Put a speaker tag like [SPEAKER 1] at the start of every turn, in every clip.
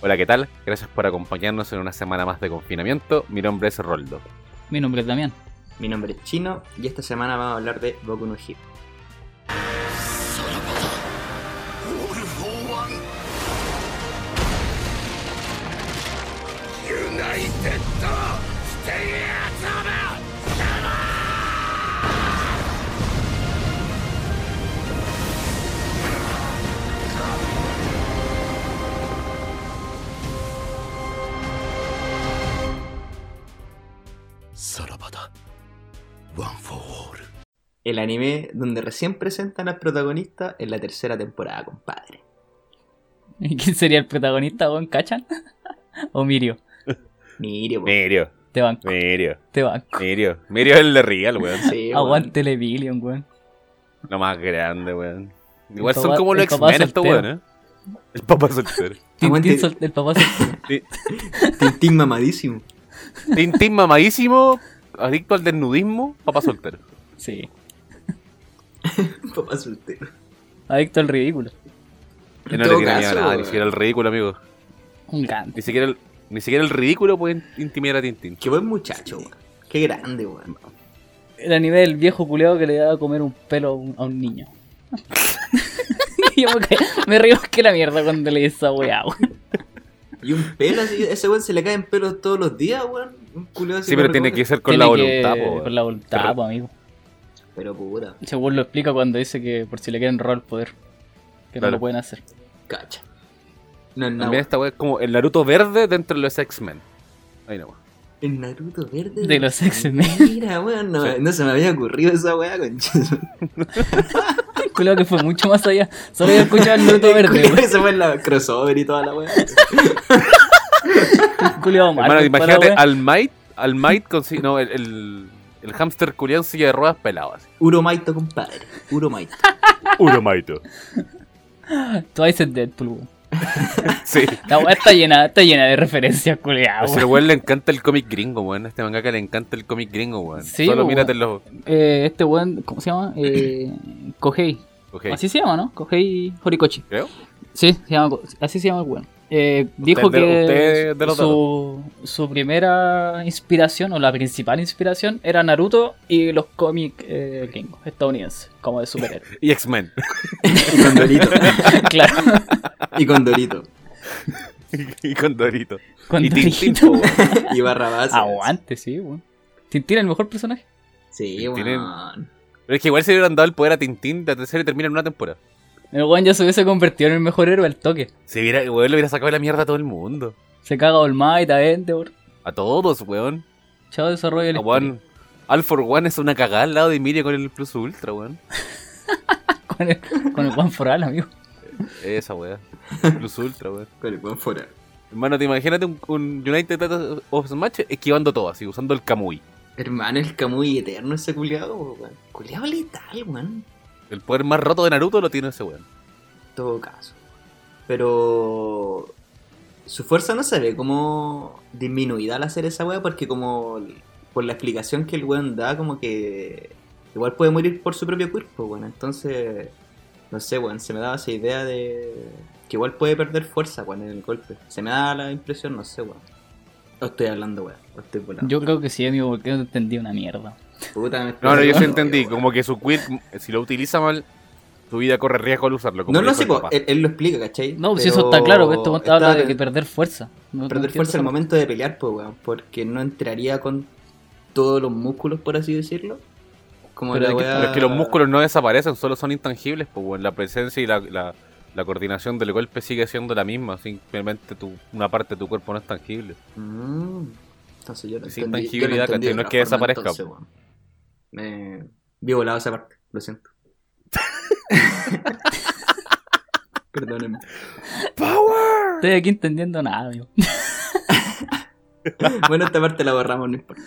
[SPEAKER 1] Hola, ¿qué tal? Gracias por acompañarnos en una semana más de confinamiento. Mi nombre es Roldo.
[SPEAKER 2] Mi nombre es Damián.
[SPEAKER 3] Mi nombre es Chino y esta semana vamos a hablar de Boku no Hero. El anime donde recién presentan al protagonista en la tercera temporada, compadre.
[SPEAKER 2] ¿Y quién sería el protagonista, weón? ¿Cachan? ¿O Mirio?
[SPEAKER 3] Mirio, po.
[SPEAKER 1] Mirio,
[SPEAKER 2] Te banco,
[SPEAKER 1] Mirio,
[SPEAKER 2] te banco.
[SPEAKER 1] Mirio. Mirio es el de Real, weón.
[SPEAKER 3] Sí, weón.
[SPEAKER 2] Aguántele Billion, weón.
[SPEAKER 1] Lo más grande, weón. Igual
[SPEAKER 2] El
[SPEAKER 1] son
[SPEAKER 2] papá-
[SPEAKER 1] como los
[SPEAKER 2] el papá
[SPEAKER 1] X-Men estos
[SPEAKER 2] soltero.
[SPEAKER 1] weón, ¿eh? El papá soltero.
[SPEAKER 2] Tintín
[SPEAKER 3] Aguante.
[SPEAKER 2] sol- el papá sol-
[SPEAKER 3] Tintín mamadísimo.
[SPEAKER 1] Tintín mamadísimo, adicto al desnudismo, papá soltero.
[SPEAKER 2] Sí.
[SPEAKER 3] Papá soltero.
[SPEAKER 2] Adicto al ridículo.
[SPEAKER 1] Yo no
[SPEAKER 3] En todo
[SPEAKER 1] le tenía miedo a
[SPEAKER 3] caso,
[SPEAKER 1] nada, ni
[SPEAKER 3] weón.
[SPEAKER 1] siquiera el ridículo, amigo.
[SPEAKER 2] Un grande.
[SPEAKER 1] Ni siquiera el, ni siquiera el ridículo puede intimidar a Tintín.
[SPEAKER 3] Qué buen muchacho, weón. Qué grande, weón.
[SPEAKER 2] El anime del viejo culeado que le daba a comer un pelo a un, a un niño. Yo me, ca- me río que la mierda cuando le esa weá, weón.
[SPEAKER 3] Y un pelo así, a ese weón se le caen pelos todos los días, weón. Un culo así.
[SPEAKER 1] Sí, pero tiene que ser con
[SPEAKER 2] Tiene
[SPEAKER 1] la
[SPEAKER 2] que-
[SPEAKER 1] voluntad, po,
[SPEAKER 2] Con
[SPEAKER 1] weón.
[SPEAKER 2] la voluntad,
[SPEAKER 1] Pero-
[SPEAKER 2] po, amigo.
[SPEAKER 3] Pero puta,
[SPEAKER 2] Según lo explica cuando dice que por si le quieren robar el poder. Que
[SPEAKER 1] Claro.
[SPEAKER 2] no lo pueden hacer.
[SPEAKER 3] cacha. No, no.
[SPEAKER 1] También esta weón es como el Naruto verde dentro de los X-Men. Ahí no, weón.
[SPEAKER 3] El Naruto verde.
[SPEAKER 2] De los X-Men.
[SPEAKER 3] Mira, weón, no,
[SPEAKER 1] Sí.
[SPEAKER 3] no se me había ocurrido esa weá, conchazo.
[SPEAKER 2] Culeado que fue mucho más allá. Solo había escuchado el Naruto verde, weón.
[SPEAKER 3] Ese fue la crossover y toda la weá.
[SPEAKER 2] Culeado mal.
[SPEAKER 1] Hermano,
[SPEAKER 2] compadre,
[SPEAKER 1] imagínate
[SPEAKER 2] weón.
[SPEAKER 1] al Might, al Might con si- no, el, el, el hamster culiado en silla de ruedas pelado así.
[SPEAKER 3] Uromaito, compadre. Uromaito.
[SPEAKER 1] Uno Maito.
[SPEAKER 2] Twice es Deadpool, weón.
[SPEAKER 1] Sí.
[SPEAKER 2] La weá está llena, está llena de referencias, culeado.
[SPEAKER 1] A ese weón le encanta el cómic gringo, weón. A este mangaka le encanta el cómic gringo, weón.
[SPEAKER 2] Sí,
[SPEAKER 1] Solo
[SPEAKER 2] weón.
[SPEAKER 1] mírate los.
[SPEAKER 2] Eh, este weón, ¿cómo se llama? Eh, Kohei.
[SPEAKER 1] Ok,
[SPEAKER 2] Así se llama, ¿no? Kohei Horikoshi.
[SPEAKER 1] creo.
[SPEAKER 2] Sí, se llama- así se llama el weón. Eh, dijo
[SPEAKER 1] de-
[SPEAKER 2] que
[SPEAKER 1] usted de los
[SPEAKER 2] su, su primera inspiración o la principal inspiración era Naruto y los cómics eh, gringos, estadounidenses, como de superhéroes.
[SPEAKER 1] Y X-Men.
[SPEAKER 3] Y Condorito.
[SPEAKER 2] claro.
[SPEAKER 3] Y Condorito.
[SPEAKER 1] y con Dorito.
[SPEAKER 2] Con
[SPEAKER 1] y Tintín,
[SPEAKER 2] Dorito.
[SPEAKER 1] po, weón.
[SPEAKER 3] Y Barrabás.
[SPEAKER 2] Ah, Aguante, sí, weón. Tintín el mejor personaje.
[SPEAKER 3] Sí, weón.
[SPEAKER 1] Tienen- Pero es que igual si le hubieran dado el poder a Tintín, la tercera termina en una temporada.
[SPEAKER 2] El weón ya se hubiese convertido en el mejor héroe al toque.
[SPEAKER 1] Si hubiera, weón, le hubiera sacado la mierda a todo el mundo.
[SPEAKER 2] Se caga All Might, a Endeavor.
[SPEAKER 1] A todos, weón.
[SPEAKER 2] Chao,
[SPEAKER 3] Ah,
[SPEAKER 2] desarrollo el
[SPEAKER 1] A weón. All for One es una cagada al lado de Miria con el Plus Ultra, weón.
[SPEAKER 2] con el, con el Juan Foral, amigo.
[SPEAKER 1] Esa weá. Plus Ultra, weón.
[SPEAKER 3] Con el buen fuera.
[SPEAKER 1] Hermano, te imagínate un, un United States of Smash esquivando todo, así, usando el Kamui.
[SPEAKER 3] Hermano, el Camuy eterno ese culiado, weón. Culiado letal, weón.
[SPEAKER 1] El poder más roto de Naruto lo tiene ese weón.
[SPEAKER 3] En todo caso. Pero. Su fuerza no se ve como disminuida al hacer esa weá, porque como. Por la explicación que el weón da, como que. Igual puede morir por su propio cuerpo, weón. Entonces. No sé, weón. Se me daba esa idea de. Que igual puede perder fuerza, weón, en el golpe. Se me da la impresión, no sé, weón. O estoy hablando, weón. O estoy volando.
[SPEAKER 2] Yo creo que sí, amigo, porque no te entendí una mierda.
[SPEAKER 3] Puta, me
[SPEAKER 1] No, no, yo
[SPEAKER 3] estoy-
[SPEAKER 1] sí entendí.
[SPEAKER 3] weón.
[SPEAKER 1] Como que su quirk, si lo utiliza mal, su vida corre riesgo al usarlo. Como
[SPEAKER 3] No, no
[SPEAKER 1] dijo
[SPEAKER 3] sé,
[SPEAKER 1] el
[SPEAKER 3] po,
[SPEAKER 1] papá.
[SPEAKER 3] él, él lo explica, ¿cachai?
[SPEAKER 2] No, si
[SPEAKER 3] Pero
[SPEAKER 2] eso está claro, que este esto
[SPEAKER 3] estaba
[SPEAKER 2] habla de que
[SPEAKER 3] pen-
[SPEAKER 2] perder fuerza. No- no
[SPEAKER 3] perder
[SPEAKER 2] entiendo
[SPEAKER 3] fuerza
[SPEAKER 2] esa
[SPEAKER 3] al
[SPEAKER 2] parte.
[SPEAKER 3] momento de pelear, pues, weón. Porque no entraría con todos los músculos, por así decirlo. Como
[SPEAKER 2] Pero
[SPEAKER 3] la
[SPEAKER 2] de qué-
[SPEAKER 3] weá-
[SPEAKER 1] Pero es que los músculos no desaparecen, solo son intangibles, pues weón. La presencia y la, la- la coordinación del golpe sigue siendo la misma. Simplemente tu, una parte de tu cuerpo no es tangible.
[SPEAKER 3] Mm. Entonces yo no
[SPEAKER 1] Es
[SPEAKER 3] entendí. Yo no,
[SPEAKER 1] intangibilidad,
[SPEAKER 3] entendí de
[SPEAKER 1] ¿cachai? No es
[SPEAKER 3] otra
[SPEAKER 1] que
[SPEAKER 3] forma,
[SPEAKER 1] desaparezca.
[SPEAKER 3] entonces, weón. Me... Vi volado esa parte, lo siento. Perdónenme.
[SPEAKER 1] ¡Power!
[SPEAKER 2] Estoy aquí entendiendo nada, amigo.
[SPEAKER 3] Bueno, esta parte la borramos, no importa.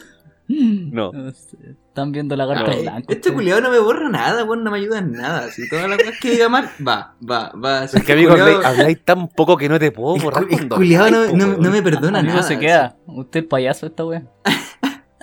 [SPEAKER 1] No.
[SPEAKER 2] sé, Están viendo la carta
[SPEAKER 3] Ay,
[SPEAKER 2] blanca.
[SPEAKER 3] este culiado no me borra nada, weón, no me ayuda en nada. Si todas las cosas que diga mal, va, va, va. Si
[SPEAKER 1] Es que,
[SPEAKER 3] el
[SPEAKER 1] amigo,
[SPEAKER 3] culiao-
[SPEAKER 1] habláis, habláis tan poco que no te puedo
[SPEAKER 3] el
[SPEAKER 1] borrar
[SPEAKER 3] cu- el
[SPEAKER 1] cuando
[SPEAKER 3] culiao no,
[SPEAKER 1] habláis, po,
[SPEAKER 3] no-
[SPEAKER 1] weón.
[SPEAKER 3] no me perdona
[SPEAKER 2] Amigo,
[SPEAKER 3] nada.
[SPEAKER 2] se queda. Usted es payaso esta wea.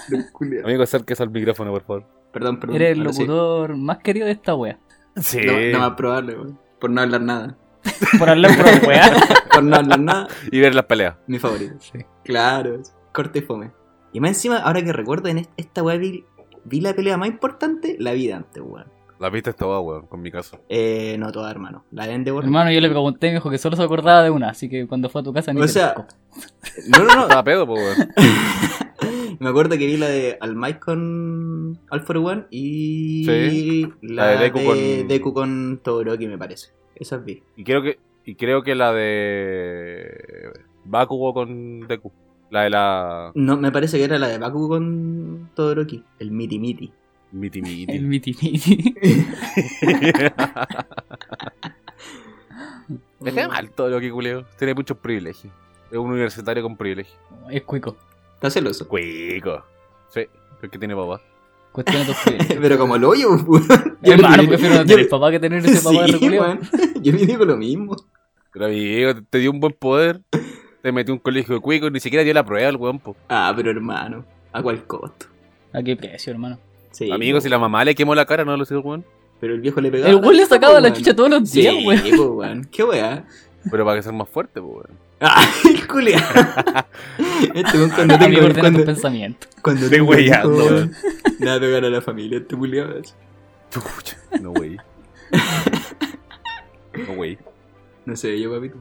[SPEAKER 3] sí. El culiao.
[SPEAKER 1] Amigo, acérquese al micrófono, por favor.
[SPEAKER 3] Perdón, perdón.
[SPEAKER 2] Eres el
[SPEAKER 3] ahora sí.
[SPEAKER 2] locutor más querido de esta wea.
[SPEAKER 1] Sí.
[SPEAKER 3] No, no va a probarle, weón. Por no hablar nada.
[SPEAKER 2] Por hablar por wea.
[SPEAKER 3] por no hablar nada,
[SPEAKER 1] Y ver las peleas.
[SPEAKER 3] mi favorito.
[SPEAKER 2] Sí.
[SPEAKER 3] Claro, corte y fome. Y más encima, ahora que recuerdo, en est- esta weá vi, vi la pelea más importante, la vi de antes, weón.
[SPEAKER 1] La viste toda, weón, con mi caso.
[SPEAKER 3] Eh, no toda, hermano. La de Endeavor.
[SPEAKER 2] Hermano, yo le pregunté y me dijo que solo se acordaba de una, así que cuando fue a tu casa ni
[SPEAKER 3] O
[SPEAKER 2] te
[SPEAKER 3] sea,
[SPEAKER 2] pescó.
[SPEAKER 3] No, no, no.
[SPEAKER 1] Estaba pedo, po, weón.
[SPEAKER 3] Me acuerdo que vi la de All Might con All for One y
[SPEAKER 1] Sí,
[SPEAKER 3] la, de Deku, con...
[SPEAKER 1] Deku
[SPEAKER 3] Todoroki, me parece. Esas vi.
[SPEAKER 1] Y creo que, y creo que la de Bakugo con Deku. La de la
[SPEAKER 3] No, me parece que era la de Baku con Todoroki. El Miti Miti.
[SPEAKER 1] Miti Miti.
[SPEAKER 2] El miti miti.
[SPEAKER 1] Me cae mal todo Este lo que culeo. Tiene muchos privilegios. Es un universitario con privilegios.
[SPEAKER 2] Es cuico.
[SPEAKER 3] Está celoso.
[SPEAKER 1] Cuico. Sí, porque tiene papá.
[SPEAKER 2] Cuestiona tus privilegios.
[SPEAKER 3] Pero como lo oyo, weón. Yo
[SPEAKER 2] Hermano,
[SPEAKER 3] le-
[SPEAKER 2] prefiero no
[SPEAKER 3] yo-
[SPEAKER 2] tener papá que tener ese papá de
[SPEAKER 3] Sí,
[SPEAKER 2] reculeo.
[SPEAKER 3] weón. Yo le digo lo mismo.
[SPEAKER 1] Pero amigo, te- te dio un buen poder. Te metió un colegio de cuico. Ni siquiera dio la prueba al weón, po.
[SPEAKER 3] Ah, pero hermano. ¿A cuál costo?
[SPEAKER 2] ¿A qué precio, hermano?
[SPEAKER 3] Sí,
[SPEAKER 1] Amigo, si la mamá le quemó la cara, no lo sido weón.
[SPEAKER 3] Pero el viejo le pegaba.
[SPEAKER 2] El güey le sacaba la
[SPEAKER 3] weón.
[SPEAKER 2] chucha todos los
[SPEAKER 3] Sí,
[SPEAKER 2] días, weón.
[SPEAKER 3] po, weón. Qué weá.
[SPEAKER 1] Pero para que sea más fuerte, po, weón.
[SPEAKER 3] Ah, el culiao. Este weón cuando
[SPEAKER 2] Amigo,
[SPEAKER 3] tengo
[SPEAKER 2] ordena tus
[SPEAKER 3] cuando,
[SPEAKER 2] pensamientos.
[SPEAKER 3] cuando
[SPEAKER 1] Estoy
[SPEAKER 3] tengo
[SPEAKER 1] weyando,
[SPEAKER 3] hijos,
[SPEAKER 1] weón.
[SPEAKER 3] Le va a pegar a la familia este culiao.
[SPEAKER 1] Chucha, No, wey. No, wey.
[SPEAKER 3] No sé, yo papito.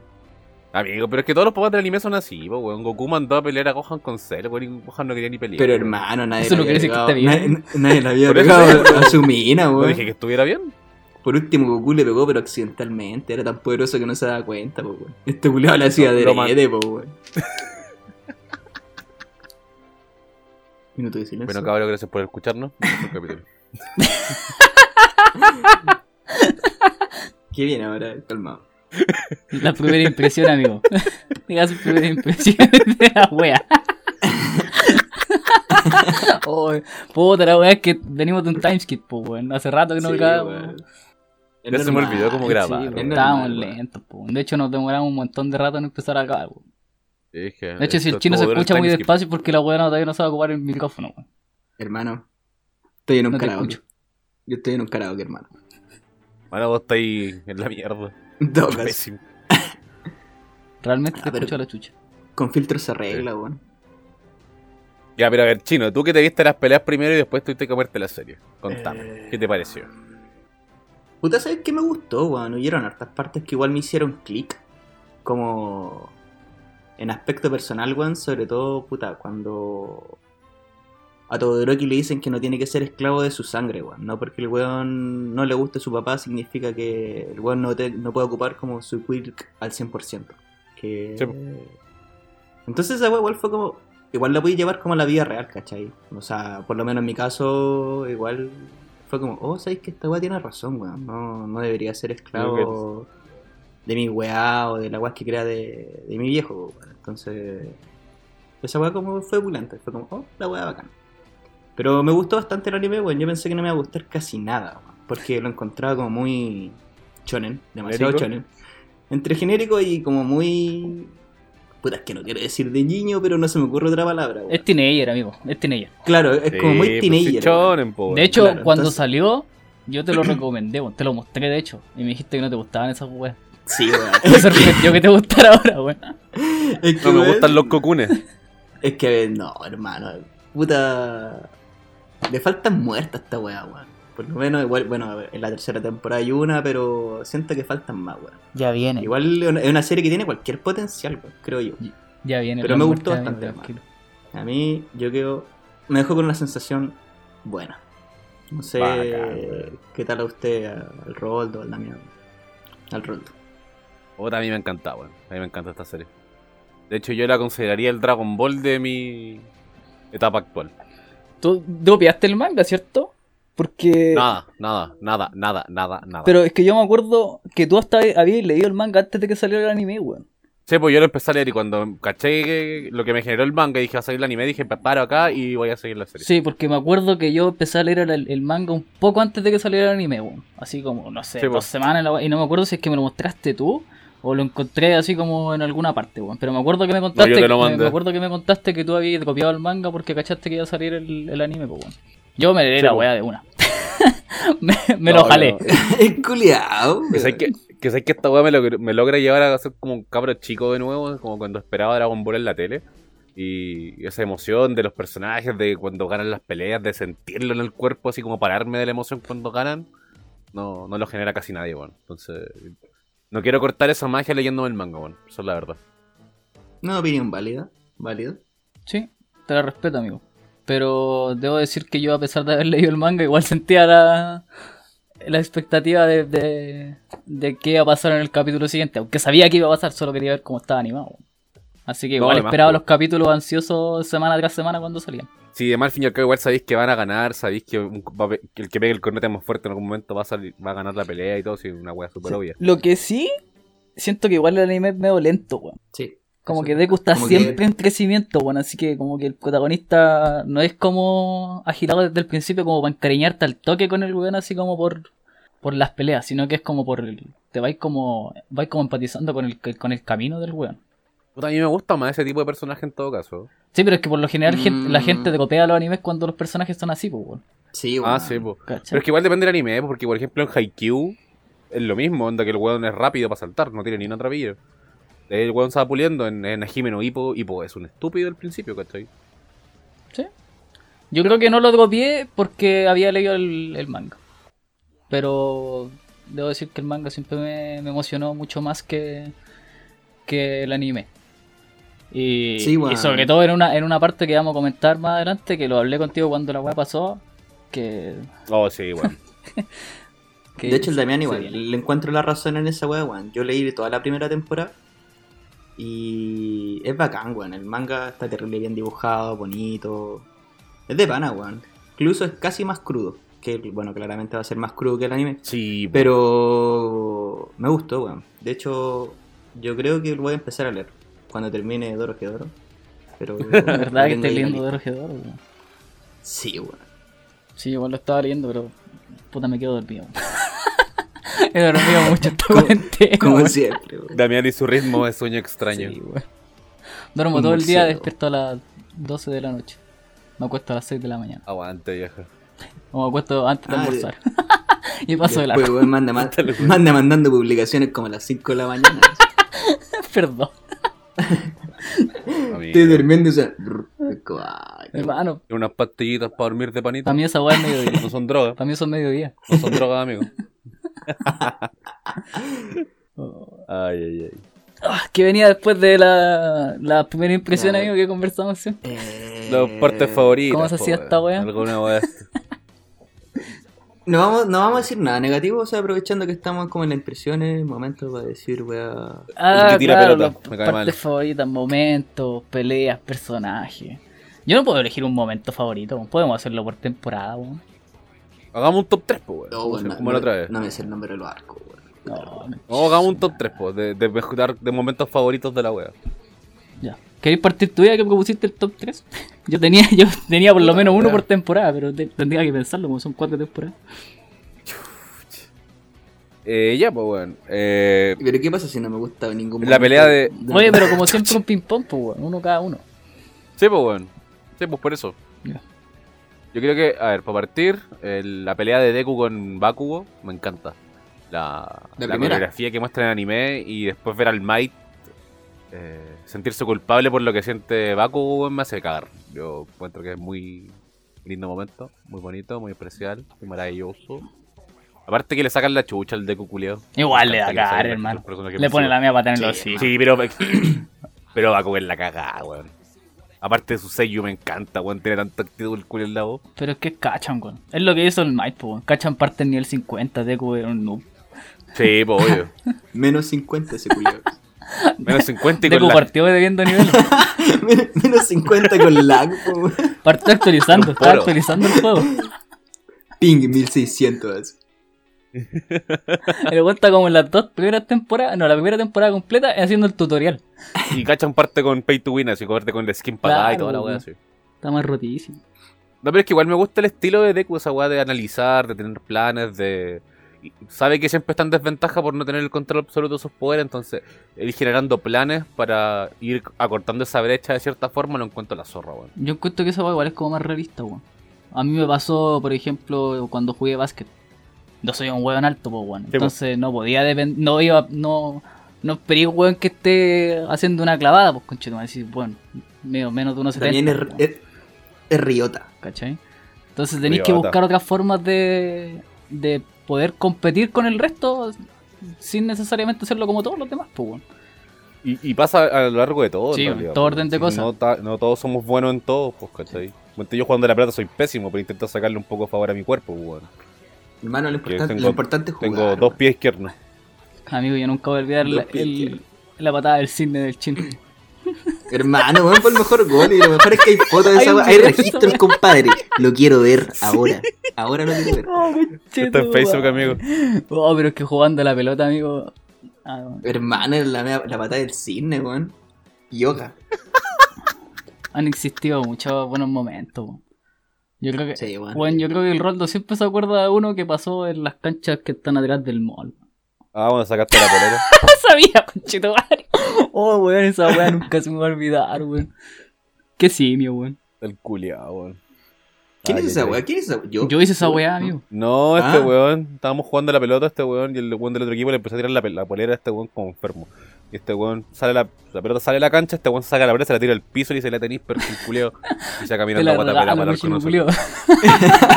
[SPEAKER 1] Amigo, pero es que todos los papás del anime son así, po, weón. Goku mandó a pelear a Gohan con Cell, weón. Y Gohan no quería ni pelear.
[SPEAKER 3] Pero hermano, nadie
[SPEAKER 2] Eso
[SPEAKER 3] le
[SPEAKER 2] no quiere
[SPEAKER 3] había
[SPEAKER 2] decir que
[SPEAKER 3] pegado-
[SPEAKER 2] esté bien.
[SPEAKER 3] Nadie, nadie le había
[SPEAKER 1] Por eso
[SPEAKER 3] pegado a su mina,
[SPEAKER 1] No
[SPEAKER 3] weón.
[SPEAKER 1] dije que estuviera bien.
[SPEAKER 3] Por último, Goku le pegó, pero accidentalmente. Era tan poderoso que no se daba cuenta, po, weón. Este culiao le hacía
[SPEAKER 1] Lo-
[SPEAKER 3] de
[SPEAKER 1] lo man-
[SPEAKER 3] rede, po, weón. Minuto de silencio.
[SPEAKER 1] Bueno, cabrón, gracias por escucharnos. Otro capítulo.
[SPEAKER 3] Qué bien ahora, calmado.
[SPEAKER 2] La primera impresión, amigo. Diga su primera impresión de la wea. Oh, puta, la wea es que venimos de un timeskip, po, weón. Hace rato que no
[SPEAKER 3] Sí,
[SPEAKER 2] grabamos.
[SPEAKER 3] weón. Es
[SPEAKER 1] Ya se me
[SPEAKER 3] normal.
[SPEAKER 1] olvidó cómo
[SPEAKER 2] Sí,
[SPEAKER 1] grabar.
[SPEAKER 2] weón,
[SPEAKER 1] weón.
[SPEAKER 3] Es
[SPEAKER 2] estábamos
[SPEAKER 3] normal, weón.
[SPEAKER 2] lentos, po. De hecho, nos demoramos un montón de rato en empezar a grabar, weón.
[SPEAKER 1] Es que
[SPEAKER 2] De hecho, si el
[SPEAKER 1] esto
[SPEAKER 2] chino se
[SPEAKER 1] todo dura
[SPEAKER 2] escucha muy
[SPEAKER 1] timeskip.
[SPEAKER 2] despacio es porque la wea no, todavía no sabe ocupar el micrófono, weón.
[SPEAKER 3] Hermano, estoy en un
[SPEAKER 2] No te
[SPEAKER 3] karaoke.
[SPEAKER 2] escucho.
[SPEAKER 3] Yo estoy en un karaoke, hermano.
[SPEAKER 1] Bueno, vos estáis en la mierda.
[SPEAKER 3] En todo caso,
[SPEAKER 1] Pésimo.
[SPEAKER 2] Realmente te
[SPEAKER 3] Ah, pero-
[SPEAKER 2] escucho a la chucha.
[SPEAKER 3] Con filtros se arregla, weón.
[SPEAKER 1] Ya, pero a ver, chino, tú que te viste las peleas primero y después tuviste que comerte la serie. Contame,
[SPEAKER 3] Eh.
[SPEAKER 1] ¿qué te pareció?
[SPEAKER 3] Puta, ¿sabes qué me gustó, weón? Hubieron hartas partes que igual me hicieron clic. Como. En aspecto personal, weón, sobre todo, puta, cuando. A Todoroki le dicen que no tiene que ser esclavo de su sangre, weón. No porque el weón no le guste su papá significa que el weón no, te- no puede ocupar como su quirk al 100%. Que...
[SPEAKER 1] Sí, po.
[SPEAKER 3] Entonces esa weón igual fue como... Igual la pude llevar como a la vida real, ¿cachai? O sea, por lo menos en mi caso, igual fue como, oh, sabéis que esta weá tiene razón, weón. No, no debería ser esclavo de mi weá o de la weá que crea de, de mi viejo, weón. Entonces, esa weá como fue bulante, fue como, oh, la weá bacana. Pero me gustó bastante el anime, weón. Yo pensé que no me iba a gustar casi nada, weón, porque lo encontraba como muy chonen, demasiado
[SPEAKER 1] ¿Genérico?
[SPEAKER 3] chonen. Entre genérico y como muy. Puta, es que no quiero decir de niño, pero no se me ocurre otra palabra, weón.
[SPEAKER 2] Es teenager, amigo. Es teenager.
[SPEAKER 3] Claro, es
[SPEAKER 1] pues,
[SPEAKER 3] como muy teenager. weón.
[SPEAKER 2] De hecho,
[SPEAKER 3] claro,
[SPEAKER 2] cuando
[SPEAKER 3] entonces-
[SPEAKER 2] salió, yo te lo recomendé, weón. te lo mostré de hecho, y me dijiste que no te gustaban esas weas.
[SPEAKER 3] Sí, weón.
[SPEAKER 2] Me sorprendió que te gustara ahora, weón.
[SPEAKER 3] Es que,
[SPEAKER 1] No me
[SPEAKER 3] weón,
[SPEAKER 1] gustan los cocunes.
[SPEAKER 3] Es que no, hermano. Puta. Le faltan muertas a esta weá, weón. Por lo menos, igual, bueno, a ver, en la tercera temporada hay una, pero siento que faltan más, weón.
[SPEAKER 2] Ya viene.
[SPEAKER 3] Igual es una- es una serie que tiene cualquier potencial, weón, creo yo.
[SPEAKER 2] Ya viene.
[SPEAKER 3] Pero
[SPEAKER 2] la
[SPEAKER 3] me
[SPEAKER 2] muerte,
[SPEAKER 3] gustó
[SPEAKER 2] amigo,
[SPEAKER 3] bastante,
[SPEAKER 2] tranquilo.
[SPEAKER 3] A mí, yo creo. Me dejó con una sensación buena. No sé
[SPEAKER 1] Bacán, weón.
[SPEAKER 3] qué tal a usted, a- al Roldo, al Damián. Al Roldo.
[SPEAKER 1] Otra a mí me encantaba, weón. A mí me encanta esta serie. De hecho, yo la consideraría el Dragon Ball de mi etapa actual.
[SPEAKER 2] Tú tú copiaste el manga, ¿cierto? Porque.
[SPEAKER 1] Nada, nada, nada, nada, nada, nada.
[SPEAKER 2] Eh, Pero es que yo me acuerdo que tú hasta habías leído el manga antes de que saliera el anime, weón.
[SPEAKER 1] Sí, pues yo lo empecé a leer y cuando caché que- lo que me generó el manga y dije, va a salir el anime, dije, "Pa- paro acá y voy a seguir la serie.
[SPEAKER 2] Sí, porque me acuerdo que yo empecé a leer el, el manga un poco antes de que saliera el anime, weón. Así como, no sé,
[SPEAKER 1] Sí,
[SPEAKER 2] dos
[SPEAKER 1] po.
[SPEAKER 2] semanas, la wea, y no me acuerdo si es que me lo mostraste tú o lo encontré así como en alguna parte, weón. Pero me acuerdo que me contaste,
[SPEAKER 1] yo te lo
[SPEAKER 2] que- me- me,
[SPEAKER 1] mandé.
[SPEAKER 2] acuerdo que me contaste que tú habías copiado el manga porque cachaste que iba a salir el, el anime, po, weón. Yo me leí
[SPEAKER 1] Sí,
[SPEAKER 2] la
[SPEAKER 1] po.
[SPEAKER 2] weá de una. me me
[SPEAKER 1] No,
[SPEAKER 2] lo jalé.
[SPEAKER 1] no,
[SPEAKER 3] es culiao,
[SPEAKER 1] Pues hay
[SPEAKER 3] weón.
[SPEAKER 1] que, Que sé que esta weá me, logro- me logra llevar a ser como un cabro chico de nuevo, como cuando esperaba Dragon Ball en la tele. Y esa emoción de los personajes, de cuando ganan las peleas, de sentirlo en el cuerpo, así como pararme de la emoción cuando ganan, no, no lo genera casi nadie, weón. Entonces, no quiero cortar esa magia leyéndome el manga, weón. Eso es la verdad.
[SPEAKER 3] Una opinión válida, válido.
[SPEAKER 2] Sí, te la respeto, amigo. Pero debo decir que yo, a pesar de haber leído el manga, igual sentía la, la expectativa de, de, de qué iba a pasar en el capítulo siguiente. Aunque sabía que iba a pasar, solo quería ver cómo estaba animado. Así que
[SPEAKER 1] No,
[SPEAKER 2] igual
[SPEAKER 1] además,
[SPEAKER 2] esperaba
[SPEAKER 1] pues.
[SPEAKER 2] los capítulos ansiosos semana tras semana cuando salían.
[SPEAKER 1] Sí, además, al fin y al cabo, igual sabéis que van a ganar, sabéis que un- va a pe- que el que pegue el corneta más fuerte en algún momento va a, salir- va a ganar la pelea y todo, sí, una wea súper
[SPEAKER 3] Sí.
[SPEAKER 1] obvia.
[SPEAKER 2] Lo que sí, siento que igual el anime es medio lento, weón.
[SPEAKER 3] Sí.
[SPEAKER 2] Como
[SPEAKER 3] Eso.
[SPEAKER 2] que Deku está
[SPEAKER 3] Como que-
[SPEAKER 2] siempre en crecimiento, bueno, así que como que el protagonista no es como agilado desde el principio como para encariñarte al toque con el weón así como por, por las peleas, sino que es como por el, te vais como, vais como empatizando con el, con el camino del weón.
[SPEAKER 1] Puta, a mí me gusta más ese tipo de personaje en todo caso.
[SPEAKER 2] Sí, pero es que por lo general gen- la
[SPEAKER 3] Mm.
[SPEAKER 2] gente te copia los animes cuando los personajes son así, pues weón.
[SPEAKER 3] Sí,
[SPEAKER 1] Ah,
[SPEAKER 3] weón.
[SPEAKER 1] sí, po.
[SPEAKER 2] ¿cachai?
[SPEAKER 1] Pero es que igual depende del anime, ¿eh? porque por ejemplo en Haikyuu es lo mismo, onda que el weón es rápido para saltar, no tiene ni una trapilla. El weón se va puliendo en, en Hajime no Hippo, Hippo es un estúpido al principio, ¿cachai?
[SPEAKER 2] Yo creo que no lo copié porque había leído el, el manga. Pero debo decir que el manga siempre me, me emocionó mucho más que, que el anime. Y,
[SPEAKER 3] Sí, weón.
[SPEAKER 2] y sobre todo en una, en una parte que vamos a comentar más adelante, que lo hablé contigo cuando la weá pasó, que...
[SPEAKER 1] Oh, sí, weón.
[SPEAKER 2] que-
[SPEAKER 3] de hecho, el Damián
[SPEAKER 2] se
[SPEAKER 3] igual,
[SPEAKER 2] viene.
[SPEAKER 3] le encuentro la razón en esa weá, weón. Yo leí toda la primera temporada y es bacán, weón. El manga está terrible bien dibujado, bonito. Es de pana, weón. Incluso es casi más crudo. Que, el- bueno, claramente va a ser más crudo que el anime.
[SPEAKER 1] sí, po.
[SPEAKER 3] Pero me gustó, weón. De hecho, yo creo que lo voy a empezar a leer cuando termine Doro que Doro. Pero.
[SPEAKER 2] La verdad que estoy
[SPEAKER 3] tengo ahí la
[SPEAKER 2] leyendo
[SPEAKER 3] lista.
[SPEAKER 2] de Rogedor, weón.
[SPEAKER 3] Sí, weón.
[SPEAKER 2] Sí, igual lo estaba leyendo, pero... Puta, me quedo dormido. He dormido mucho esta
[SPEAKER 3] Como-
[SPEAKER 2] cuarentena,
[SPEAKER 3] Como
[SPEAKER 2] weón.
[SPEAKER 3] siempre, weón.
[SPEAKER 1] Damián y su ritmo de sueño extraño.
[SPEAKER 2] Sí, güey. Duermo
[SPEAKER 3] Un
[SPEAKER 2] todo el día
[SPEAKER 3] murciélago.
[SPEAKER 2] despierto a las 12 de la noche. Me acuesto a las 6 de la mañana.
[SPEAKER 1] Aguante, vieja.
[SPEAKER 2] O me acuesto antes de
[SPEAKER 3] Ah,
[SPEAKER 2] almorzar. y paso de la
[SPEAKER 3] Después, Pues, weón, manda, ma-
[SPEAKER 1] pues.
[SPEAKER 3] manda mandando publicaciones como a las 5 de la mañana.
[SPEAKER 2] Perdón.
[SPEAKER 1] Amigo.
[SPEAKER 3] Estoy durmiendo, o sea. brr, como, ay, qué-
[SPEAKER 2] Hermano,
[SPEAKER 1] Unas pastillitas para dormir de panita.
[SPEAKER 2] para mí esa weá es mediodía.
[SPEAKER 1] No son drogas,
[SPEAKER 2] Para mí eso es mediodía.
[SPEAKER 1] no son drogas, amigo.
[SPEAKER 2] Oh.
[SPEAKER 1] Ay, ay, ay.
[SPEAKER 2] Ah, que venía después de la, la primera impresión,
[SPEAKER 3] Ya.
[SPEAKER 2] amigo, que conversamos siempre.
[SPEAKER 3] Eh,
[SPEAKER 1] Las partes favoritas.
[SPEAKER 2] ¿Cómo se hacía
[SPEAKER 1] po,
[SPEAKER 2] esta
[SPEAKER 1] weón.
[SPEAKER 2] wea?
[SPEAKER 1] Alguna wea.
[SPEAKER 3] No vamos, no vamos a decir nada negativo, o sea, aprovechando que estamos como en las impresiones, momento para decir, weón.
[SPEAKER 2] Ah,
[SPEAKER 1] que tira
[SPEAKER 2] claro,
[SPEAKER 1] pelota,
[SPEAKER 2] las
[SPEAKER 1] me cae mal.
[SPEAKER 2] partes favoritas, momentos, peleas, personajes. Yo no puedo elegir un momento favorito, weón. podemos hacerlo por temporada, weón.
[SPEAKER 1] Hagamos un top 3, po, weón.
[SPEAKER 3] No, Oh, weón, no,
[SPEAKER 1] Como la otra
[SPEAKER 3] no-
[SPEAKER 1] vez.
[SPEAKER 3] no me sé el nombre de los arcos, weón.
[SPEAKER 2] No, me-
[SPEAKER 1] No, hagamos un top 3, pues, de, de, mejor- de momentos favoritos de la wea.
[SPEAKER 2] Ya. ¿Queréis partir tú ya que propusiste el top 3? Yo tenía, yo tenía por lo
[SPEAKER 1] Puta,
[SPEAKER 2] menos uno
[SPEAKER 1] weá.
[SPEAKER 2] por temporada, pero te- tendría que pensarlo, como son cuatro temporadas.
[SPEAKER 1] Eh, ya, pues, weón. Eh,
[SPEAKER 3] Pero ¿qué pasa si no me gusta ningún
[SPEAKER 1] La
[SPEAKER 3] momento
[SPEAKER 1] pelea de-
[SPEAKER 2] Oye, pero como siempre un ping-pong, pues, weón, uno cada uno.
[SPEAKER 1] sí, pues, weón. Sí, pues, por eso.
[SPEAKER 2] Ya.
[SPEAKER 1] Yo creo que, a ver, para partir, el- la pelea de Deku con Bakugo me encanta. La,
[SPEAKER 3] La
[SPEAKER 1] la
[SPEAKER 3] primera.
[SPEAKER 1] coreografía que muestra en el anime y después ver al Might eh, sentirse culpable por lo que siente Bakugo weón, me hace cagar. Yo encuentro que es muy lindo momento, muy bonito, muy especial, muy maravilloso. Aparte que le sacan la chucha al Deku culiao.
[SPEAKER 2] Igual le da
[SPEAKER 1] Encanta que le
[SPEAKER 2] cagar,
[SPEAKER 1] saquen la
[SPEAKER 2] hermano.
[SPEAKER 1] chucha al personaje
[SPEAKER 2] Le pone
[SPEAKER 1] principal.
[SPEAKER 2] la mía pata en
[SPEAKER 3] Sí,
[SPEAKER 2] los hijos.
[SPEAKER 1] Sí, pero. pero va a comer la cagada, weón. Aparte de su sello, me encanta, weón. Tiene tanto actitud el culo en la voz.
[SPEAKER 2] Pero es que cachan, weón. Es lo que hizo el Might, pues, weón. Cachan parte en nivel 50, Deku era un noob.
[SPEAKER 1] Sí, pues, obvio.
[SPEAKER 3] Menos 50 ese culiao.
[SPEAKER 1] Menos 50 y
[SPEAKER 2] Deku
[SPEAKER 1] con la.
[SPEAKER 2] partió debiendo nivel.
[SPEAKER 3] Men- Menos 50 con lag, po, weón.
[SPEAKER 2] Partió actualizando, está
[SPEAKER 1] Poro.
[SPEAKER 2] actualizando el juego.
[SPEAKER 3] Ping 1600. así.
[SPEAKER 2] El weón está como en las dos primeras temporadas, no, la primera temporada completa haciendo el tutorial.
[SPEAKER 1] Y cachan parte con Pay to Win, así, cogerte con la skin pagada y
[SPEAKER 2] Claro,
[SPEAKER 1] toda la weá,
[SPEAKER 2] weón.
[SPEAKER 1] así.
[SPEAKER 2] Está más rotísimo.
[SPEAKER 1] No, pero es que igual me gusta el estilo de Deku, esa weá de analizar, de tener planes, de. y Sabe que siempre está en desventaja por no tener el control absoluto de sus poderes, entonces él generando planes para ir acortando esa brecha de cierta forma lo encuentro la zorra, weón.
[SPEAKER 2] Yo encuentro que esa weá igual es como más realista, weón. A mí me pasó, por ejemplo, cuando jugué básquet. yo soy un weón alto, pues weón.
[SPEAKER 1] po.
[SPEAKER 2] Entonces no podía depender, no iba, no, no esperé un weón que esté haciendo una clavada, pues conchetumare, decir, bueno, medio, menos de unos 70.
[SPEAKER 3] También es,
[SPEAKER 2] po, weón.
[SPEAKER 3] es- es riota.
[SPEAKER 2] ¿cachai? Entonces tenéis que
[SPEAKER 1] Riota.
[SPEAKER 2] buscar otras formas de, de poder competir con el resto sin necesariamente hacerlo como todos los demás, pues, weón.
[SPEAKER 1] Y, y pasa a lo largo de todo.
[SPEAKER 2] Sí,
[SPEAKER 1] en realidad,
[SPEAKER 2] todo
[SPEAKER 1] pues.
[SPEAKER 2] orden de
[SPEAKER 1] Si
[SPEAKER 2] cosas.
[SPEAKER 1] No, ta- no todos somos buenos en todo, pues, ¿cachai? Ponte, yo jugando a la plata soy pésimo, pero intento sacarle un poco de favor a mi cuerpo, pues, weón.
[SPEAKER 3] Hermano, lo
[SPEAKER 1] Que
[SPEAKER 3] importante,
[SPEAKER 1] tengo-
[SPEAKER 3] lo importante es jugar.
[SPEAKER 1] Tengo dos
[SPEAKER 3] weón.
[SPEAKER 1] pies izquierdos.
[SPEAKER 2] Amigo, yo nunca voy a olvidar
[SPEAKER 3] Dos
[SPEAKER 2] la,
[SPEAKER 3] pies
[SPEAKER 2] el-
[SPEAKER 3] izquierdos.
[SPEAKER 2] la patada del cisne del chin.
[SPEAKER 3] Hermano, weón, fue el mejor gol y lo mejor es que hay fotos
[SPEAKER 2] Hay
[SPEAKER 3] de esa
[SPEAKER 2] un
[SPEAKER 3] weá. Hay
[SPEAKER 2] video de
[SPEAKER 3] registro
[SPEAKER 2] esa
[SPEAKER 3] del compadre. Lo quiero ver ahora. Ahora lo quiero ver.
[SPEAKER 1] Está en Facebook, amigo.
[SPEAKER 2] Oh, pero es que jugando a la pelota, amigo. ah,
[SPEAKER 3] Hermano, la, mea- la patada del cisne, weón. Yoga.
[SPEAKER 2] han existido muchos buenos momentos. weón. Yo creo que,
[SPEAKER 3] Sí, weón.
[SPEAKER 2] bueno, yo creo que el Roldo siempre se acuerda de uno que pasó en las canchas que están atrás del mall.
[SPEAKER 1] Ah, bueno, sacaste la polera.
[SPEAKER 2] sabía, conchetumare. Oh, weón, esa weá nunca se me va a olvidar, weón. Qué simio, weón.
[SPEAKER 1] El culiao, weón.
[SPEAKER 3] ¿Quién
[SPEAKER 1] Ay,
[SPEAKER 3] es esa
[SPEAKER 1] ay, ay.
[SPEAKER 3] weá? ¿Quién es esa weá?
[SPEAKER 2] Yo hice esa weá, amigo.
[SPEAKER 1] No, este
[SPEAKER 3] Ah.
[SPEAKER 1] weón, estábamos jugando a la pelota, este weón, y el weón del otro equipo le empezó a tirar la, pe- la polera a este weón como enfermo. Y este weón sale la, la pelota sale a la cancha, este weón saca la pelota, se la tira al piso y le dice la tenis, pero el culeo. Y se va
[SPEAKER 2] Te
[SPEAKER 1] caminando
[SPEAKER 2] la
[SPEAKER 1] a guatapela
[SPEAKER 2] regalo,
[SPEAKER 1] para el
[SPEAKER 2] cochino
[SPEAKER 1] conocer.
[SPEAKER 2] culiao.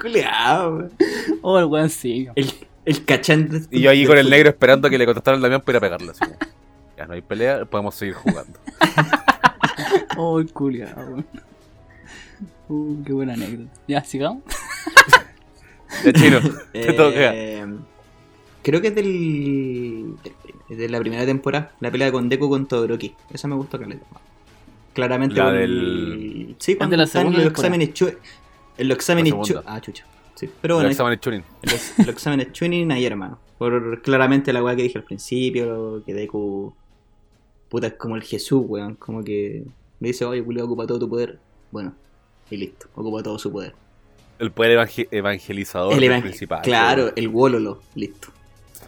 [SPEAKER 3] Culeado, weón.
[SPEAKER 2] Oh, el weón simio.
[SPEAKER 3] El, el cachante.
[SPEAKER 1] Y yo ahí con el negro esperando que le contestara el Damián para ir a pegarle. así como, Ya no hay pelea, podemos seguir jugando.
[SPEAKER 2] Oh, el culiao, weón. Uh, qué buena anécdota. Ya, sigamos.
[SPEAKER 1] Ya chino, te
[SPEAKER 3] Eh,
[SPEAKER 1] toca.
[SPEAKER 3] Creo que es del, del prim- es de la primera temporada, la pelea con Deku con Todoroki. Esa me gustó caleta. Claramente
[SPEAKER 1] La
[SPEAKER 3] con-
[SPEAKER 1] del-
[SPEAKER 3] Sí, cuando
[SPEAKER 2] la
[SPEAKER 3] están en
[SPEAKER 2] segunda
[SPEAKER 3] los
[SPEAKER 2] temporada.
[SPEAKER 3] exámenes chu- en los exámenes
[SPEAKER 1] La
[SPEAKER 3] chu-
[SPEAKER 1] segunda.
[SPEAKER 3] Ah, chucha. Sí, pero
[SPEAKER 1] El
[SPEAKER 3] bueno,
[SPEAKER 1] examen de Chunin.
[SPEAKER 3] en los, en los exámenes Chunin ahí, hermano. Por claramente la weá que dije al principio, que Deku. Puta, es como el Jesús, weón. Como que me dice, oye, culiao, ocupa todo tu poder. Bueno, y listo, ocupa todo su poder.
[SPEAKER 1] El poder evangel- evangelizador
[SPEAKER 3] El
[SPEAKER 1] el
[SPEAKER 3] evangel-
[SPEAKER 1] principal.
[SPEAKER 3] Claro,
[SPEAKER 1] weón.
[SPEAKER 3] el Wololo, listo.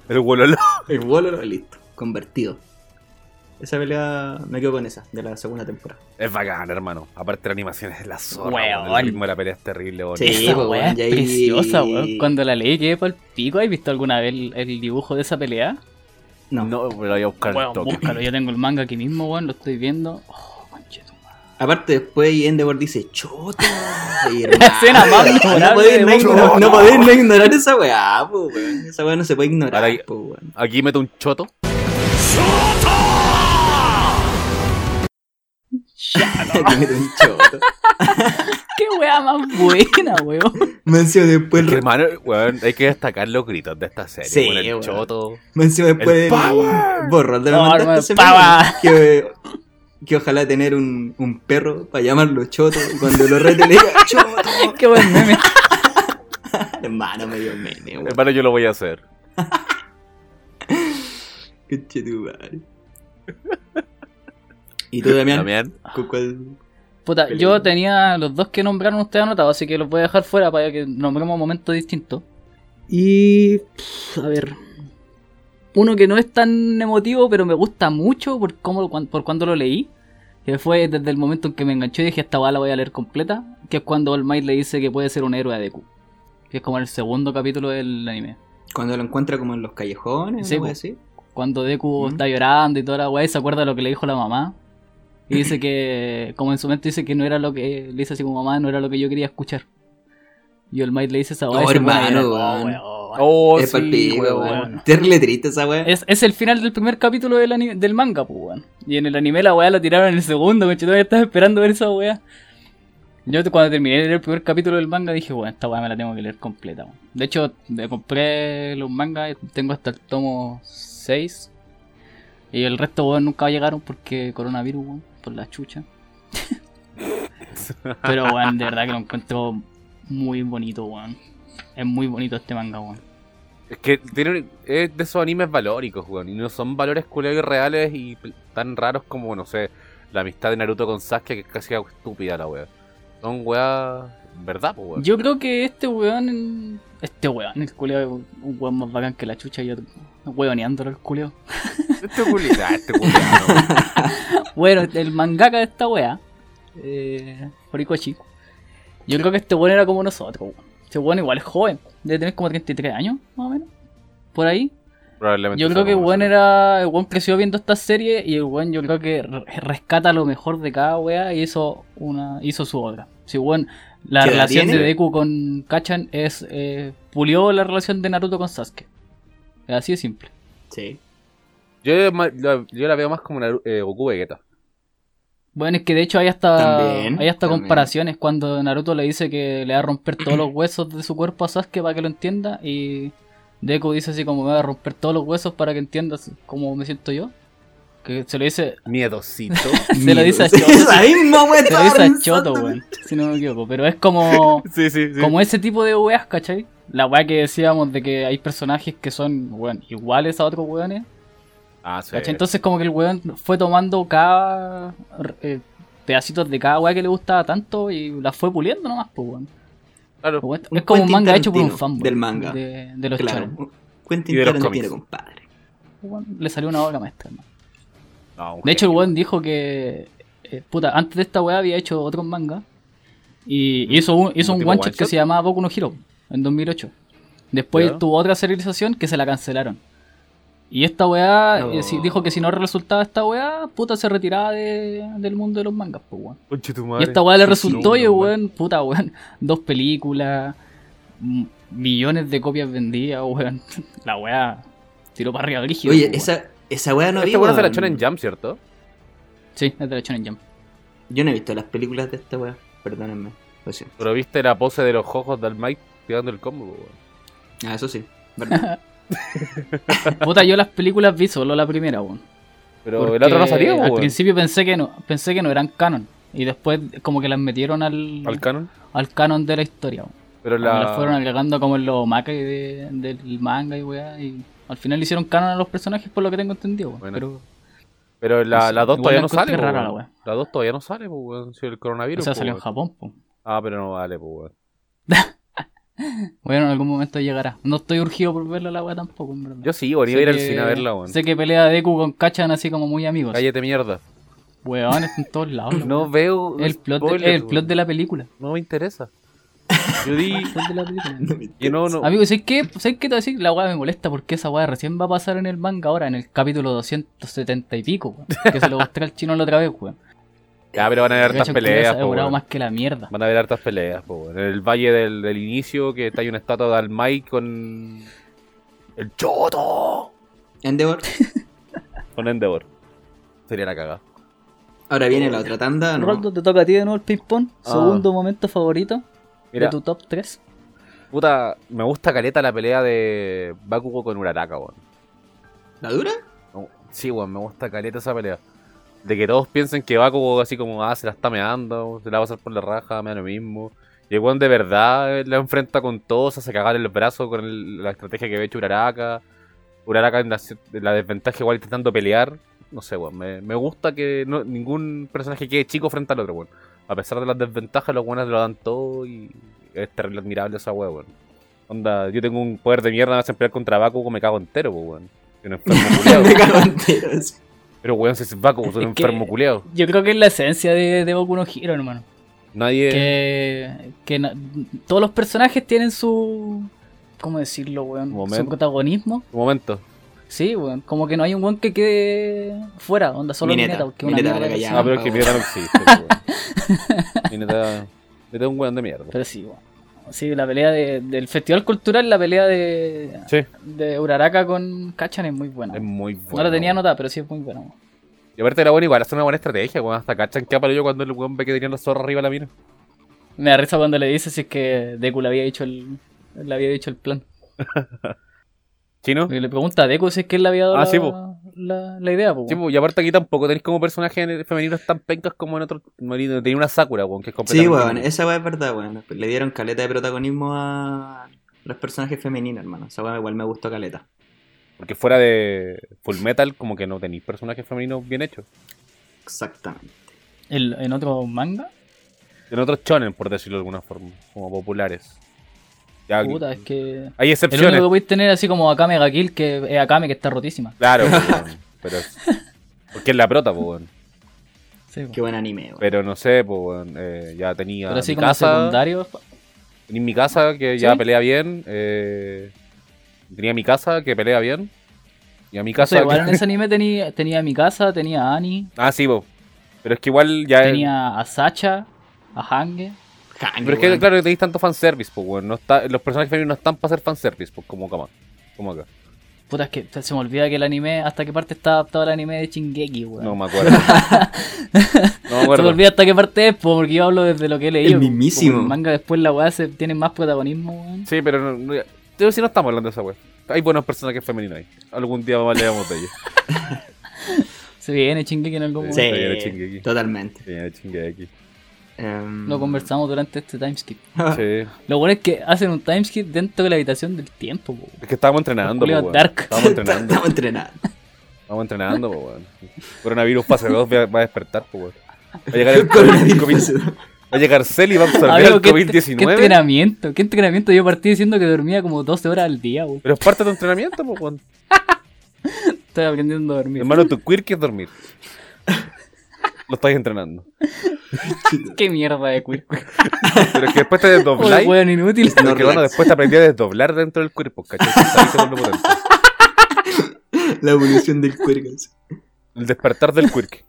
[SPEAKER 1] El Wololo.
[SPEAKER 3] El vuelo listo, convertido. Esa pelea me quedo con esa, de la segunda temporada.
[SPEAKER 1] Es bacán, hermano. Aparte la animación es la zorra.
[SPEAKER 2] Weón.
[SPEAKER 1] weón. El ritmo de la pelea es terrible, weón.
[SPEAKER 3] Sí,
[SPEAKER 2] esa
[SPEAKER 3] pues,
[SPEAKER 2] weá
[SPEAKER 3] weón, y
[SPEAKER 2] es
[SPEAKER 3] ahí-
[SPEAKER 2] preciosa, weón. Cuando la leí quedé pa'l pico. ¿Has visto alguna vez el, el dibujo de esa pelea?
[SPEAKER 3] No.
[SPEAKER 1] No, me lo voy a buscar al
[SPEAKER 2] Weón,
[SPEAKER 1] toque.
[SPEAKER 2] búscalo. Yo tengo el manga aquí mismo, weón. Lo estoy viendo. Oh, conchetumare.
[SPEAKER 3] Aparte, después Endeavor dice: ¡Chota! Y
[SPEAKER 2] La escena más
[SPEAKER 3] No
[SPEAKER 2] memorable
[SPEAKER 3] podéis
[SPEAKER 2] de
[SPEAKER 3] no,
[SPEAKER 2] Boku no
[SPEAKER 3] igno-
[SPEAKER 2] Hero.
[SPEAKER 3] no podéis no ignorar esa weá, po, weón. Esa weá no se puede ignorar,
[SPEAKER 1] Ahora-
[SPEAKER 3] po, weón.
[SPEAKER 1] Aquí meto un choto.
[SPEAKER 3] Aquí me doy un choto.
[SPEAKER 2] Qué weá más buena, weón.
[SPEAKER 3] Me encima después,
[SPEAKER 1] Que, hermano, weón, hay que destacar los gritos de esta serie.
[SPEAKER 3] Sí,
[SPEAKER 1] weón, el
[SPEAKER 3] weón.
[SPEAKER 1] choto.
[SPEAKER 3] me encima después
[SPEAKER 1] El
[SPEAKER 3] el
[SPEAKER 1] power.
[SPEAKER 3] borro de la
[SPEAKER 2] No,
[SPEAKER 3] mandaste
[SPEAKER 2] hermano,
[SPEAKER 3] ese
[SPEAKER 2] power.
[SPEAKER 3] meme, que, que ojalá tener un, un perro para llamarlo Choto. Y cuando lo rete le diga Choto.
[SPEAKER 2] Qué buen meme.
[SPEAKER 3] Hermano, me dio meme, weón.
[SPEAKER 1] Hermano, yo lo voy a hacer.
[SPEAKER 3] Conchetumare. ¿Y tú, Damián?
[SPEAKER 1] Damián.
[SPEAKER 3] ¿Con cuál?
[SPEAKER 2] Puta,
[SPEAKER 3] Película.
[SPEAKER 2] yo tenía los dos que nombraron ustedes anotados, así que los voy a dejar fuera para que nombremos momentos distintos. Y. pff, A ver. Uno que no es tan emotivo, pero me gusta mucho por, cómo, cuan- por cuando lo leí. Que fue desde el momento en que me enganché y dije, esta bala la voy a leer completa. Que es cuando All Might le dice que puede ser un héroe a Deku. Que es como el segundo capítulo del anime.
[SPEAKER 3] Cuando lo encuentra como en los callejones,
[SPEAKER 2] Sí,
[SPEAKER 3] ¿no?
[SPEAKER 2] po.
[SPEAKER 3] Así.
[SPEAKER 2] cuando Deku
[SPEAKER 3] ¿Mm?
[SPEAKER 2] está llorando y toda la weá, y se acuerda de lo que le dijo la mamá. Y dice que, como en su mente dice que no era lo que, le dice así como mamá, no era lo que yo quería escuchar. Y el Might le dice esa weá. y
[SPEAKER 3] Oh,
[SPEAKER 2] se pone a
[SPEAKER 3] hermano,
[SPEAKER 2] llorar.
[SPEAKER 3] weón.
[SPEAKER 2] Oh, weón.
[SPEAKER 1] Oh,
[SPEAKER 3] es pa'l
[SPEAKER 1] sí,
[SPEAKER 3] pico,
[SPEAKER 1] weón.
[SPEAKER 3] weón. Terrible triste esa weá.
[SPEAKER 2] Es, es el final del primer capítulo del, ani- del manga, pues, weón. Y en el anime la weá la tiraron en el segundo, coche, todavía estás esperando ver esa weá. Yo te- cuando terminé de leer el primer capítulo del manga dije, bueno, esta weá me la tengo que leer completa, weón. De hecho, me compré los mangas, eh, tengo hasta el tomo 6. Y el resto, weón, nunca llegaron porque coronavirus, weón, por la chucha. Pero, weón, de verdad que lo encuentro muy bonito, weón. Es muy bonito este manga, weón.
[SPEAKER 1] Es que tiene, un- es de esos animes valóricos, weón. Y no son valores culeros reales y pl- tan raros como, no sé, la amistad de Naruto con Sasuke, que es casi algo estúpida la weón. Son weas. ¿Verdad, po, weón?
[SPEAKER 2] Yo creo que este weón. Este weón, el culeo es un weón más bacán que la chucha. Yo weoneándolo el culeo.
[SPEAKER 1] Este culiado, este culiado.
[SPEAKER 2] Bueno, el mangaka de esta wea, eh, Horikoshi. Yo creo que este weón era como nosotros, weón. Este weón igual es joven. Debe tener como 33 años, más o menos. Por ahí.
[SPEAKER 1] Probablemente
[SPEAKER 2] Yo
[SPEAKER 1] sea
[SPEAKER 2] creo que el
[SPEAKER 1] como
[SPEAKER 2] weón
[SPEAKER 1] eso.
[SPEAKER 2] era. El weón creció viendo esta serie y el weón yo creo que re- rescata lo mejor de cada weá y hizo una. hizo su obra. Si weón, la
[SPEAKER 3] ¿Qué edad
[SPEAKER 2] relación de
[SPEAKER 3] tiene?
[SPEAKER 2] Deku con Kachan es. eh, pulió la relación de Naruto con Sasuke. Es así de simple.
[SPEAKER 3] Sí.
[SPEAKER 1] Yo, ma- la- yo la veo más como una eh, Goku Vegeta.
[SPEAKER 2] Bueno, es que de hecho hay hasta.
[SPEAKER 3] También,
[SPEAKER 2] hay hasta
[SPEAKER 3] también.
[SPEAKER 2] comparaciones cuando Naruto le dice que le va a romper todos los huesos de su cuerpo a Sasuke para que lo entienda. Y Deku dice así como me va a romper todos los huesos para que entiendas cómo me siento yo. Que se lo dice
[SPEAKER 1] Miedosito.
[SPEAKER 2] Se lo dice a
[SPEAKER 3] Miedo.
[SPEAKER 2] Choto.
[SPEAKER 3] Esa misma wea
[SPEAKER 2] Pero esa
[SPEAKER 3] estaba
[SPEAKER 2] es
[SPEAKER 3] pensando.
[SPEAKER 2] choto, weón. Si no me equivoco. Pero es como,
[SPEAKER 1] sí, sí, sí.
[SPEAKER 2] como ese tipo de weas, ¿cachai? La wea que decíamos de que hay personajes que son, weón, iguales a otros weones.
[SPEAKER 1] Ah, sí.
[SPEAKER 2] ¿cachai? Entonces como que el weón fue tomando cada... eh, pedacitos de cada wea que le gustaba tanto y las fue puliendo nomás, pues, weón.
[SPEAKER 1] Claro.
[SPEAKER 2] Como es-
[SPEAKER 3] Un
[SPEAKER 2] es como un
[SPEAKER 3] Quentin
[SPEAKER 2] manga hecho por un
[SPEAKER 3] Tarantino
[SPEAKER 2] fan, weón,
[SPEAKER 3] del manga.
[SPEAKER 2] De, de los
[SPEAKER 3] Claro.
[SPEAKER 2] shonen,
[SPEAKER 1] Y
[SPEAKER 3] Quentin
[SPEAKER 1] de los cómics.
[SPEAKER 3] Tarantino, compadre.
[SPEAKER 2] weón. Le salió una obra maestra, hermano.
[SPEAKER 1] No, un
[SPEAKER 2] De hecho, el
[SPEAKER 1] genio.
[SPEAKER 2] weón dijo que. eh, puta, antes de esta weá había hecho otros mangas. Y hizo un, hizo
[SPEAKER 1] ¿Como
[SPEAKER 2] un
[SPEAKER 1] tipo
[SPEAKER 2] one shot que
[SPEAKER 1] one-shot?
[SPEAKER 2] se llamaba Boku no Hero en 2008. Después
[SPEAKER 1] Ya.
[SPEAKER 2] tuvo otra serialización que se la cancelaron. Y esta weá
[SPEAKER 3] No.
[SPEAKER 2] eh, si- dijo que si no resultaba esta weá, puta se retiraba de- del mundo de los mangas, pues weón.
[SPEAKER 1] Conche tu
[SPEAKER 2] Y
[SPEAKER 1] madre.
[SPEAKER 2] esta weá le
[SPEAKER 1] Sí,
[SPEAKER 2] resultó
[SPEAKER 1] sí,
[SPEAKER 2] y el
[SPEAKER 1] no,
[SPEAKER 2] weón, puta weón, dos películas, m- millones de copias vendidas, weón. La weá tiró para arriba brígido.
[SPEAKER 3] Oye,
[SPEAKER 2] pues, weón.
[SPEAKER 3] esa, esa wea no vi,
[SPEAKER 1] Esta weá se la
[SPEAKER 3] weón.
[SPEAKER 1] echó en Jump, ¿cierto?
[SPEAKER 2] Sí, es de la Shonen Jump.
[SPEAKER 3] Yo no he visto las películas de esta wea. Perdónenme. Lo siento.
[SPEAKER 1] Pero viste la pose de los ojos del Mike pegando el combo, weón.
[SPEAKER 3] Ah, eso sí. Verdad.
[SPEAKER 2] Puta, yo las películas vi solo la primera, weón.
[SPEAKER 1] Pero el
[SPEAKER 2] Porque
[SPEAKER 1] otro no salía,
[SPEAKER 2] Al
[SPEAKER 1] weón.
[SPEAKER 2] principio pensé que no, pensé que no eran canon. Y después como que las metieron al,
[SPEAKER 1] Al
[SPEAKER 2] al,
[SPEAKER 1] canon.
[SPEAKER 2] canon de la historia, weón.
[SPEAKER 1] Pero
[SPEAKER 2] Como
[SPEAKER 1] la.
[SPEAKER 2] Las Ah, fueron agregando como en los maca de, del manga y weá. Y al final le hicieron canon a los personajes por lo que tengo entendido, weón.
[SPEAKER 1] Bueno,
[SPEAKER 2] Pero,
[SPEAKER 1] Pero
[SPEAKER 2] no
[SPEAKER 1] la,
[SPEAKER 2] sé,
[SPEAKER 1] la 2
[SPEAKER 2] Pues, igual
[SPEAKER 1] todavía
[SPEAKER 2] la
[SPEAKER 1] no sale,
[SPEAKER 2] encontré
[SPEAKER 1] po,
[SPEAKER 2] rara la
[SPEAKER 1] weón.
[SPEAKER 2] wea.
[SPEAKER 1] La 2 todavía no sale, po, weón. Si el
[SPEAKER 2] o
[SPEAKER 1] coronavirus.
[SPEAKER 2] sea,
[SPEAKER 1] po,
[SPEAKER 2] salió en
[SPEAKER 1] weón.
[SPEAKER 2] Japón, po.
[SPEAKER 1] Ah, pero no vale, po, weón.
[SPEAKER 2] Bueno, en algún momento llegará. No estoy urgido por verla la weá tampoco, en verdad.
[SPEAKER 1] Yo sí, weón. Iba a
[SPEAKER 2] Sé
[SPEAKER 1] ir al
[SPEAKER 2] que-
[SPEAKER 1] cine a verla, weón.
[SPEAKER 2] Sé que pelea Deku con Kachan así como muy amigos.
[SPEAKER 1] Cállate mierda.
[SPEAKER 2] Weón, está en todos lados. la
[SPEAKER 1] No veo.
[SPEAKER 2] wea. el plot, de-
[SPEAKER 1] spoilers,
[SPEAKER 2] el plot de la película.
[SPEAKER 1] weón. No me interesa. Yo di.
[SPEAKER 2] El plot de la película.
[SPEAKER 1] que no, no.
[SPEAKER 2] Amigo, ¿sabes qué? ¿Sabes qué te voy a decir? La weá me molesta porque esa weá recién va a pasar en el manga ahora, en el capítulo 270 y pico, weón. Que se lo mostré al chino la otra vez, weón.
[SPEAKER 1] Ya, pero van a haber hartas
[SPEAKER 2] Cachan que
[SPEAKER 1] peleas,
[SPEAKER 2] se ha
[SPEAKER 1] po,
[SPEAKER 2] demorado
[SPEAKER 1] weón.
[SPEAKER 2] más que la mierda.
[SPEAKER 1] Van a haber hartas peleas, po, weón. En el valle del, del inicio, que está ahí una estatua de Almai con. El Choto.
[SPEAKER 3] Endeavor.
[SPEAKER 1] Con Endeavor. Sería la cagada.
[SPEAKER 3] Ahora viene la otra tanda. ¿no?
[SPEAKER 2] Roldo, te toca a ti de nuevo el ping-pong.
[SPEAKER 1] Ah.
[SPEAKER 2] Segundo momento favorito
[SPEAKER 1] Mira,
[SPEAKER 2] de tu top 3.
[SPEAKER 1] puta, me gusta caleta la pelea de Bakugo con Uraraka, weón.
[SPEAKER 3] ¿La dura?
[SPEAKER 1] No, Sí, weón, me gusta caleta esa pelea. De que todos piensen que Bakugo así como, ah, se la está meando, se la va a pasar por la raja, me da lo mismo. Y el weón de verdad eh, la enfrenta con todos, se hace cagar el brazo con el- la estrategia que había hecho Uraraka. Uraraka en la, en la desventaja igual intentando pelear. No sé, weón, me, me gusta que no- ningún personaje quede chico frente al otro, weón. A pesar de las desventajas, los buenos lo dan todo y es terrible admirable esa weón, weón. Onda, yo tengo un poder de mierda, me hacen pelear contra Bakugo, me cago entero, po, weón. Soy un enfermo culiao.
[SPEAKER 3] Me cago entero. sí.
[SPEAKER 1] Pero weón, si es Bakugo, es un
[SPEAKER 2] Es que-
[SPEAKER 1] enfermo culeado.
[SPEAKER 2] Yo creo que es la esencia de, de Boku no Hero, hermano.
[SPEAKER 1] Nadie.
[SPEAKER 2] Que, que na- todos los personajes tienen su... ¿Cómo decirlo, weón? Su
[SPEAKER 1] Momento.
[SPEAKER 2] protagonismo.
[SPEAKER 1] Un este momento.
[SPEAKER 2] Sí, weón. Como que no hay un weón que quede fuera, onda solo
[SPEAKER 3] Mineta,
[SPEAKER 2] Mineta, porque
[SPEAKER 3] Mineta
[SPEAKER 2] una mierda
[SPEAKER 3] para
[SPEAKER 2] que
[SPEAKER 3] callar.
[SPEAKER 2] sea.
[SPEAKER 1] Ah, pero es que
[SPEAKER 3] Bakugo.
[SPEAKER 1] Mineta no existe, po, weón. Mineta. Mineta es un weón de mierda.
[SPEAKER 2] Pero sí, weón. Sí, la pelea de- del Festival Cultural, la pelea de,
[SPEAKER 1] Sí,
[SPEAKER 2] de Uraraka con Kachan es muy buena.
[SPEAKER 1] es
[SPEAKER 2] weón.
[SPEAKER 1] muy bueno.
[SPEAKER 2] no la tenía
[SPEAKER 1] weón.
[SPEAKER 2] anotada, pero sí es muy buena. weón.
[SPEAKER 1] Y aparte era bueno, igual, hace una buena estrategia, weón. Hasta cachan que apareció cuando el weón ve que tenían la zorra arriba de la mina.
[SPEAKER 2] Me da risa cuando le dice si es que Deku le había dicho el, le había dicho el plan.
[SPEAKER 1] ¿Chino?
[SPEAKER 2] Porque le pregunta a Deku si es que él le había dado
[SPEAKER 1] Ah,
[SPEAKER 2] la,
[SPEAKER 1] sí,
[SPEAKER 2] la, la idea, po,
[SPEAKER 1] Sí,
[SPEAKER 2] weón.
[SPEAKER 1] po, y aparte aquí tampoco tenéis como personajes femeninos tan pencas como en otro. Tenía una Sakura, weón, que es
[SPEAKER 3] Sí,
[SPEAKER 1] completamente.
[SPEAKER 3] weón. Esa wea es verdad, weón. Le dieron caleta de protagonismo a los personajes femeninos, hermano. Esa wea igual me gustó caleta.
[SPEAKER 1] Porque fuera de Full Metal, como que no tenéis personajes femeninos bien hechos.
[SPEAKER 3] Exactamente.
[SPEAKER 2] El- en otro manga.
[SPEAKER 1] En otros chonen, por decirlo de alguna forma, como populares. Ya,
[SPEAKER 2] Puta, es que.
[SPEAKER 1] Hay
[SPEAKER 2] El único que
[SPEAKER 1] excepciones.
[SPEAKER 2] podéis tener así como Akame ga Kill, que es Akame que está rotísima.
[SPEAKER 1] Claro, po, weón, pero es- porque es la prota, po, weón.
[SPEAKER 2] Sí, weón.
[SPEAKER 3] Qué buen anime, weón.
[SPEAKER 1] Pero no sé, po, weón, eh, ya tenía
[SPEAKER 2] Pero así
[SPEAKER 1] mi
[SPEAKER 2] como
[SPEAKER 1] casa,
[SPEAKER 2] secundario.
[SPEAKER 1] Tenía mi casa, que ya
[SPEAKER 2] ¿Sí?
[SPEAKER 1] pelea bien. eh, tenía mi casa, que pelea bien. Y a mi
[SPEAKER 2] O sea,
[SPEAKER 1] casa.
[SPEAKER 2] igual en
[SPEAKER 1] que-
[SPEAKER 2] ese anime tenía, tenía mi casa, tenía a Annie,
[SPEAKER 1] Ah, sí, po. Pero es que igual ya.
[SPEAKER 2] tenía a Sacha, a Hange.
[SPEAKER 3] Hange,
[SPEAKER 1] Pero es que,
[SPEAKER 3] weón.
[SPEAKER 1] claro, tenéis tanto fanservice, pues, weón. No está, los personajes femeninos no están para hacer fanservice, pues, como acá. Como acá.
[SPEAKER 2] Puta, es que se me olvida que el anime, hasta qué parte está adaptado el anime de Chingeki, weón.
[SPEAKER 1] No me acuerdo. no me
[SPEAKER 2] se me
[SPEAKER 1] acuerdo.
[SPEAKER 2] olvida hasta qué parte es, po, porque yo hablo desde lo que he leído. como-
[SPEAKER 3] mismísimo.
[SPEAKER 2] como el manga después la weá se tiene más protagonismo, weón.
[SPEAKER 1] Sí, pero no, no- pero si no estamos hablando de esa weón. Hay buenos personajes femeninos ahí. Algún día más le damos de ellos.
[SPEAKER 2] Se viene Chingeki en algún
[SPEAKER 1] Sí.
[SPEAKER 2] momento.
[SPEAKER 1] Era Shingeki.
[SPEAKER 3] Sí, totalmente.
[SPEAKER 1] Sí, chingue aquí.
[SPEAKER 3] Em,
[SPEAKER 2] Lo conversamos durante este timeskip.
[SPEAKER 1] Sí.
[SPEAKER 2] Lo bueno es que hacen un timeskip dentro de la habitación del tiempo, po.
[SPEAKER 1] Es que estábamos entrenando, po,
[SPEAKER 2] Julio
[SPEAKER 1] weón.
[SPEAKER 2] Dark.
[SPEAKER 1] Estábamos entrenando.
[SPEAKER 3] Estamos entrenando.
[SPEAKER 1] Estábamos entrenando, po, weón. Coronavirus fase 2 va va a despertar, po, weón. Va a llegar el COVID.
[SPEAKER 3] Coronavirus.
[SPEAKER 1] Va a llegar Cell y va a absorber
[SPEAKER 2] Amigo,
[SPEAKER 1] el
[SPEAKER 2] ¿qué, qué
[SPEAKER 1] COVID-19.
[SPEAKER 2] entrenamiento? ¿Qué entrenamiento? Yo partí diciendo que dormía como 12 horas al día, weón.
[SPEAKER 1] Pero es parte de tu entrenamiento, po, weón.
[SPEAKER 2] Estoy aprendiendo a dormir.
[SPEAKER 1] Hermano, tu quirk es dormir. Lo estás entrenando.
[SPEAKER 2] Qué mierda de cuerpo.
[SPEAKER 1] Pero es que después te desdobláis.
[SPEAKER 2] weón inútil.
[SPEAKER 1] es que, bueno,
[SPEAKER 3] relax.
[SPEAKER 1] después te aprendí a desdoblar dentro del cuerpo, ¿cachai? Ahí se vuelve potente.
[SPEAKER 3] La evolución del cuergas.
[SPEAKER 1] El despertar del quirk.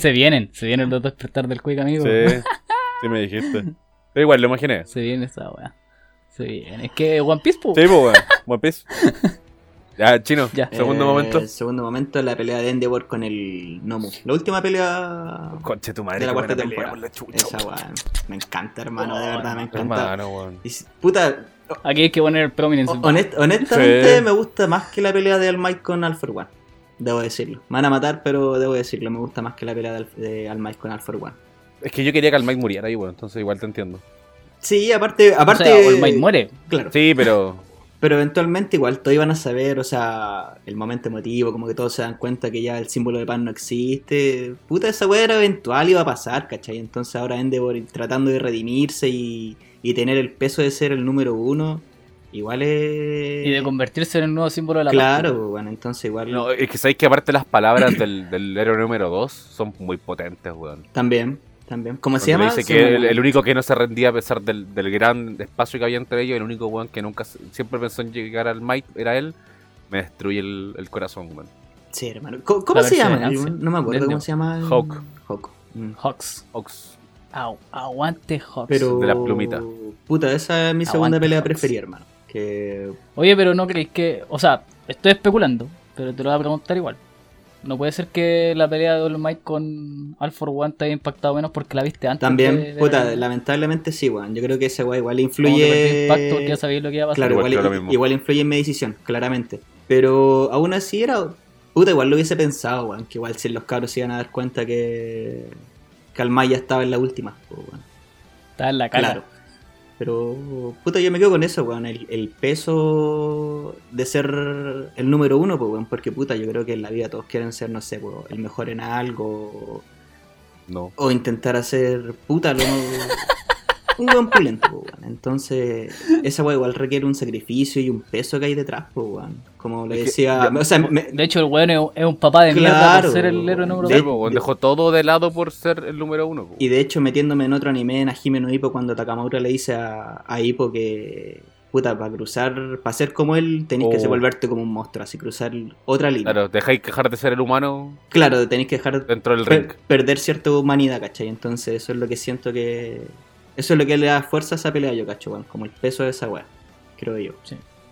[SPEAKER 2] se vienen, se vienen los despertar del cuica, amigo.
[SPEAKER 1] Sí, sí me dijiste. Pero igual, lo imaginé.
[SPEAKER 2] Se viene esa weá. Se viene. Es que One Piece, po.
[SPEAKER 1] Sí, pues, weón. Buen pez. Ya, chino.
[SPEAKER 2] Ya.
[SPEAKER 1] Segundo
[SPEAKER 3] Eh,
[SPEAKER 1] momento.
[SPEAKER 3] Segundo momento, la pelea de Endeavor con el Nomu. La última pelea
[SPEAKER 1] Conche tu madre.
[SPEAKER 3] de la
[SPEAKER 1] qué
[SPEAKER 3] cuarta
[SPEAKER 1] buena pelea,
[SPEAKER 3] temporada.
[SPEAKER 1] por la chucha,
[SPEAKER 3] Esa
[SPEAKER 1] weón.
[SPEAKER 3] weón. Me encanta, hermano, de
[SPEAKER 2] Oh,
[SPEAKER 3] verdad, me encanta.
[SPEAKER 1] Hermano, weón.
[SPEAKER 3] Y si- puta,
[SPEAKER 2] Aquí hay que poner el prominence.
[SPEAKER 3] o- honest- honestamente
[SPEAKER 1] Sí.
[SPEAKER 3] me gusta más que la pelea de All Might con Alpha One. Debo decirlo. Me van a matar, pero debo decirlo. Me gusta más que la pelea de, Al- de All Might con Alpha One.
[SPEAKER 1] Es que yo quería que el Mike muriera ahí, weón. Entonces igual te entiendo.
[SPEAKER 3] Sí, aparte. aparte
[SPEAKER 2] O sea, All Might muere.
[SPEAKER 3] Claro.
[SPEAKER 1] Sí, pero.
[SPEAKER 3] Pero eventualmente igual todos iban a saber, o sea, el momento emotivo, como que todos se dan cuenta que ya el símbolo de pan no existe. Puta, esa weá era eventual, iba a pasar, ¿cachai? Entonces ahora Endeavor tratando de redimirse y, y tener el peso de ser el número uno, igual es...
[SPEAKER 2] Y de convertirse en el nuevo símbolo de la
[SPEAKER 3] Claro, pues, bueno, entonces igual
[SPEAKER 1] No, es que sabéis que aparte las palabras del, del héroe número 2 son muy potentes, weón.
[SPEAKER 3] también, también. ¿Cómo se
[SPEAKER 1] Cuando
[SPEAKER 3] llama?
[SPEAKER 1] le Dice
[SPEAKER 3] Se
[SPEAKER 1] que
[SPEAKER 3] me-
[SPEAKER 1] el, el único que no se rendía a pesar del, del gran espacio que había entre ellos, el único weón que nunca se- siempre pensó en llegar al Mike era él. Me destruye el, el corazón, weón.
[SPEAKER 3] Sí, hermano. ¿Cómo, cómo
[SPEAKER 2] La
[SPEAKER 3] se llama?
[SPEAKER 2] perseverancia.
[SPEAKER 3] No me acuerdo cómo se llama. el-
[SPEAKER 1] Hawk.
[SPEAKER 3] Hawk. Mm.
[SPEAKER 2] Hawks.
[SPEAKER 1] Ox.
[SPEAKER 2] Au, aguante Hawks.
[SPEAKER 3] Pero...
[SPEAKER 1] De la plumita.
[SPEAKER 3] Puta, esa es mi segunda
[SPEAKER 2] Aguante,
[SPEAKER 3] pelea
[SPEAKER 2] Hawks.
[SPEAKER 3] preferida, hermano. Que
[SPEAKER 2] Oye, pero no creéis que. O sea, estoy especulando, pero te lo voy a preguntar igual. No puede ser que la pelea de All Might con All for One te haya impactado menos porque la viste antes. de-
[SPEAKER 3] También,
[SPEAKER 2] de-
[SPEAKER 3] puta, lamentablemente sí, weón. Yo creo que esa weá igual
[SPEAKER 2] como que perdí
[SPEAKER 3] influye.
[SPEAKER 2] impacto porque ya sabéis lo que iba a pasar.
[SPEAKER 3] Claro,
[SPEAKER 1] Igual
[SPEAKER 3] igual,
[SPEAKER 1] creo lo mismo.
[SPEAKER 3] igual influye en mi decisión, claramente. Pero aún así era. Puta, igual lo hubiese pensado, weón. Que igual si los cabros se iban a dar cuenta que. Que Almay ya estaba en la última, po, weón.
[SPEAKER 2] Está en la cara.
[SPEAKER 3] Claro. Pero, puta, yo me quedo con eso, weón. El, el peso de ser el número uno, pues, weón. Porque, puta, yo creo que en la vida todos quieren ser, no sé, po, el mejor en algo.
[SPEAKER 1] No.
[SPEAKER 3] O intentar hacer puta lo Un buen pulento, po, weón. Entonces, esa weá igual requiere un sacrificio y un peso que hay detrás, po, weón. Como le
[SPEAKER 1] Es que-
[SPEAKER 3] decía.
[SPEAKER 1] ya-
[SPEAKER 3] o sea, me-
[SPEAKER 2] De hecho, el weón es, es un papá de mierda
[SPEAKER 3] Claro.
[SPEAKER 2] por ser el héroe número
[SPEAKER 3] De-
[SPEAKER 1] Sí,
[SPEAKER 2] 2.
[SPEAKER 1] po, weón,
[SPEAKER 3] de-
[SPEAKER 1] dejó todo de lado por ser el número uno. pues. po.
[SPEAKER 3] y de hecho, metiéndome en otro anime, en Hajime no Hippo, cuando Takamaura le dice a, a Hippo que. Puta, para cruzar, para ser como él, tenéis que
[SPEAKER 1] Oh.
[SPEAKER 3] volverte como un monstruo, así cruzar otra línea. Claro,
[SPEAKER 1] Claro, dejáis quejar de ser el humano
[SPEAKER 3] tenéis que dejar
[SPEAKER 1] dentro del
[SPEAKER 3] per-
[SPEAKER 1] ring.
[SPEAKER 3] perder cierta humanidad, ¿cachai? Entonces, eso es lo que siento que. Eso es lo que le da fuerza a esa pelea, yo, cacho, weón. Como el peso de esa weá, creo yo.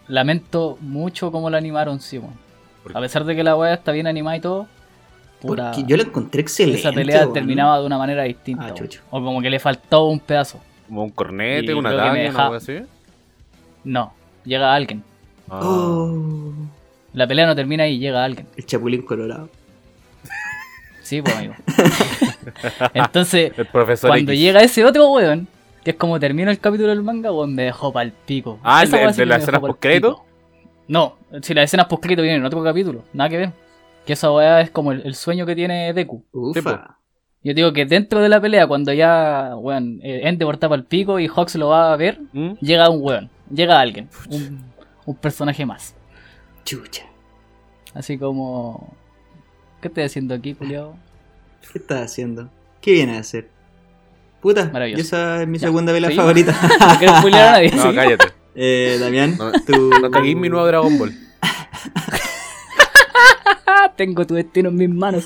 [SPEAKER 2] Lamento mucho cómo la animaron, sí, weón.
[SPEAKER 1] ¿Por qué?
[SPEAKER 2] A pesar de que la weá está bien animada y todo. Puta,
[SPEAKER 3] Porque yo la encontré excelente.
[SPEAKER 2] esa pelea
[SPEAKER 3] weón.
[SPEAKER 2] terminaba de una manera distinta.
[SPEAKER 3] Ah,
[SPEAKER 2] weón.
[SPEAKER 3] chucho.
[SPEAKER 2] O como que le faltó un pedazo.
[SPEAKER 1] Como un cornete,
[SPEAKER 2] Y
[SPEAKER 1] una
[SPEAKER 2] creo que me
[SPEAKER 1] daga,
[SPEAKER 2] deja-
[SPEAKER 1] una wea así.
[SPEAKER 2] No, llega alguien.
[SPEAKER 1] Ah.
[SPEAKER 3] Oh,
[SPEAKER 2] La pelea no termina y llega alguien.
[SPEAKER 3] el chapulín colorado.
[SPEAKER 2] Sí, pues amigo. Entonces,
[SPEAKER 1] El profesor
[SPEAKER 2] cuando
[SPEAKER 1] X.
[SPEAKER 2] llega ese otro weón, que es como termina el capítulo del manga, weón, me dejó pa'l pico.
[SPEAKER 1] Ah,
[SPEAKER 2] Esa
[SPEAKER 1] ¿el-
[SPEAKER 2] weá
[SPEAKER 1] el
[SPEAKER 2] sí
[SPEAKER 1] de
[SPEAKER 2] que
[SPEAKER 1] las
[SPEAKER 2] me
[SPEAKER 1] escenas
[SPEAKER 2] dejó pa'l
[SPEAKER 1] postcrédito?
[SPEAKER 2] pico. No, si las escenas postcrédito vienen en otro capítulo, nada que ver. Que esa weá es como el, el sueño que tiene Deku.
[SPEAKER 3] Ufa.
[SPEAKER 2] Yo digo que dentro de la pelea, cuando ya, weón, eh, Endeavor está pa'l pico y Hawks lo va a ver,
[SPEAKER 1] ¿Mm?
[SPEAKER 2] llega un weón, llega alguien, un, un personaje más.
[SPEAKER 3] Chucha.
[SPEAKER 2] Así como... ¿Qué estoy haciendo aquí, culiao?
[SPEAKER 3] ¿Qué estás haciendo? ¿Qué viene a hacer? Puta,
[SPEAKER 2] Maravilloso.
[SPEAKER 3] y esa es mi
[SPEAKER 2] Ya.
[SPEAKER 3] segunda vela
[SPEAKER 2] ¿Seguimos?
[SPEAKER 3] favorita.
[SPEAKER 2] No quiero spoilear a nadie.
[SPEAKER 1] No,
[SPEAKER 2] ¿sí?
[SPEAKER 1] cállate.
[SPEAKER 3] eh, Damián,
[SPEAKER 1] No,
[SPEAKER 3] tú...
[SPEAKER 1] No caguéis mi nuevo Dragon Ball.
[SPEAKER 2] Ah, tengo tu destino en mis manos.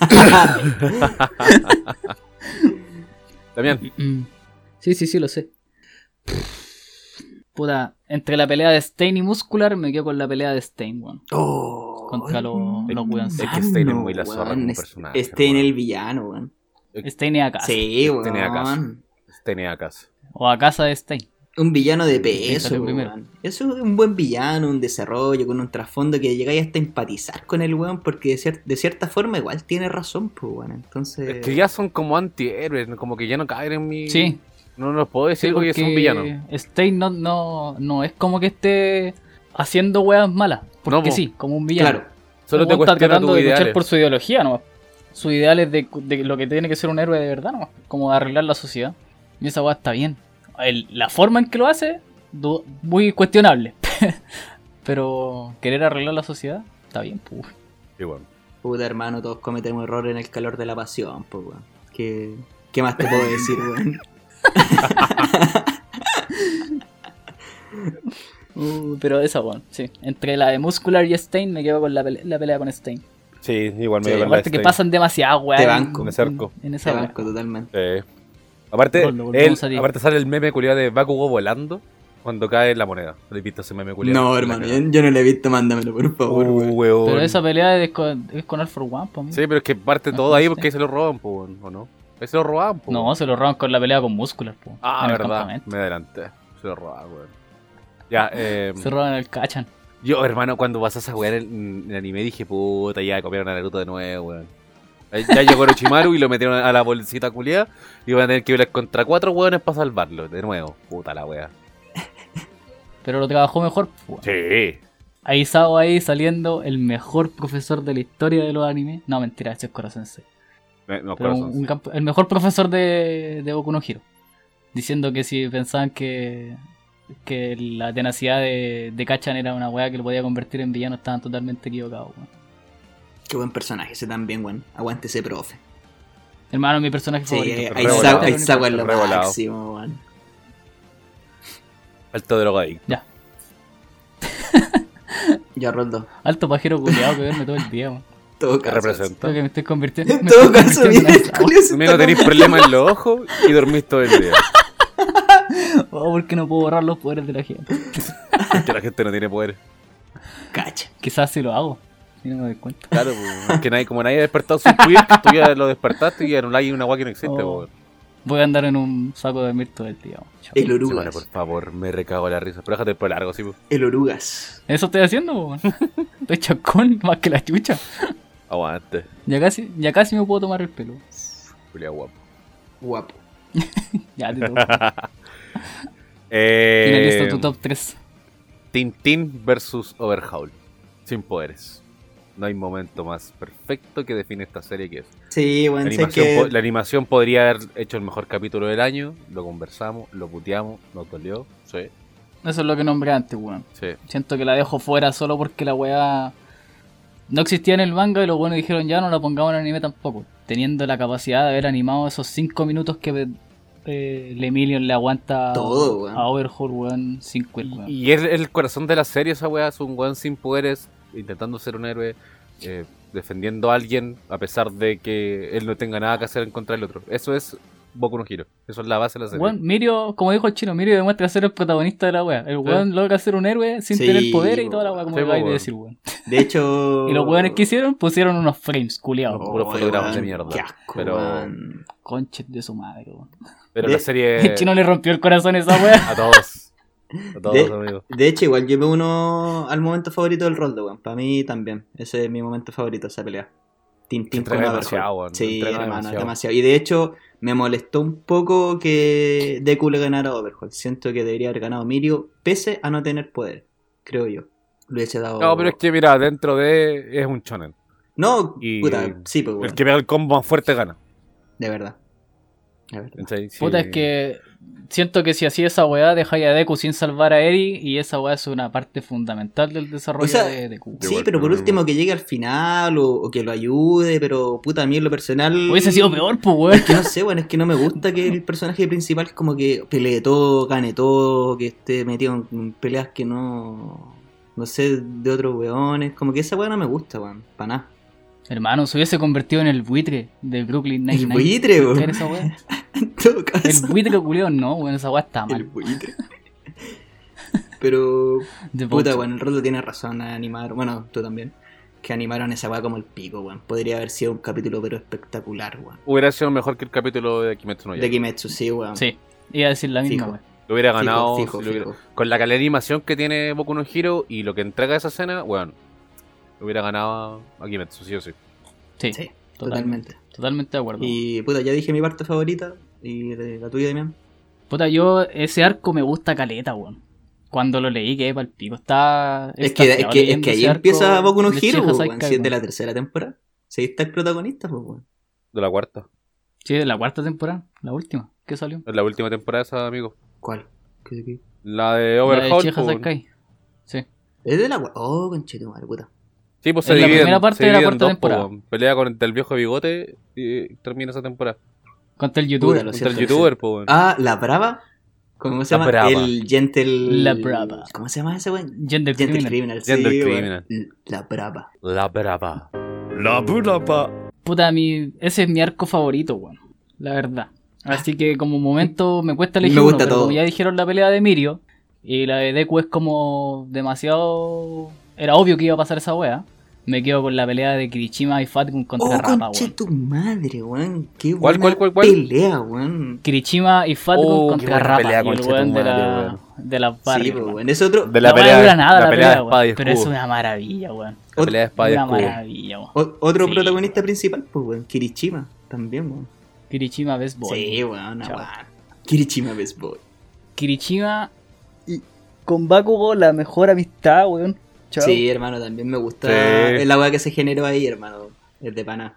[SPEAKER 1] Damián,
[SPEAKER 2] Mm. Sí, sí, sí, lo sé. Puta, entre la pelea de Stein y Muscular me quedo con la pelea de Stein, weón.
[SPEAKER 3] Oh,
[SPEAKER 2] Contra los- los
[SPEAKER 1] es
[SPEAKER 2] weones.
[SPEAKER 1] que Stein es
[SPEAKER 3] mano,
[SPEAKER 1] muy la zorra
[SPEAKER 3] weón,
[SPEAKER 1] como
[SPEAKER 3] es-
[SPEAKER 1] personaje.
[SPEAKER 3] Stein
[SPEAKER 1] weón.
[SPEAKER 3] el villano, weón.
[SPEAKER 2] Stein es a casa.
[SPEAKER 3] Sí,
[SPEAKER 1] Stein era casa.
[SPEAKER 3] weón.
[SPEAKER 1] Stein es acaso.
[SPEAKER 2] O a casa de Stein.
[SPEAKER 3] Un villano de
[SPEAKER 2] Piénsalo
[SPEAKER 3] peso,
[SPEAKER 2] primero.
[SPEAKER 3] weón. Eso es un buen villano, un desarrollo, con un trasfondo que llegáis hasta a empatizar con el weón, porque de, cier- de cierta forma igual tiene razón, pues, weón. Entonces.
[SPEAKER 1] Es que ya son como antihéroes, como que ya no caen en mi.
[SPEAKER 2] Sí,
[SPEAKER 1] No los puedo decir
[SPEAKER 2] sí,
[SPEAKER 1] porque son
[SPEAKER 2] porque
[SPEAKER 1] villanos.
[SPEAKER 2] Stein no, no, no es como que esté haciendo weas malas.
[SPEAKER 1] No,
[SPEAKER 2] Porque
[SPEAKER 1] po.
[SPEAKER 2] sí, como un villano.
[SPEAKER 3] Claro.
[SPEAKER 1] Solo
[SPEAKER 2] Un
[SPEAKER 1] te
[SPEAKER 2] weón está
[SPEAKER 1] cuestiona
[SPEAKER 2] tratando
[SPEAKER 1] tus
[SPEAKER 2] de luchar
[SPEAKER 1] ideales.
[SPEAKER 2] por su ideología, ¿no? Sus ideales de, de lo que tiene que ser un héroe de verdad, ¿no? Como de arreglar la sociedad. Y esa wea está bien. El- la forma en que lo hace, du- muy cuestionable. Pero querer arreglar la sociedad, está bien, pues.
[SPEAKER 1] Sí, weón.
[SPEAKER 3] Puta hermano, todos cometemos errores en el calor de la pasión, pues, weón. ¿Qué, qué más te puedo decir, weón?
[SPEAKER 2] Uh, pero esa, weón, sí. Entre la de Muscular y Stein, me quedo con la, pele- la pelea con Stein.
[SPEAKER 1] Sí, igual me
[SPEAKER 3] Sí,
[SPEAKER 1] dio con la este.
[SPEAKER 2] Aparte que
[SPEAKER 1] Stein.
[SPEAKER 2] pasan demasiado, weón.
[SPEAKER 3] Te banco.
[SPEAKER 1] Me cerco.
[SPEAKER 2] En, en
[SPEAKER 3] Te
[SPEAKER 2] esa weá.
[SPEAKER 3] banco totalmente.
[SPEAKER 1] Sí. Aparte,
[SPEAKER 2] Gol, lo
[SPEAKER 1] él,
[SPEAKER 2] volvemos a ti.
[SPEAKER 1] aparte sale el meme culiado de Bakugo volando cuando cae la moneda. ¿Lo he visto ese meme culiado?
[SPEAKER 3] No, hermano, yo, yo no le he visto, mándamelo, por favor,
[SPEAKER 1] Uh,
[SPEAKER 2] Oh.
[SPEAKER 3] weón.
[SPEAKER 1] weón.
[SPEAKER 2] Pero esa pelea es con, es con All for One, po, amigo.
[SPEAKER 1] Sí, pero es que parte
[SPEAKER 2] No,
[SPEAKER 1] todo ahí
[SPEAKER 2] sí.
[SPEAKER 1] porque ahí se lo roban, po, weón, ¿o no? Ahí se lo roban, po,
[SPEAKER 2] No,
[SPEAKER 1] weón.
[SPEAKER 2] se lo roban con la pelea con Muscular, po.
[SPEAKER 1] Ah,
[SPEAKER 2] en el
[SPEAKER 1] verdad.
[SPEAKER 2] campamento.
[SPEAKER 1] Me adelanté. Se lo roban, weón. Ya, eh,
[SPEAKER 2] Ah, Se roban el Cachan.
[SPEAKER 1] yo, hermano, cuando vas a esa weá en el, en el anime dije, puta, ya copiaron a Naruto de nuevo, weón. Ahí Ya llegó Orochimaru y lo metieron a la bolsita culiada y van a tener que hablar contra cuatro weones para salvarlo, de nuevo. Puta la weá.
[SPEAKER 2] Pero lo trabajó mejor, po.
[SPEAKER 1] Sí.
[SPEAKER 2] Ahí Sao ahí saliendo el mejor profesor de la historia de los animes. No, mentira, ese es Corazón
[SPEAKER 1] Me, me
[SPEAKER 2] Pero
[SPEAKER 1] acuerdo,
[SPEAKER 2] un-
[SPEAKER 1] son-
[SPEAKER 2] un camp- el mejor profesor de, de Boku no Hero. Diciendo que si pensaban que, que la tenacidad de, de Kachan era una weá que lo podía convertir en villano, estaban totalmente equivocados. weón.
[SPEAKER 3] Qué buen personaje ese también, weón. Aguante ese profe.
[SPEAKER 2] Hermano, mi personaje
[SPEAKER 3] Sí,
[SPEAKER 2] favorito.
[SPEAKER 3] ahí
[SPEAKER 1] Revolado.
[SPEAKER 3] Sao- ahí Sao es lo
[SPEAKER 1] Revolado.
[SPEAKER 3] máximo, weón.
[SPEAKER 1] Alto drogadicto.
[SPEAKER 3] Ya, Roldo,
[SPEAKER 2] Alto pajero culiado que verme todo el día, weón.
[SPEAKER 3] todo
[SPEAKER 1] Te
[SPEAKER 3] caso.
[SPEAKER 1] representa.
[SPEAKER 2] Creo que me estoy convirtiendo.
[SPEAKER 3] En
[SPEAKER 2] me
[SPEAKER 3] todo
[SPEAKER 2] estoy
[SPEAKER 3] caso,
[SPEAKER 2] convirtiendo
[SPEAKER 3] mira,
[SPEAKER 2] en
[SPEAKER 3] el culiao se
[SPEAKER 1] Primero
[SPEAKER 3] está
[SPEAKER 1] tenés problemas en los ojos y dormís todo el día.
[SPEAKER 2] una- Oh, porque no puedo borrar los poderes de la gente.
[SPEAKER 1] Porque la gente no tiene poder.
[SPEAKER 3] Cacha.
[SPEAKER 2] Quizás si lo hago. Si no me doy cuenta.
[SPEAKER 1] Claro, pues, que nadie, como nadie ha despertado su poder, tú ya lo despertaste y anuláis una agua que no existe,
[SPEAKER 2] Oh.
[SPEAKER 1] pues.
[SPEAKER 2] Voy a andar en un saco de mir todo el día. weón. Chao.
[SPEAKER 3] El
[SPEAKER 1] Sí, bueno, por
[SPEAKER 3] Orugas.
[SPEAKER 1] favor, me recago en la risa. Pero déjate el pelo largo, sí. pues.
[SPEAKER 3] El Orugas.
[SPEAKER 2] Eso estoy haciendo, weón. Estoy chacón más que la chucha.
[SPEAKER 1] Aguante,
[SPEAKER 2] Ya casi, ya casi me puedo tomar el pelo.
[SPEAKER 1] Julia guapo.
[SPEAKER 3] Guapo.
[SPEAKER 2] Ya te toco.
[SPEAKER 1] Eh,
[SPEAKER 2] Finaliza tu top 3.
[SPEAKER 1] Tintín versus Overhaul. Sin poderes. No hay momento más perfecto que define esta serie que es.
[SPEAKER 3] Sí,
[SPEAKER 1] La
[SPEAKER 3] weón, sé
[SPEAKER 1] animación, po-
[SPEAKER 3] que.
[SPEAKER 1] la animación podría haber hecho el mejor capítulo del año. Lo conversamos, lo puteamos, nos dolió. Sí,
[SPEAKER 2] Eso es lo que nombré antes, weón.
[SPEAKER 1] sí.
[SPEAKER 2] Siento que la dejo fuera solo porque la weá no existía en el manga y los buenos dijeron ya no la pongamos en el anime tampoco. Teniendo la capacidad de haber animado esos 5 minutos que eh, Lemillion le aguanta
[SPEAKER 3] Todo, weón.
[SPEAKER 2] a Overhaul, weón, sin quit,
[SPEAKER 1] Y-
[SPEAKER 2] weón.
[SPEAKER 1] Y es el corazón de la serie esa weá, es un weón sin poderes, intentando ser un héroe, eh, defendiendo a alguien, a pesar de que él no tenga nada que hacer en contra del otro. Eso es Boku no Hero, eso es la base de la serie.
[SPEAKER 2] Weón, Mirio, como dijo el chino, Mirio demuestra ser el protagonista de la weá. El weón logra ser un héroe sin
[SPEAKER 3] Sí,
[SPEAKER 2] tener poder y toda la weá, como
[SPEAKER 1] Sí,
[SPEAKER 2] acabáis de
[SPEAKER 1] weón.
[SPEAKER 2] decir, weón.
[SPEAKER 3] De hecho.
[SPEAKER 2] Y los weones que hicieron pusieron unos frames, culiados.
[SPEAKER 1] Oh. puros
[SPEAKER 3] Ay,
[SPEAKER 1] fotogramas
[SPEAKER 3] weón,
[SPEAKER 1] de mierda.
[SPEAKER 3] Qué asco,
[SPEAKER 1] Pero-
[SPEAKER 3] weón.
[SPEAKER 2] Conches de su madre, weón.
[SPEAKER 1] Pero la
[SPEAKER 3] de-
[SPEAKER 1] serie
[SPEAKER 2] El chino le rompió el corazón a esa weá.
[SPEAKER 1] a todos. A todos,
[SPEAKER 3] De-
[SPEAKER 1] amigos.
[SPEAKER 3] De hecho, igual yo me uno al momento favorito del Roldo, weón. Para mí también. Ese es mi momento favorito, esa pelea. Tintín
[SPEAKER 1] Entrega
[SPEAKER 3] con Overhaul.
[SPEAKER 1] demasiado, weón.
[SPEAKER 3] Sí,
[SPEAKER 1] Entrega
[SPEAKER 3] hermano,
[SPEAKER 1] demasiado.
[SPEAKER 3] demasiado. Y de hecho, me molestó un poco que Deku le ganara a Overhaul. Siento que debería haber ganado Mirio, pese a no tener poder, creo yo. Lo hubiese dado.
[SPEAKER 1] No, pero es que mira, dentro de es un shonen.
[SPEAKER 3] No,
[SPEAKER 1] y-
[SPEAKER 3] puta, sí, pues, weón.
[SPEAKER 1] El que pega el combo más fuerte gana.
[SPEAKER 3] De verdad. De verdad.
[SPEAKER 1] ¿cachai? Sí.
[SPEAKER 2] Puta, es que siento que si hacía esa weá, dejáis a Deku sin salvar a Eri y esa weá es una parte fundamental del desarrollo
[SPEAKER 3] O sea,
[SPEAKER 2] de Deku.
[SPEAKER 1] Yo
[SPEAKER 3] Sí,
[SPEAKER 1] igual
[SPEAKER 3] pero por
[SPEAKER 1] creo lo
[SPEAKER 3] último que llegue al final o, o que lo ayude, pero puta, a mí en lo personal.
[SPEAKER 2] Hubiese sido peor, pues weón.
[SPEAKER 3] Es que no sé, bueno, es que no me gusta que el personaje principal como que pelee todo, gane todo, que esté metido en peleas que no. No sé, de otros weones. Como que esa weá no me gusta, weón, para nada.
[SPEAKER 2] Hermano, se hubiese convertido en el buitre de Brooklyn
[SPEAKER 3] El
[SPEAKER 2] Nine-Nine.
[SPEAKER 3] buitre,
[SPEAKER 2] ¿Qué
[SPEAKER 3] weón.
[SPEAKER 2] era esa weá?
[SPEAKER 3] En todo
[SPEAKER 2] El
[SPEAKER 3] caso.
[SPEAKER 2] buitre culeo, no, weón, esa weá está
[SPEAKER 3] El
[SPEAKER 2] mal.
[SPEAKER 3] buitre. Pero.
[SPEAKER 2] De
[SPEAKER 3] Puta,
[SPEAKER 2] Bojack.
[SPEAKER 3] bueno, el Roto tiene razón a animar. Bueno, tú también. Que animaron esa weá como el pico, weón. Podría haber sido un capítulo, pero espectacular, weón.
[SPEAKER 1] Hubiera sido mejor que el capítulo de Kimetsu no
[SPEAKER 3] De
[SPEAKER 1] Yaiba.
[SPEAKER 3] Kimetsu, sí, weón.
[SPEAKER 2] Sí, iba a decir la misma
[SPEAKER 3] Fijo.
[SPEAKER 2] weá.
[SPEAKER 1] Lo hubiera
[SPEAKER 3] Fijo,
[SPEAKER 1] ganado
[SPEAKER 3] fijo,
[SPEAKER 1] si lo hubiera-
[SPEAKER 3] fijo.
[SPEAKER 1] con la calidad de animación que tiene Boku no Hero y lo que entrega esa escena, bueno, lo hubiera ganado a Kimetsu, sí o sí.
[SPEAKER 2] Sí,
[SPEAKER 3] Sí,
[SPEAKER 2] totalmente.
[SPEAKER 3] totalmente.
[SPEAKER 2] Totalmente de acuerdo.
[SPEAKER 3] Y puta, ya dije mi parte favorita. Y de- la tuya, Damián.
[SPEAKER 2] Puta, yo ese arco me gusta caleta, weón. Cuando lo leí quedé pa'l pico. Está.
[SPEAKER 3] Es que, es que, es que ahí empieza Boku no Hero, po, weón. Si es de
[SPEAKER 2] la...
[SPEAKER 3] la tercera temporada. Si está el protagonista, pues, weón.
[SPEAKER 1] De la cuarta.
[SPEAKER 2] Sí, de la cuarta temporada, la última. ¿Qué salió?
[SPEAKER 1] Es la última temporada esa, amigo.
[SPEAKER 3] ¿Cuál? ¿Qué- qué?
[SPEAKER 1] La de
[SPEAKER 2] La de
[SPEAKER 1] Overhaul.
[SPEAKER 2] Chiha
[SPEAKER 1] pues.
[SPEAKER 2] Sakai. Sí.
[SPEAKER 3] Es de la weá. Oh, conchito, madre puta.
[SPEAKER 1] Sí, pues se
[SPEAKER 2] Es la
[SPEAKER 1] dividen.
[SPEAKER 2] primera parte
[SPEAKER 1] se
[SPEAKER 2] de la
[SPEAKER 1] dividen
[SPEAKER 2] cuarta
[SPEAKER 1] dos,
[SPEAKER 2] temporada.
[SPEAKER 1] po, weón. pelea con el del viejo bigote y termina esa temporada.
[SPEAKER 2] Contra el
[SPEAKER 3] Puta,
[SPEAKER 2] youtuber.
[SPEAKER 3] lo
[SPEAKER 1] Contra
[SPEAKER 3] siento,
[SPEAKER 1] el
[SPEAKER 3] lo
[SPEAKER 1] youtuber, pues. weón.
[SPEAKER 3] Ah, la brava. ¿Cómo se
[SPEAKER 1] La
[SPEAKER 3] llama?
[SPEAKER 1] Brava.
[SPEAKER 3] El Gentle.
[SPEAKER 2] La Brava.
[SPEAKER 3] ¿Cómo se llama ese weón?
[SPEAKER 2] Gender
[SPEAKER 3] Gentle
[SPEAKER 2] Criminal.
[SPEAKER 3] Criminal. sí,
[SPEAKER 1] Gentle
[SPEAKER 3] weón.
[SPEAKER 1] Criminal.
[SPEAKER 3] L- La brava.
[SPEAKER 1] La brava.
[SPEAKER 4] La Bulapa.
[SPEAKER 2] Puta, mi... ese es mi arco favorito, weón. La verdad. Así que como momento me cuesta elegir
[SPEAKER 3] Me gusta
[SPEAKER 2] uno, pero
[SPEAKER 3] todo.
[SPEAKER 2] como ya dijeron la pelea de Mirio y la de Deku es como demasiado... Era obvio que iba a pasar esa wea. Me quedo con la pelea de Kirishima y Fatgun contra
[SPEAKER 3] Oh,
[SPEAKER 2] Rapa,
[SPEAKER 3] conche
[SPEAKER 2] weón.
[SPEAKER 3] tu madre, weón. Qué
[SPEAKER 1] ¿Cuál,
[SPEAKER 3] buena
[SPEAKER 1] cuál, cuál, cuál?
[SPEAKER 3] pelea, weón.
[SPEAKER 2] Kirishima y Fatgun
[SPEAKER 1] Oh, qué
[SPEAKER 2] contra
[SPEAKER 1] buena
[SPEAKER 2] Rapa,
[SPEAKER 1] pelea,
[SPEAKER 2] y el
[SPEAKER 1] conche
[SPEAKER 2] weón
[SPEAKER 1] tu
[SPEAKER 2] de,
[SPEAKER 1] madre,
[SPEAKER 2] la,
[SPEAKER 1] weón.
[SPEAKER 2] de las
[SPEAKER 3] sí,
[SPEAKER 2] barrias,
[SPEAKER 3] pues,
[SPEAKER 2] weón.
[SPEAKER 3] weón. Es otro.
[SPEAKER 1] De la,
[SPEAKER 2] wea
[SPEAKER 1] pelea,
[SPEAKER 2] no dura nada,
[SPEAKER 1] la,
[SPEAKER 2] la
[SPEAKER 1] pelea de
[SPEAKER 2] pelea,
[SPEAKER 1] espada y
[SPEAKER 2] weón, pero es
[SPEAKER 1] escudo.
[SPEAKER 2] una maravilla, weón.
[SPEAKER 1] La pelea de pues, espada y
[SPEAKER 2] Una
[SPEAKER 1] escudo.
[SPEAKER 2] maravilla, weón.
[SPEAKER 3] O- otro
[SPEAKER 2] Sí.
[SPEAKER 3] protagonista principal, pues, weón. Kirishima, también, weón.
[SPEAKER 2] Kirishima Best Boy.
[SPEAKER 3] Sí, weón, no,
[SPEAKER 2] Chao.
[SPEAKER 3] weón. Kirishima Best Boy.
[SPEAKER 2] Kirishima y con Bakugo la mejor amistad, weón. Chao.
[SPEAKER 3] Sí, hermano, también me gusta
[SPEAKER 1] Sí.
[SPEAKER 3] el agua que se generó ahí, hermano. Es de pana.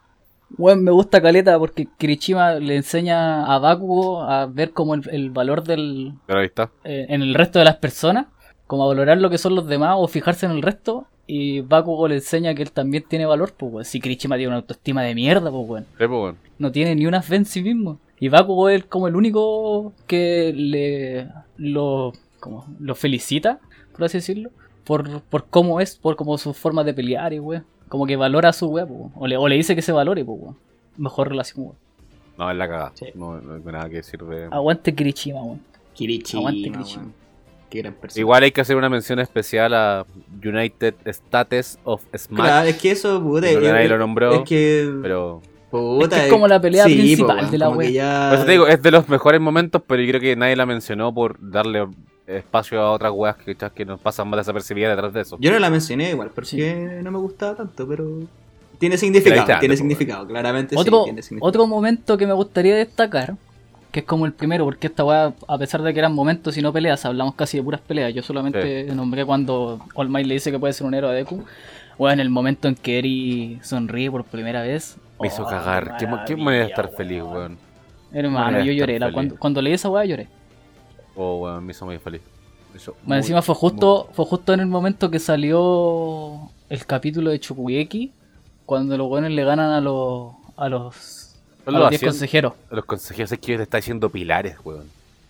[SPEAKER 2] Weón, me gusta Caleta porque Kirishima le enseña a Bakugo a ver como el, el valor del
[SPEAKER 1] Pero ahí está.
[SPEAKER 2] eh, en el resto de las personas, como a valorar lo que son los demás o fijarse en el resto. Y Bakugo le enseña que él también tiene valor, pues weón. Si Kirishima tiene una autoestima de mierda, pues weón.
[SPEAKER 1] Sí, pues, weón.
[SPEAKER 2] No tiene ni una fe en sí mismo. Y Bakugo es como el único que le lo, como, lo felicita, por así decirlo, por, por cómo es, por como su forma de pelear y weón. Como que valora a su weón, po, weón. o le, o le dice que se valore, pues weón. Mejor relación, weey.
[SPEAKER 1] No, es la cagada.
[SPEAKER 3] Sí.
[SPEAKER 1] No, no hay nada que sirve.
[SPEAKER 2] Aguante Kirishima, weón.
[SPEAKER 3] Kirishima,
[SPEAKER 2] Aguante,
[SPEAKER 3] weón.
[SPEAKER 2] Kirishima.
[SPEAKER 3] Qué gran persona.
[SPEAKER 1] Igual hay que hacer una mención especial a United Status of Smash.
[SPEAKER 3] Claro, es que eso, puta.
[SPEAKER 1] Que
[SPEAKER 3] Es,
[SPEAKER 1] nadie lo nombró,
[SPEAKER 3] es que.
[SPEAKER 1] pero...
[SPEAKER 3] puta,
[SPEAKER 2] Es que es como la pelea principal
[SPEAKER 3] weón,
[SPEAKER 2] de la
[SPEAKER 3] como que
[SPEAKER 2] wea.
[SPEAKER 3] ya-
[SPEAKER 1] Por eso te digo, es de los mejores momentos, pero yo creo que nadie la mencionó por darle espacio a otras weas que, que nos pasan más desapercibidas detrás de eso.
[SPEAKER 3] Yo no la mencioné igual, porque
[SPEAKER 2] Sí.
[SPEAKER 3] no me gustaba tanto, pero. Tiene significado,
[SPEAKER 1] Pero ahí está,
[SPEAKER 3] tiene
[SPEAKER 1] pues,
[SPEAKER 3] significado, claramente Este sí,
[SPEAKER 2] Otro,
[SPEAKER 3] tiene significado.
[SPEAKER 2] otro momento que me gustaría destacar, que es como el primero, porque esta weá, a pesar de que eran momentos y no peleas, hablamos casi de puras peleas. Yo solamente nombré cuando All Might le dice que puede ser un héroe a Deku. Weón, en el momento en que Eri sonríe por primera vez.
[SPEAKER 1] Me hizo
[SPEAKER 2] Oh,
[SPEAKER 1] cagar. ¿Qué, qué
[SPEAKER 2] maravilla,
[SPEAKER 1] manera de estar feliz, weón?
[SPEAKER 2] Hermano,
[SPEAKER 1] Manera
[SPEAKER 2] yo
[SPEAKER 1] de estar
[SPEAKER 2] lloré. la-
[SPEAKER 1] feliz.
[SPEAKER 2] cuando, cuando leí esa weá lloré.
[SPEAKER 1] Oh, weón, me hizo muy feliz. Me hizo
[SPEAKER 2] Más
[SPEAKER 1] muy,
[SPEAKER 2] encima fue justo, fue justo en el momento que salió el capítulo de Chukugeki, cuando los weones le ganan a los a los, a
[SPEAKER 1] Son los
[SPEAKER 2] los 10
[SPEAKER 1] asientos.
[SPEAKER 2] consejeros.
[SPEAKER 1] muy- Los consejeros es que yo te está haciendo pilares, weón.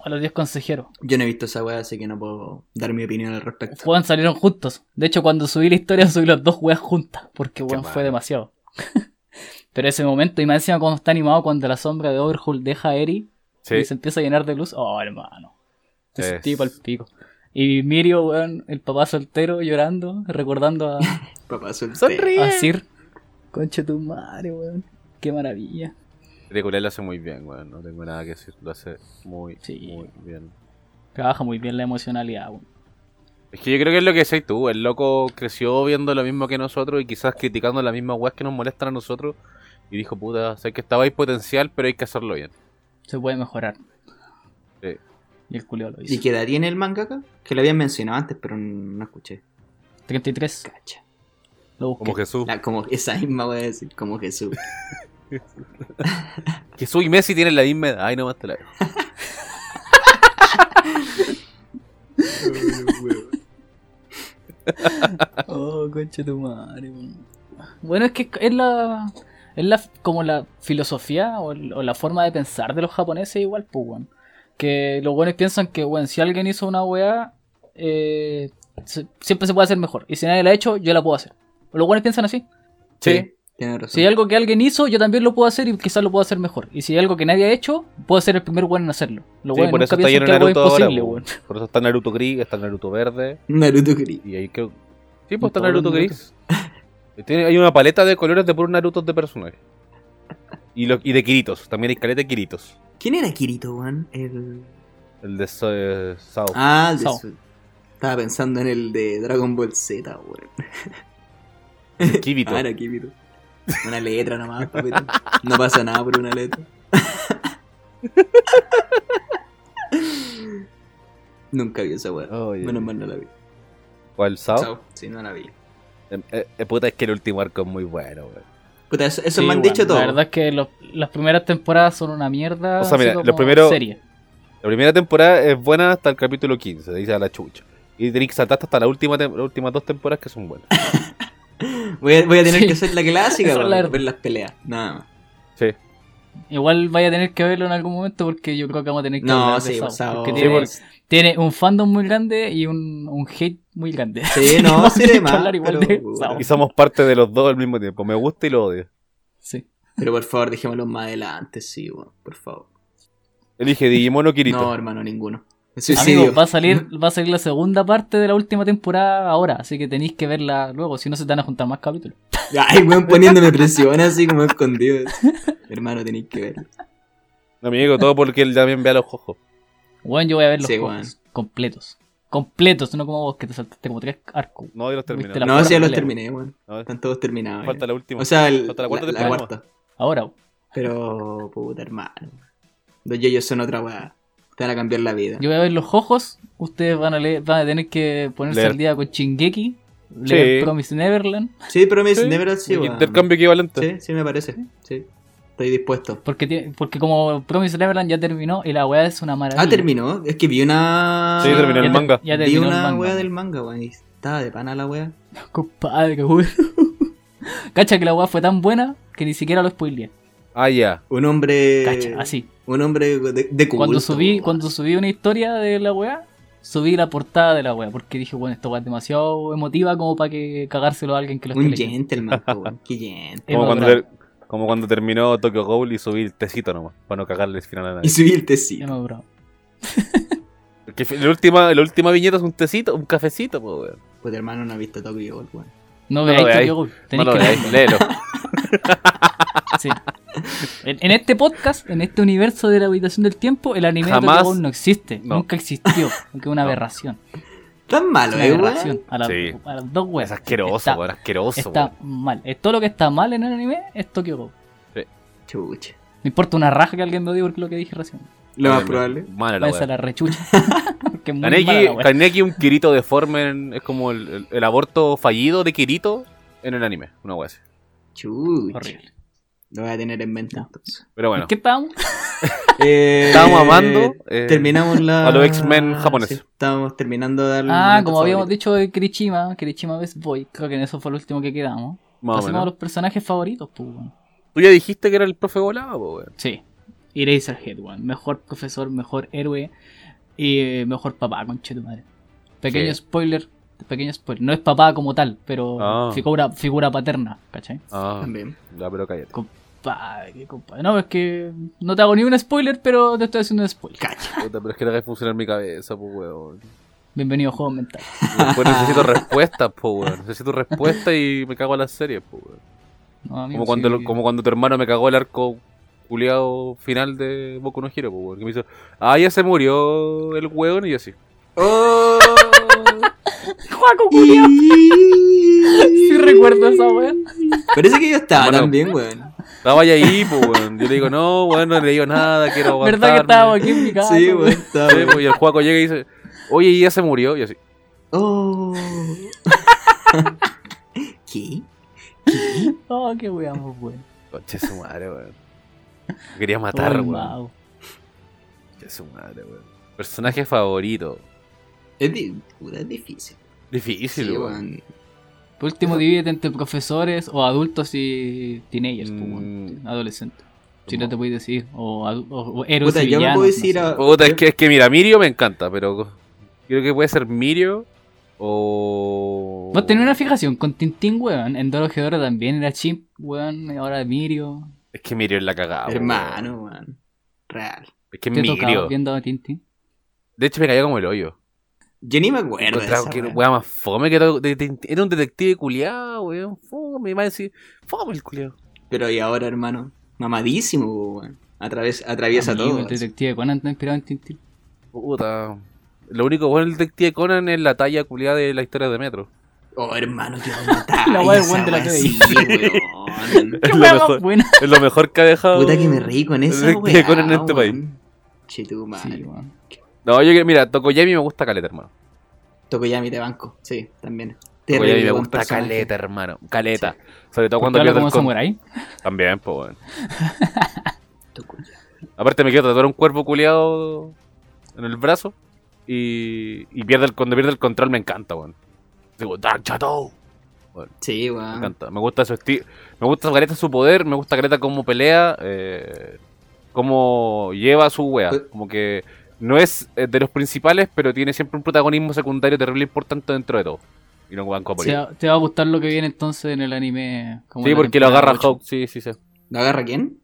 [SPEAKER 2] A los 10 consejeros.
[SPEAKER 3] Yo no he visto esa weá, así que no puedo dar mi opinión al respecto.
[SPEAKER 2] Juan salieron juntos. De hecho, cuando subí la historia, subí las dos weas juntas. Porque Juan
[SPEAKER 1] mal.
[SPEAKER 2] fue demasiado. Pero ese momento, y más encima cuando está animado, cuando la sombra de Overhaul deja a Eri
[SPEAKER 1] Sí,
[SPEAKER 2] y se empieza a llenar de luz. Oh, hermano. Te
[SPEAKER 1] Es-
[SPEAKER 2] sentí pa'l pico. Y Mirio, weón, el papá soltero llorando, recordando a, a
[SPEAKER 3] Papá soltero.
[SPEAKER 2] Sir. Concha tu madre, weón. Qué maravilla.
[SPEAKER 1] Regular lo hace muy bien, weón. No tengo nada que decir. Lo hace muy,
[SPEAKER 2] Sí.
[SPEAKER 1] muy bien.
[SPEAKER 2] Trabaja muy bien la emocionalidad, weón.
[SPEAKER 1] Es que yo creo que es lo que decís tú. El loco creció viendo lo mismo que nosotros y quizás criticando las mismas weas que nos molestan a nosotros. Y dijo, puta, sé que estaba ahí potencial, pero hay que hacerlo bien.
[SPEAKER 2] Se puede mejorar.
[SPEAKER 1] Sí.
[SPEAKER 2] Y el culeo lo hizo.
[SPEAKER 3] ¿Y qué edad tiene el mangaka? Que lo habían mencionado antes, pero no escuché.
[SPEAKER 2] 33.
[SPEAKER 3] Cacha.
[SPEAKER 2] Lo busqué.
[SPEAKER 1] Como Jesús.
[SPEAKER 3] Ah, como esa misma voy a decir, como Jesús.
[SPEAKER 1] Jesús y Messi tienen la misma edad. Ay, nomás te la digo.
[SPEAKER 2] Oh, concha tu madre. weón. Bueno, es que es la. Es la, como la filosofía o, el- o la forma de pensar de los japoneses, igual, pues, weón. Que los buenos piensan que, bueno, si alguien hizo una weá, eh, se- siempre se puede hacer mejor. Y si nadie la ha hecho, yo la puedo hacer. Los buenos piensan así.
[SPEAKER 1] Sí.
[SPEAKER 3] Tienes razón.
[SPEAKER 2] Si hay algo que alguien hizo, yo también lo puedo hacer y quizás lo puedo hacer mejor. Y si hay algo que nadie ha hecho, puedo ser el primer weón en hacerlo. Los
[SPEAKER 1] Sí,
[SPEAKER 2] weones
[SPEAKER 1] por eso
[SPEAKER 2] nunca
[SPEAKER 1] está lleno
[SPEAKER 2] piensan
[SPEAKER 1] de
[SPEAKER 2] que algo es
[SPEAKER 1] Naruto ahora.
[SPEAKER 2] imposible,
[SPEAKER 1] po.
[SPEAKER 2] weón.
[SPEAKER 1] Por eso está Naruto gris, está Naruto verde.
[SPEAKER 3] Naruto Gris.
[SPEAKER 1] Y ahí creo. Sí, pues está
[SPEAKER 3] Todos
[SPEAKER 1] Naruto
[SPEAKER 3] los
[SPEAKER 1] gris. Tiene- hay una paleta de colores de puros Narutos de personajes. Y, lo- y de Kiritos. También hay caleta de Kiritos.
[SPEAKER 3] ¿Quién era Kirito, weón? El...
[SPEAKER 1] El de Sa- eh, Sao.
[SPEAKER 3] Ah, el de
[SPEAKER 2] Oh. Sao.
[SPEAKER 3] su- Estaba pensando en el de Dragon Ball Z, weón.
[SPEAKER 1] Kibito.
[SPEAKER 3] Ah, era Kirito. Una letra nomás, papito. No pasa nada por una letra. Nunca vi esa weón.
[SPEAKER 1] Oye.
[SPEAKER 3] Menos mal no la vi.
[SPEAKER 1] ¿Cuál Sao?
[SPEAKER 3] Chao. Sí, no la vi.
[SPEAKER 1] Eh, eh, puta, es que el último arco es muy bueno, weón.
[SPEAKER 3] Puta, eso, eso
[SPEAKER 2] Sí,
[SPEAKER 3] me han
[SPEAKER 2] weón,
[SPEAKER 3] dicho todo.
[SPEAKER 2] La verdad es que los- las primeras temporadas son una mierda.
[SPEAKER 1] O sea, mira,
[SPEAKER 2] así
[SPEAKER 1] los
[SPEAKER 2] como
[SPEAKER 1] primeros-
[SPEAKER 2] serie.
[SPEAKER 1] La primera temporada es buena hasta el capítulo 15, dice a la chucha. Y tenés que saltarte hasta la última tem- las últimas dos temporadas que son buenas.
[SPEAKER 3] Voy a, voy a tener
[SPEAKER 2] Sí.
[SPEAKER 3] que hacer la clásica
[SPEAKER 2] Esa es la
[SPEAKER 3] para
[SPEAKER 2] verdad.
[SPEAKER 3] ver las peleas. Nada más.
[SPEAKER 1] Sí.
[SPEAKER 2] Igual vaya a tener que verlo en algún momento porque yo creo que vamos a tener que
[SPEAKER 3] No,
[SPEAKER 2] hablar de
[SPEAKER 3] sí,
[SPEAKER 2] Sao,
[SPEAKER 3] por Sao.
[SPEAKER 2] porque
[SPEAKER 3] Sí,
[SPEAKER 2] tiene,
[SPEAKER 1] porque-
[SPEAKER 2] tiene un fandom muy grande y un, un hate muy grande.
[SPEAKER 3] Sí, no,
[SPEAKER 2] Vamos a
[SPEAKER 3] sí,
[SPEAKER 2] tener que
[SPEAKER 3] de más,
[SPEAKER 2] hablar igual
[SPEAKER 3] pero-
[SPEAKER 2] de Sao.
[SPEAKER 1] Y somos parte de los dos al mismo tiempo. Me gusta y lo odio.
[SPEAKER 2] Sí.
[SPEAKER 3] Pero por favor, dejémoslo más adelante, sí, weón. Por favor.
[SPEAKER 1] Elige Digimon o Kirito.
[SPEAKER 3] No, hermano, ninguno.
[SPEAKER 2] Amigos,
[SPEAKER 3] Suicidio.
[SPEAKER 2] va a salir, va a salir la segunda parte de la última temporada ahora, así que tenéis que verla luego, si no se te van a juntar más capítulos.
[SPEAKER 3] Ay, weón, poniéndome presión así como escondido. hermano, tenéis que ver.
[SPEAKER 1] Amigo, todo porque él también vea los ojos.
[SPEAKER 2] Bueno, yo voy a ver los
[SPEAKER 3] Sí,
[SPEAKER 2] juegos completos. Completos, no como vos que te saltaste como tres arcos.
[SPEAKER 1] No, yo los
[SPEAKER 2] Viste
[SPEAKER 1] terminé.
[SPEAKER 2] La
[SPEAKER 3] No,
[SPEAKER 2] pura
[SPEAKER 3] sí, ya los
[SPEAKER 2] pelea.
[SPEAKER 3] terminé, weón.
[SPEAKER 1] No,
[SPEAKER 3] Están todos terminados. ya.
[SPEAKER 1] falta la última.
[SPEAKER 3] O sea, el-
[SPEAKER 1] falta
[SPEAKER 3] la,
[SPEAKER 1] la cuarta
[SPEAKER 3] la
[SPEAKER 1] temporada.
[SPEAKER 3] cuarta.
[SPEAKER 2] Ahora, weón.
[SPEAKER 3] Pero, puta, hermano. Los yoyos son otra weá. Te van a cambiar la vida.
[SPEAKER 2] Yo voy a ver los ojos. Ustedes van a, leer- van a tener que ponerse
[SPEAKER 1] Leer.
[SPEAKER 2] al día con Chingeki. Leer
[SPEAKER 1] Sí.
[SPEAKER 2] Promise Neverland.
[SPEAKER 3] Sí, pero me
[SPEAKER 1] Sí,
[SPEAKER 3] dicen, never sí, weón.
[SPEAKER 1] Intercambio equivalente.
[SPEAKER 3] Sí, sí, me parece. Sí. Estoy dispuesto.
[SPEAKER 2] Porque, tiene- porque como Promise Neverland ya terminó y la weá es una maravilla.
[SPEAKER 3] Ah, terminó. Es que vi una.
[SPEAKER 1] Sí, terminó
[SPEAKER 2] Ya
[SPEAKER 1] el
[SPEAKER 2] te-
[SPEAKER 1] manga.
[SPEAKER 2] Ya
[SPEAKER 3] vi
[SPEAKER 2] terminó el
[SPEAKER 3] una
[SPEAKER 2] manga.
[SPEAKER 3] wea del manga, weón. y Estaba de pana la wea.
[SPEAKER 2] Compadre, qué bueno. Cacha que la weá fue tan buena que ni siquiera lo spoileé.
[SPEAKER 1] Ah, ya.
[SPEAKER 3] Un hombre.
[SPEAKER 2] Cacha, así.
[SPEAKER 3] Un hombre de, de Eh, culto.
[SPEAKER 2] Cuando subí,
[SPEAKER 3] weón.
[SPEAKER 2] cuando subí una historia de la weá, subí la portada de la weá. Porque dije, bueno, esto weá es demasiado emotiva como para que cagárselo a alguien que lo esté
[SPEAKER 3] Un
[SPEAKER 2] leyendo.
[SPEAKER 3] gentleman, po, weón. Qué gentleman.
[SPEAKER 1] Como
[SPEAKER 2] Hemos
[SPEAKER 1] cuando,
[SPEAKER 2] durado.
[SPEAKER 1] ter- como cuando terminó Tokyo Ghoul y subí el tecito nomás. Para no cagarle el final a
[SPEAKER 3] Y
[SPEAKER 1] nadie.
[SPEAKER 3] subí el tecito.
[SPEAKER 2] Ya me he durado.
[SPEAKER 1] Que fi- la, última, la última viñeta es un tecito, un cafecito, po, weón.
[SPEAKER 3] Pues hermano no ha visto Tokyo Ghoul, weón.
[SPEAKER 2] No
[SPEAKER 1] lo
[SPEAKER 2] veáis
[SPEAKER 1] veáis.
[SPEAKER 2] Tokyo Ghoul. Tenéis
[SPEAKER 1] Mano,
[SPEAKER 2] que
[SPEAKER 1] ahí,
[SPEAKER 2] leerlo.
[SPEAKER 1] léelo.
[SPEAKER 2] Sí. En, en este podcast, en este universo de la habitación del tiempo, el anime de
[SPEAKER 1] Jamás.
[SPEAKER 2] Tokyo Ghoul no existe.
[SPEAKER 1] No.
[SPEAKER 2] Nunca existió. Aunque es una
[SPEAKER 1] No.
[SPEAKER 2] aberración.
[SPEAKER 3] Tan
[SPEAKER 2] Es
[SPEAKER 3] malo,
[SPEAKER 2] una
[SPEAKER 3] eh,
[SPEAKER 2] aberración.
[SPEAKER 3] weón.
[SPEAKER 2] A, las-
[SPEAKER 1] Sí.
[SPEAKER 2] a las dos
[SPEAKER 3] Pues,
[SPEAKER 2] weas.
[SPEAKER 1] Es asqueroso,
[SPEAKER 2] Está-
[SPEAKER 1] weón. Asqueroso,
[SPEAKER 2] Está
[SPEAKER 1] weón.
[SPEAKER 2] mal. Es todo lo que está mal en el anime es Tokyo Ghoul.
[SPEAKER 3] Chucha.
[SPEAKER 2] Me importa una raja que alguien me odie por lo que dije recién.
[SPEAKER 3] Lo más probable.
[SPEAKER 1] Mala la
[SPEAKER 2] Váyanse a
[SPEAKER 1] weón.
[SPEAKER 2] la rechucha. Porque es muy mala la
[SPEAKER 1] Kaneki,
[SPEAKER 2] wea.
[SPEAKER 1] Kaneki, un Kirito deforme, en- es como el, el- el aborto fallido de Kirito en el anime, una wea así.
[SPEAKER 3] Chucha.
[SPEAKER 2] Horrible.
[SPEAKER 3] Lo voy a tener en mente entonces.
[SPEAKER 1] Pero bueno,
[SPEAKER 2] ¿En ¿Qué estábamos?
[SPEAKER 3] Eh,
[SPEAKER 1] estábamos amando eh,
[SPEAKER 3] Terminamos la.
[SPEAKER 1] a los X-Men japoneses.
[SPEAKER 3] estábamos terminando de dar.
[SPEAKER 2] Ah,
[SPEAKER 3] momento
[SPEAKER 2] como habíamos
[SPEAKER 3] favorito.
[SPEAKER 2] dicho de Kirishima, Kirishima Best Boy. Creo que en eso fue lo último que quedamos.
[SPEAKER 1] más o
[SPEAKER 2] Pasemos a
[SPEAKER 1] menos.
[SPEAKER 2] los personajes favoritos, pues, weón.
[SPEAKER 1] Tú ya dijiste que era el profe volado, po, weón.
[SPEAKER 2] Sí. Eraserhead, weón. Mejor profesor, mejor héroe y eh, mejor papá, conche tu madre. Pequeño
[SPEAKER 1] Sí.
[SPEAKER 2] spoiler. Pequeño spoiler. No es papá como tal, pero
[SPEAKER 1] Ah.
[SPEAKER 2] figura, figura paterna, ¿cachai?
[SPEAKER 1] Ah,
[SPEAKER 3] También.
[SPEAKER 1] ya, pero cállate.
[SPEAKER 2] Compadre, qué compadre. No, es que no te hago ni un spoiler, pero te estoy haciendo un spoiler.
[SPEAKER 3] Cacha.
[SPEAKER 1] Puta, pero es que no hagáis funcionar mi cabeza, po, weón.
[SPEAKER 2] Bienvenido, juego mental.
[SPEAKER 1] Después necesito respuestas, po, weón. Necesito respuestas y me cago en las series, po, weón.
[SPEAKER 2] No, amigo,
[SPEAKER 1] Como cuando,
[SPEAKER 2] sí.
[SPEAKER 1] lo- como cuando tu hermano me cagó el arco culiado final de Boku no Hero, po, weón. Que me hizo, ah, ya se murió el weón y yo así.
[SPEAKER 3] ¡Oh!
[SPEAKER 2] ¡Juaco, culiao! Sí recuerdo esa wea.
[SPEAKER 3] Parece que yo estaba
[SPEAKER 1] Hermano.
[SPEAKER 3] también, weón.
[SPEAKER 1] Estaba ya ahí, po, weón. Yo le digo, no, weón, no le digo nada, quiero aguantarme.
[SPEAKER 2] ¿Verdad que estábamos aquí en mi casa?
[SPEAKER 3] Sí,
[SPEAKER 2] weón?
[SPEAKER 3] weón, estaba.
[SPEAKER 1] Sí, po, y el Juaco llega y dice, oye, y ya se murió. Y yo así,
[SPEAKER 3] ¡Oh! ¿Qué?
[SPEAKER 2] Oh, qué weamos, weón.
[SPEAKER 1] coche su madre, weón. Me quería matar,
[SPEAKER 2] Oh,
[SPEAKER 1] weón.
[SPEAKER 2] mao.
[SPEAKER 1] Coche su madre, weón. Personaje favorito.
[SPEAKER 3] Es, di- puta, es difícil.
[SPEAKER 1] Difícil,
[SPEAKER 3] Sí,
[SPEAKER 1] weón.
[SPEAKER 3] weón.
[SPEAKER 2] Por último, divídete entre profesores o adultos y teenagers, pues, weón,
[SPEAKER 1] Mm.
[SPEAKER 2] adolescentes. Si
[SPEAKER 1] Como-
[SPEAKER 2] no te puedes decir, o, adu- o- o héroes
[SPEAKER 3] Puta,
[SPEAKER 2] y
[SPEAKER 3] yo me
[SPEAKER 2] villanos,
[SPEAKER 3] puedo
[SPEAKER 2] no
[SPEAKER 3] decir
[SPEAKER 2] sé.
[SPEAKER 3] a.
[SPEAKER 1] Puta, es que, es que mira, Mirio me encanta, pero creo que puede ser Mirio o...
[SPEAKER 2] Vos tenés una fijación con Tintín, weón. En Doro Hedoro también era chimp, weón. y Ahora Mirio.
[SPEAKER 1] Es que Mirio es la cagada. Ah, weón.
[SPEAKER 3] Hermano, weón. Real.
[SPEAKER 1] Es que
[SPEAKER 2] Te tocaba
[SPEAKER 1] Mirio.
[SPEAKER 2] viendo a Tintín.
[SPEAKER 1] De hecho, me caía como el hoyo.
[SPEAKER 3] Yo ni me acuerdo. de
[SPEAKER 1] Encontraba
[SPEAKER 3] esa
[SPEAKER 1] que era
[SPEAKER 3] weá.
[SPEAKER 1] weá más fome que era, de- de- era un detective culiado, weón. Fome, más decir, fome el culiado.
[SPEAKER 3] Pero y ahora, hermano. Mamadísimo, weón. Atraves- atraviesa
[SPEAKER 2] Amigo,
[SPEAKER 3] todo.
[SPEAKER 2] El detective Conan está inspirado en Tintín.
[SPEAKER 1] Puta. Lo único bueno del detective Conan es la talla culiada de la historia de Metro.
[SPEAKER 3] Oh, hermano, que va a matar.
[SPEAKER 2] La weá del
[SPEAKER 3] esa
[SPEAKER 2] weón de la
[SPEAKER 3] weá,
[SPEAKER 2] tele.
[SPEAKER 3] sí, weón.
[SPEAKER 1] Es
[SPEAKER 2] ¡Qué
[SPEAKER 1] lo
[SPEAKER 2] weá más
[SPEAKER 1] mejor.
[SPEAKER 2] buena!
[SPEAKER 1] Es lo mejor que ha dejado.
[SPEAKER 3] Puta que me reí con esa
[SPEAKER 1] Detective
[SPEAKER 3] weá.
[SPEAKER 1] Conan en este país.
[SPEAKER 2] Sí,
[SPEAKER 3] Chetumare.
[SPEAKER 2] weón.
[SPEAKER 1] No, yo que, mira, Tokoyami me gusta caleta, hermano.
[SPEAKER 3] Tokoyami de banco, sí, también.
[SPEAKER 1] Tokoyami me
[SPEAKER 3] buen
[SPEAKER 1] gusta
[SPEAKER 3] personaje.
[SPEAKER 1] caleta, hermano. Caleta. Sobre todo
[SPEAKER 2] ¿Por
[SPEAKER 1] cuando
[SPEAKER 2] qué habla
[SPEAKER 1] pierde
[SPEAKER 2] Pues como
[SPEAKER 1] el con...
[SPEAKER 2] samurái?
[SPEAKER 1] También, pues, weón.
[SPEAKER 3] Tokoyami.
[SPEAKER 1] Aparte me quiero tatuar un cuerpo culiado en el brazo. Y, y pierde el, cuando pierde el control me encanta, weón. Digo, Dark Shadow.
[SPEAKER 3] Sí,
[SPEAKER 1] Me
[SPEAKER 3] weón.
[SPEAKER 1] encanta. Me gusta su estilo. Me gusta Caleta su poder. Me gusta Caleta cómo pelea. Eh, cómo lleva su wea. Como que no es eh, de los principales, pero tiene siempre un protagonismo secundario terrible importante dentro de todo. Y no banco a
[SPEAKER 2] Te
[SPEAKER 1] morir.
[SPEAKER 2] va- Te va a gustar lo que viene entonces en el anime. como
[SPEAKER 1] Sí,
[SPEAKER 2] la
[SPEAKER 1] porque lo
[SPEAKER 2] temporada
[SPEAKER 1] agarra
[SPEAKER 2] ocho.
[SPEAKER 1] Hawk. Sí, sí, sí.
[SPEAKER 3] ¿Lo agarra quién?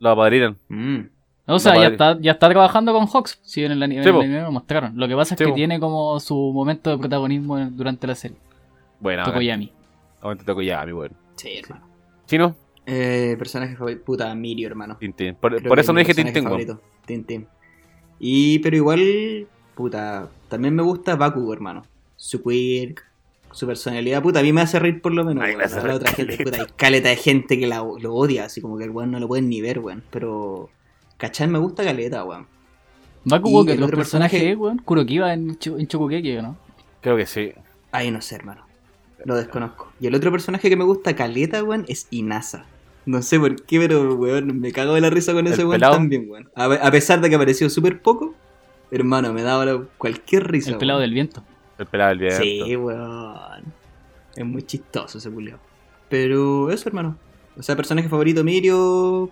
[SPEAKER 1] Lo apadrinan.
[SPEAKER 3] Mm.
[SPEAKER 2] O sea,
[SPEAKER 1] No,
[SPEAKER 2] ya
[SPEAKER 1] padre.
[SPEAKER 2] está, ya está trabajando con Hawks, si en el anime,
[SPEAKER 1] Sí,
[SPEAKER 2] en el
[SPEAKER 1] po.
[SPEAKER 2] anime lo mostraron. Lo que pasa es
[SPEAKER 1] Sí,
[SPEAKER 2] que
[SPEAKER 1] po.
[SPEAKER 2] tiene como su momento de protagonismo en- durante la serie,
[SPEAKER 1] Bueno,
[SPEAKER 2] Tokoyami.
[SPEAKER 1] ahora te toco ya, mi weón.
[SPEAKER 3] Sí, hermano.
[SPEAKER 1] Chino,
[SPEAKER 3] Eh, personaje favorito. Puta, Mirio, hermano.
[SPEAKER 1] Tintín. Por,
[SPEAKER 3] Creo
[SPEAKER 1] por
[SPEAKER 3] que
[SPEAKER 1] eso no
[SPEAKER 3] es mi
[SPEAKER 1] dije
[SPEAKER 3] personaje
[SPEAKER 1] Tintín, weón.
[SPEAKER 3] favorito, Tintín. Y, pero igual, puta, también me gusta Bakugo, hermano. Su quirk, su personalidad, puta, a mí me hace reír por lo menos.
[SPEAKER 1] A mí me
[SPEAKER 3] weón.
[SPEAKER 1] hace
[SPEAKER 3] A la
[SPEAKER 1] reír
[SPEAKER 3] otra gente, puta, hay caleta de gente que la- lo odia, así como que el weón no lo pueden ni ver, weón. Pero, ¿cachai? Me gusta caleta, weón.
[SPEAKER 2] Bakugo,
[SPEAKER 3] Y
[SPEAKER 2] que
[SPEAKER 3] el
[SPEAKER 2] otro
[SPEAKER 3] otro
[SPEAKER 2] personaje
[SPEAKER 3] personaje-
[SPEAKER 2] es, weón, Kurokiba en, Cho- en Chokugeki, ¿no?
[SPEAKER 1] Creo que sí.
[SPEAKER 3] Ay, no sé, hermano. Lo desconozco. Y el otro personaje que me gusta, Caleta, weón, es Inasa. No sé por qué, pero, weón, me cago de la risa con
[SPEAKER 1] ¿El
[SPEAKER 3] ese weón
[SPEAKER 1] pelado?
[SPEAKER 3] también, weón. A, a pesar de que apareció súper poco, hermano, me daba la- cualquier risa.
[SPEAKER 2] El pelado del viento.
[SPEAKER 1] El pelado del viento.
[SPEAKER 3] Sí, weón. Es muy chistoso ese culiao. Pero eso, hermano. O sea, personaje favorito, Mirio.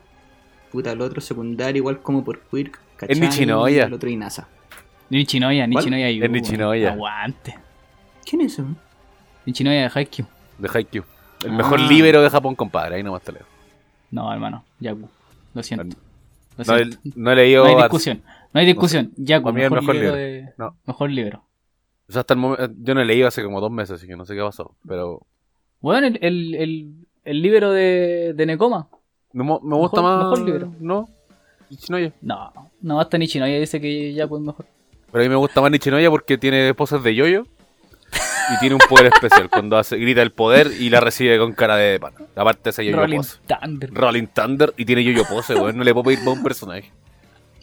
[SPEAKER 3] Puta, el otro secundario, igual como por Quirk. ¿cachai?
[SPEAKER 1] Nichinoya.
[SPEAKER 3] El otro Inasa.
[SPEAKER 2] Nichinoya,
[SPEAKER 3] ¿Cuál?
[SPEAKER 2] Nichinoya Yu.
[SPEAKER 1] Es
[SPEAKER 2] weón.
[SPEAKER 1] Nichinoya.
[SPEAKER 2] Aguante.
[SPEAKER 3] ¿Quién es ese? weón?
[SPEAKER 2] Nichinoya de Haikyuu.
[SPEAKER 1] De Haikyuu. El mejor
[SPEAKER 3] Ah.
[SPEAKER 1] líbero de Japón, compadre. Ahí nomás te leo.
[SPEAKER 2] No, hermano, Yaku. Lo siento.
[SPEAKER 1] No,
[SPEAKER 2] Lo siento.
[SPEAKER 1] he- no he leído.
[SPEAKER 2] No, hay
[SPEAKER 1] Ars-
[SPEAKER 2] discusión. No hay discusión. Yaku,
[SPEAKER 1] Para mí es el
[SPEAKER 2] mejor,
[SPEAKER 1] mejor
[SPEAKER 2] libro.
[SPEAKER 1] libro.
[SPEAKER 2] de-
[SPEAKER 1] No.
[SPEAKER 2] Mejor libro.
[SPEAKER 1] o sea, hasta el momen- yo no he leído hace como dos meses, así que no sé qué pasó. Pero
[SPEAKER 2] Bueno, el, el, el, el libro de, de Nekoma.
[SPEAKER 1] no mo- me gusta
[SPEAKER 2] Mejor-
[SPEAKER 1] más.
[SPEAKER 2] mejor libro.
[SPEAKER 1] No. Nichinoya.
[SPEAKER 2] No, no hasta Nichinoya dice que Yaku es mejor.
[SPEAKER 1] Pero a mí me gusta más Nichinoya porque tiene poses de yoyo. Y tiene un poder especial. Cuando hace, grita el poder y la recibe con cara de pana. Aparte, ese yoyo
[SPEAKER 2] Rolling
[SPEAKER 1] pose.
[SPEAKER 2] Thunder.
[SPEAKER 1] Rolling Thunder y tiene yoyo pose, weón. No le puedo pedir más a un personaje.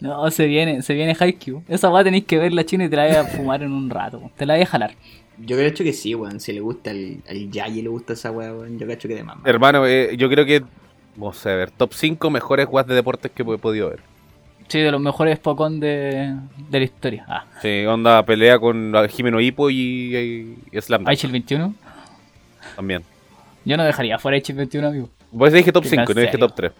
[SPEAKER 2] No, se viene, se viene Haikyuu. Esa va tenéis que verla china y te la voy a fumar en un rato. weón. Te la voy a jalar.
[SPEAKER 3] Yo creo que sí, weón. Si le gusta el, el Yagi, le gusta esa weá, weón. Yo cacho que de mamá.
[SPEAKER 1] Hermano, eh, yo creo que. Vamos a ver, top 5 mejores guas de deportes que he podido ver.
[SPEAKER 2] Sí, de los mejores Pokémon de, de la historia. Ah,
[SPEAKER 1] Sí, onda pelea con Jimeno Hippo y, y Slam Dunk
[SPEAKER 2] Aichel 21.
[SPEAKER 1] también. Yo
[SPEAKER 2] Yo no dejaría fuera Aichel 21, amigo.
[SPEAKER 1] Pues dije top
[SPEAKER 2] Qué
[SPEAKER 1] 5, no dije
[SPEAKER 2] serio.
[SPEAKER 1] top 3.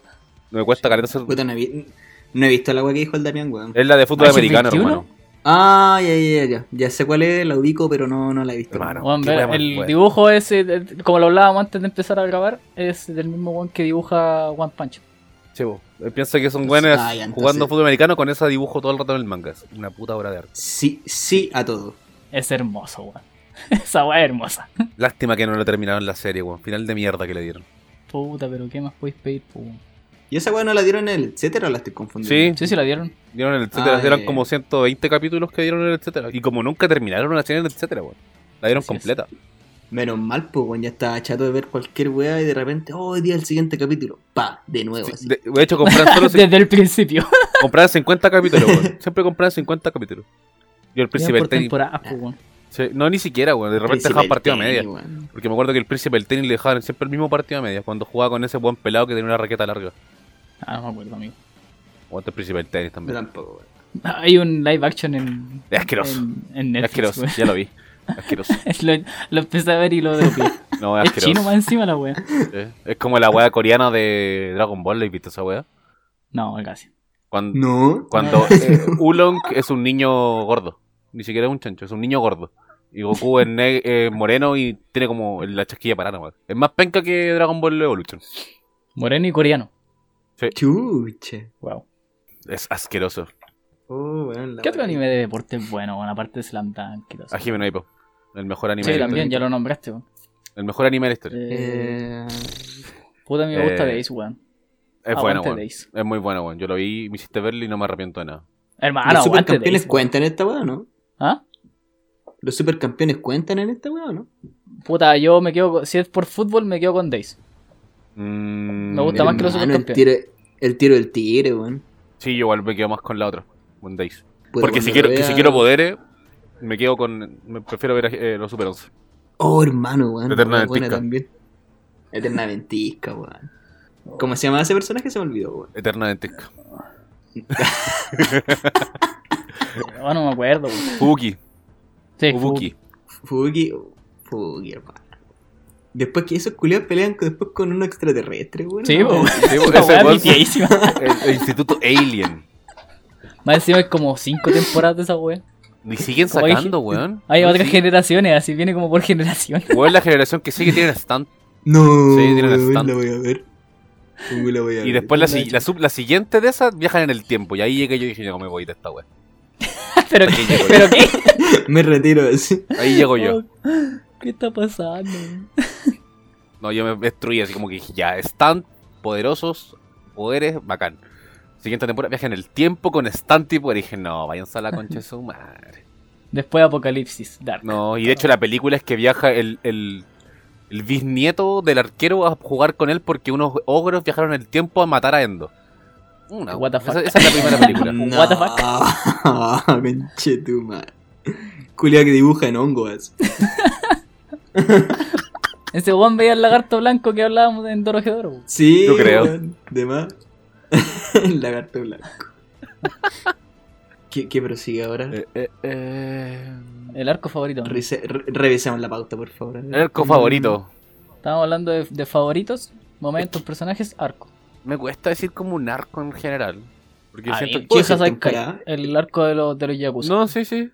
[SPEAKER 1] No me cuesta caleta hacer...
[SPEAKER 3] Puta, no he, vi- no he visto la weá que dijo el Damián, weón.
[SPEAKER 1] Es la de fútbol
[SPEAKER 2] ¿Ah, es el
[SPEAKER 1] americano,
[SPEAKER 2] 21?
[SPEAKER 1] hermano.
[SPEAKER 3] Ah, ya, ya, ya. Ya sé cuál es, la ubico, pero no, no la he visto.
[SPEAKER 1] Hermano.
[SPEAKER 2] Weón,
[SPEAKER 1] qué
[SPEAKER 2] ver,
[SPEAKER 1] wea más
[SPEAKER 2] el
[SPEAKER 1] buena.
[SPEAKER 2] dibujo es, como lo hablábamos antes de empezar a grabar, es del mismo one que dibuja One Punch.
[SPEAKER 1] Chevo. Piensa que son
[SPEAKER 3] Entonces-
[SPEAKER 1] buenas
[SPEAKER 3] ah, ya, entonces-
[SPEAKER 1] jugando fútbol americano con esa dibujo todo el rato en el manga. Es una puta obra de arte.
[SPEAKER 3] Sí, sí a todo.
[SPEAKER 2] Es hermoso, weón. Esa weá es hermosa.
[SPEAKER 1] Lástima que no lo terminaron la serie, weón. Final de mierda que le dieron.
[SPEAKER 2] Puta, pero ¿qué más podéis pedir? po, weón?
[SPEAKER 3] ¿Y esa weá no la dieron en el etcétera o la estoy
[SPEAKER 1] Sí,
[SPEAKER 3] confundiendo?
[SPEAKER 2] Sí, sí, la dieron.
[SPEAKER 1] dieron el etcétera.
[SPEAKER 3] Ah, ya,
[SPEAKER 1] eran
[SPEAKER 3] ya.
[SPEAKER 1] como 120 capítulos que dieron el etcétera. Y como nunca terminaron una serie en el etcétera, weón. La dieron
[SPEAKER 2] Así es.
[SPEAKER 1] completa.
[SPEAKER 3] Menos mal, pues, weón. Ya estaba chato de ver cualquier weá y de repente, oh, hoy día el siguiente capítulo. Pa, de nuevo,
[SPEAKER 1] Sí,
[SPEAKER 3] así.
[SPEAKER 1] de, de hecho, compraron solo cinco-
[SPEAKER 2] Desde el principio.
[SPEAKER 1] compraban 50 capítulos, weón. Siempre compraban 50 capítulos. Yo el príncipe
[SPEAKER 2] por
[SPEAKER 1] del tenis.
[SPEAKER 2] temporada, po, weón.
[SPEAKER 1] Sí, no, ni siquiera, weón. De repente
[SPEAKER 3] Príncipe
[SPEAKER 1] dejaban
[SPEAKER 3] del
[SPEAKER 1] partido a
[SPEAKER 3] tenis,
[SPEAKER 1] media.
[SPEAKER 3] weón.
[SPEAKER 1] Porque me acuerdo que el príncipe del tenis le dejaban siempre el mismo partido a media. Cuando jugaba con ese buen pelado que tenía una raqueta larga.
[SPEAKER 2] Ah, no me acuerdo, amigo.
[SPEAKER 1] O antes el príncipe del tenis
[SPEAKER 3] Yo
[SPEAKER 1] también.
[SPEAKER 3] tampoco, weón.
[SPEAKER 2] Hay un live action en,
[SPEAKER 1] Es asqueroso.
[SPEAKER 2] en, en
[SPEAKER 1] Es
[SPEAKER 2] Netflix.
[SPEAKER 1] asqueroso, ya lo vi. Asqueroso.
[SPEAKER 2] weón. lo, lo empecé a ver y lo dropeé.
[SPEAKER 1] No, es
[SPEAKER 2] es chino
[SPEAKER 1] asqueroso.
[SPEAKER 2] más encima la wea.
[SPEAKER 1] Sí. Es como la wea coreana de Dragon Ball, ¿la has visto esa wea?
[SPEAKER 2] No, casi.
[SPEAKER 1] Cuando,
[SPEAKER 3] No.
[SPEAKER 1] cuando eh, Oolong es un niño gordo. Ni siquiera es un chancho, es un niño gordo. Y Goku es ne- eh, moreno y tiene como la chasquilla parada, nomás. Es más penca que Dragon Ball Evolution.
[SPEAKER 2] Moreno y coreano.
[SPEAKER 3] Chuche.
[SPEAKER 2] Wow.
[SPEAKER 1] Es asqueroso.
[SPEAKER 3] Oh, weón, la
[SPEAKER 2] ¿Qué otro
[SPEAKER 3] weá.
[SPEAKER 2] anime de deporte es bueno, bueno, aparte de Slam Dunk y todo eso?
[SPEAKER 1] A Jimeno Hippo. El mejor Ah, anime
[SPEAKER 2] Sí,
[SPEAKER 1] de la
[SPEAKER 2] también,
[SPEAKER 1] historia.
[SPEAKER 2] ya lo nombraste, weón.
[SPEAKER 1] El mejor anime de la historia.
[SPEAKER 2] Eh,
[SPEAKER 3] Eh,
[SPEAKER 2] puta, a mí me gusta
[SPEAKER 1] eh,
[SPEAKER 2] Days, weón.
[SPEAKER 1] Es bueno,
[SPEAKER 2] Aguante
[SPEAKER 1] weón.
[SPEAKER 2] Days.
[SPEAKER 1] Es muy bueno, weón. Yo lo vi, me hiciste verlo y no me arrepiento de nada.
[SPEAKER 2] Hermano,
[SPEAKER 3] ¿Los
[SPEAKER 2] Ah, aguante
[SPEAKER 3] supercampeones
[SPEAKER 2] Days. weón.
[SPEAKER 3] cuentan en esta weá, no?
[SPEAKER 2] ¿Ah?
[SPEAKER 3] ¿Los supercampeones cuentan en esta weá, no?
[SPEAKER 2] Puta, yo me quedo, con- si es por fútbol, me quedo con Days.
[SPEAKER 1] Mm,
[SPEAKER 2] Me gusta más que los
[SPEAKER 3] Hermano, el
[SPEAKER 2] supercampeones.
[SPEAKER 3] tiro, el tiro del tigre, weón.
[SPEAKER 1] Sí, yo igual me quedo más con la otra. Con Days.
[SPEAKER 3] Puta,
[SPEAKER 1] Porque
[SPEAKER 3] cuando
[SPEAKER 1] si quiero,
[SPEAKER 3] lo
[SPEAKER 1] que
[SPEAKER 3] vea-
[SPEAKER 1] si quiero poderes, me quedo con. Me prefiero ver eh, los Super 11.
[SPEAKER 3] Oh, hermano, weón.
[SPEAKER 1] Eterna
[SPEAKER 3] weón, buena
[SPEAKER 1] ventisca.
[SPEAKER 3] también. Eterna ventisca, weón. ¿Cómo se llama ese personaje? Se me olvidó, weón.
[SPEAKER 1] Eternamente.
[SPEAKER 2] Ah, no me acuerdo, weón.
[SPEAKER 1] Fubuki.
[SPEAKER 2] Sí,
[SPEAKER 1] Fubuki.
[SPEAKER 3] Fugi. Fugi, hermano. Después que esos culiados pelean con- después con un extraterrestre, weón.
[SPEAKER 2] Sí, weón.
[SPEAKER 1] Sí,
[SPEAKER 2] Esa
[SPEAKER 1] ese
[SPEAKER 2] weá es
[SPEAKER 1] weón fue
[SPEAKER 2] viciadísima.
[SPEAKER 1] el, el Instituto Alien.
[SPEAKER 2] Más encima es como cinco temporadas de esa wea.
[SPEAKER 1] Ni siguen
[SPEAKER 2] Como hay
[SPEAKER 1] sacando,
[SPEAKER 2] gen-
[SPEAKER 1] weón.
[SPEAKER 2] Hay
[SPEAKER 1] Weón,
[SPEAKER 2] otras
[SPEAKER 1] sí.
[SPEAKER 2] generaciones, así viene como por generación.
[SPEAKER 1] Weón, la generación que sigue tiene stand.
[SPEAKER 3] No,
[SPEAKER 1] Sí, tienen
[SPEAKER 3] weón,
[SPEAKER 1] stand.
[SPEAKER 3] la voy a ver. Fugi la voy a
[SPEAKER 1] Y
[SPEAKER 3] ver.
[SPEAKER 1] después la, si- la, sub- la siguiente de esas viajan en el tiempo. Y ahí llegué yo y dije, ya me voy de esta weón.
[SPEAKER 2] pero,
[SPEAKER 1] Ahí llego
[SPEAKER 2] pero qué.
[SPEAKER 3] Me retiro así.
[SPEAKER 1] yo. Ahí llego yo.
[SPEAKER 2] ¿Qué está pasando? weón?
[SPEAKER 1] No, yo me destruí así como que dije, ya, stand, poderosos, poderes, bacán. Siguiente temporada, viajan en el tiempo con stand tipo. Y dije, no, váyanse a la concha de su madre.
[SPEAKER 2] Después Apocalipsis, Dark.
[SPEAKER 1] No, y de hecho la película es que viaja el, el, el bisnieto del arquero a jugar con él porque unos ogros viajaron el tiempo a matar a Endo. Una-
[SPEAKER 2] What the fuck.
[SPEAKER 1] Esa, esa es la primera película.
[SPEAKER 3] No,
[SPEAKER 2] What the fuck?
[SPEAKER 3] Conchetumar. Culiado que dibuja en hongos.
[SPEAKER 2] Ese weón veía el lagarto blanco que hablábamos en Dorojedoro. weón.
[SPEAKER 3] Sí,
[SPEAKER 1] Yo creo.
[SPEAKER 3] weón, De más. El lagarto blanco. ¿Qué, qué prosigue ahora?
[SPEAKER 1] Eh, eh, eh,
[SPEAKER 2] El arco favorito. ¿no?
[SPEAKER 3] Rese- re- revisemos la pauta, por favor.
[SPEAKER 1] El arco favorito.
[SPEAKER 2] Estábamos hablando de, de favoritos, momentos, personajes, arco.
[SPEAKER 1] Mm, Me cuesta decir como un arco en general. Porque
[SPEAKER 2] A
[SPEAKER 1] siento
[SPEAKER 2] ver,
[SPEAKER 3] ¿puedo
[SPEAKER 2] Chiesa
[SPEAKER 3] decir
[SPEAKER 2] Saikai,
[SPEAKER 3] temporada?
[SPEAKER 2] el arco de los, de los Yakuza. No,
[SPEAKER 1] No, sí, sí.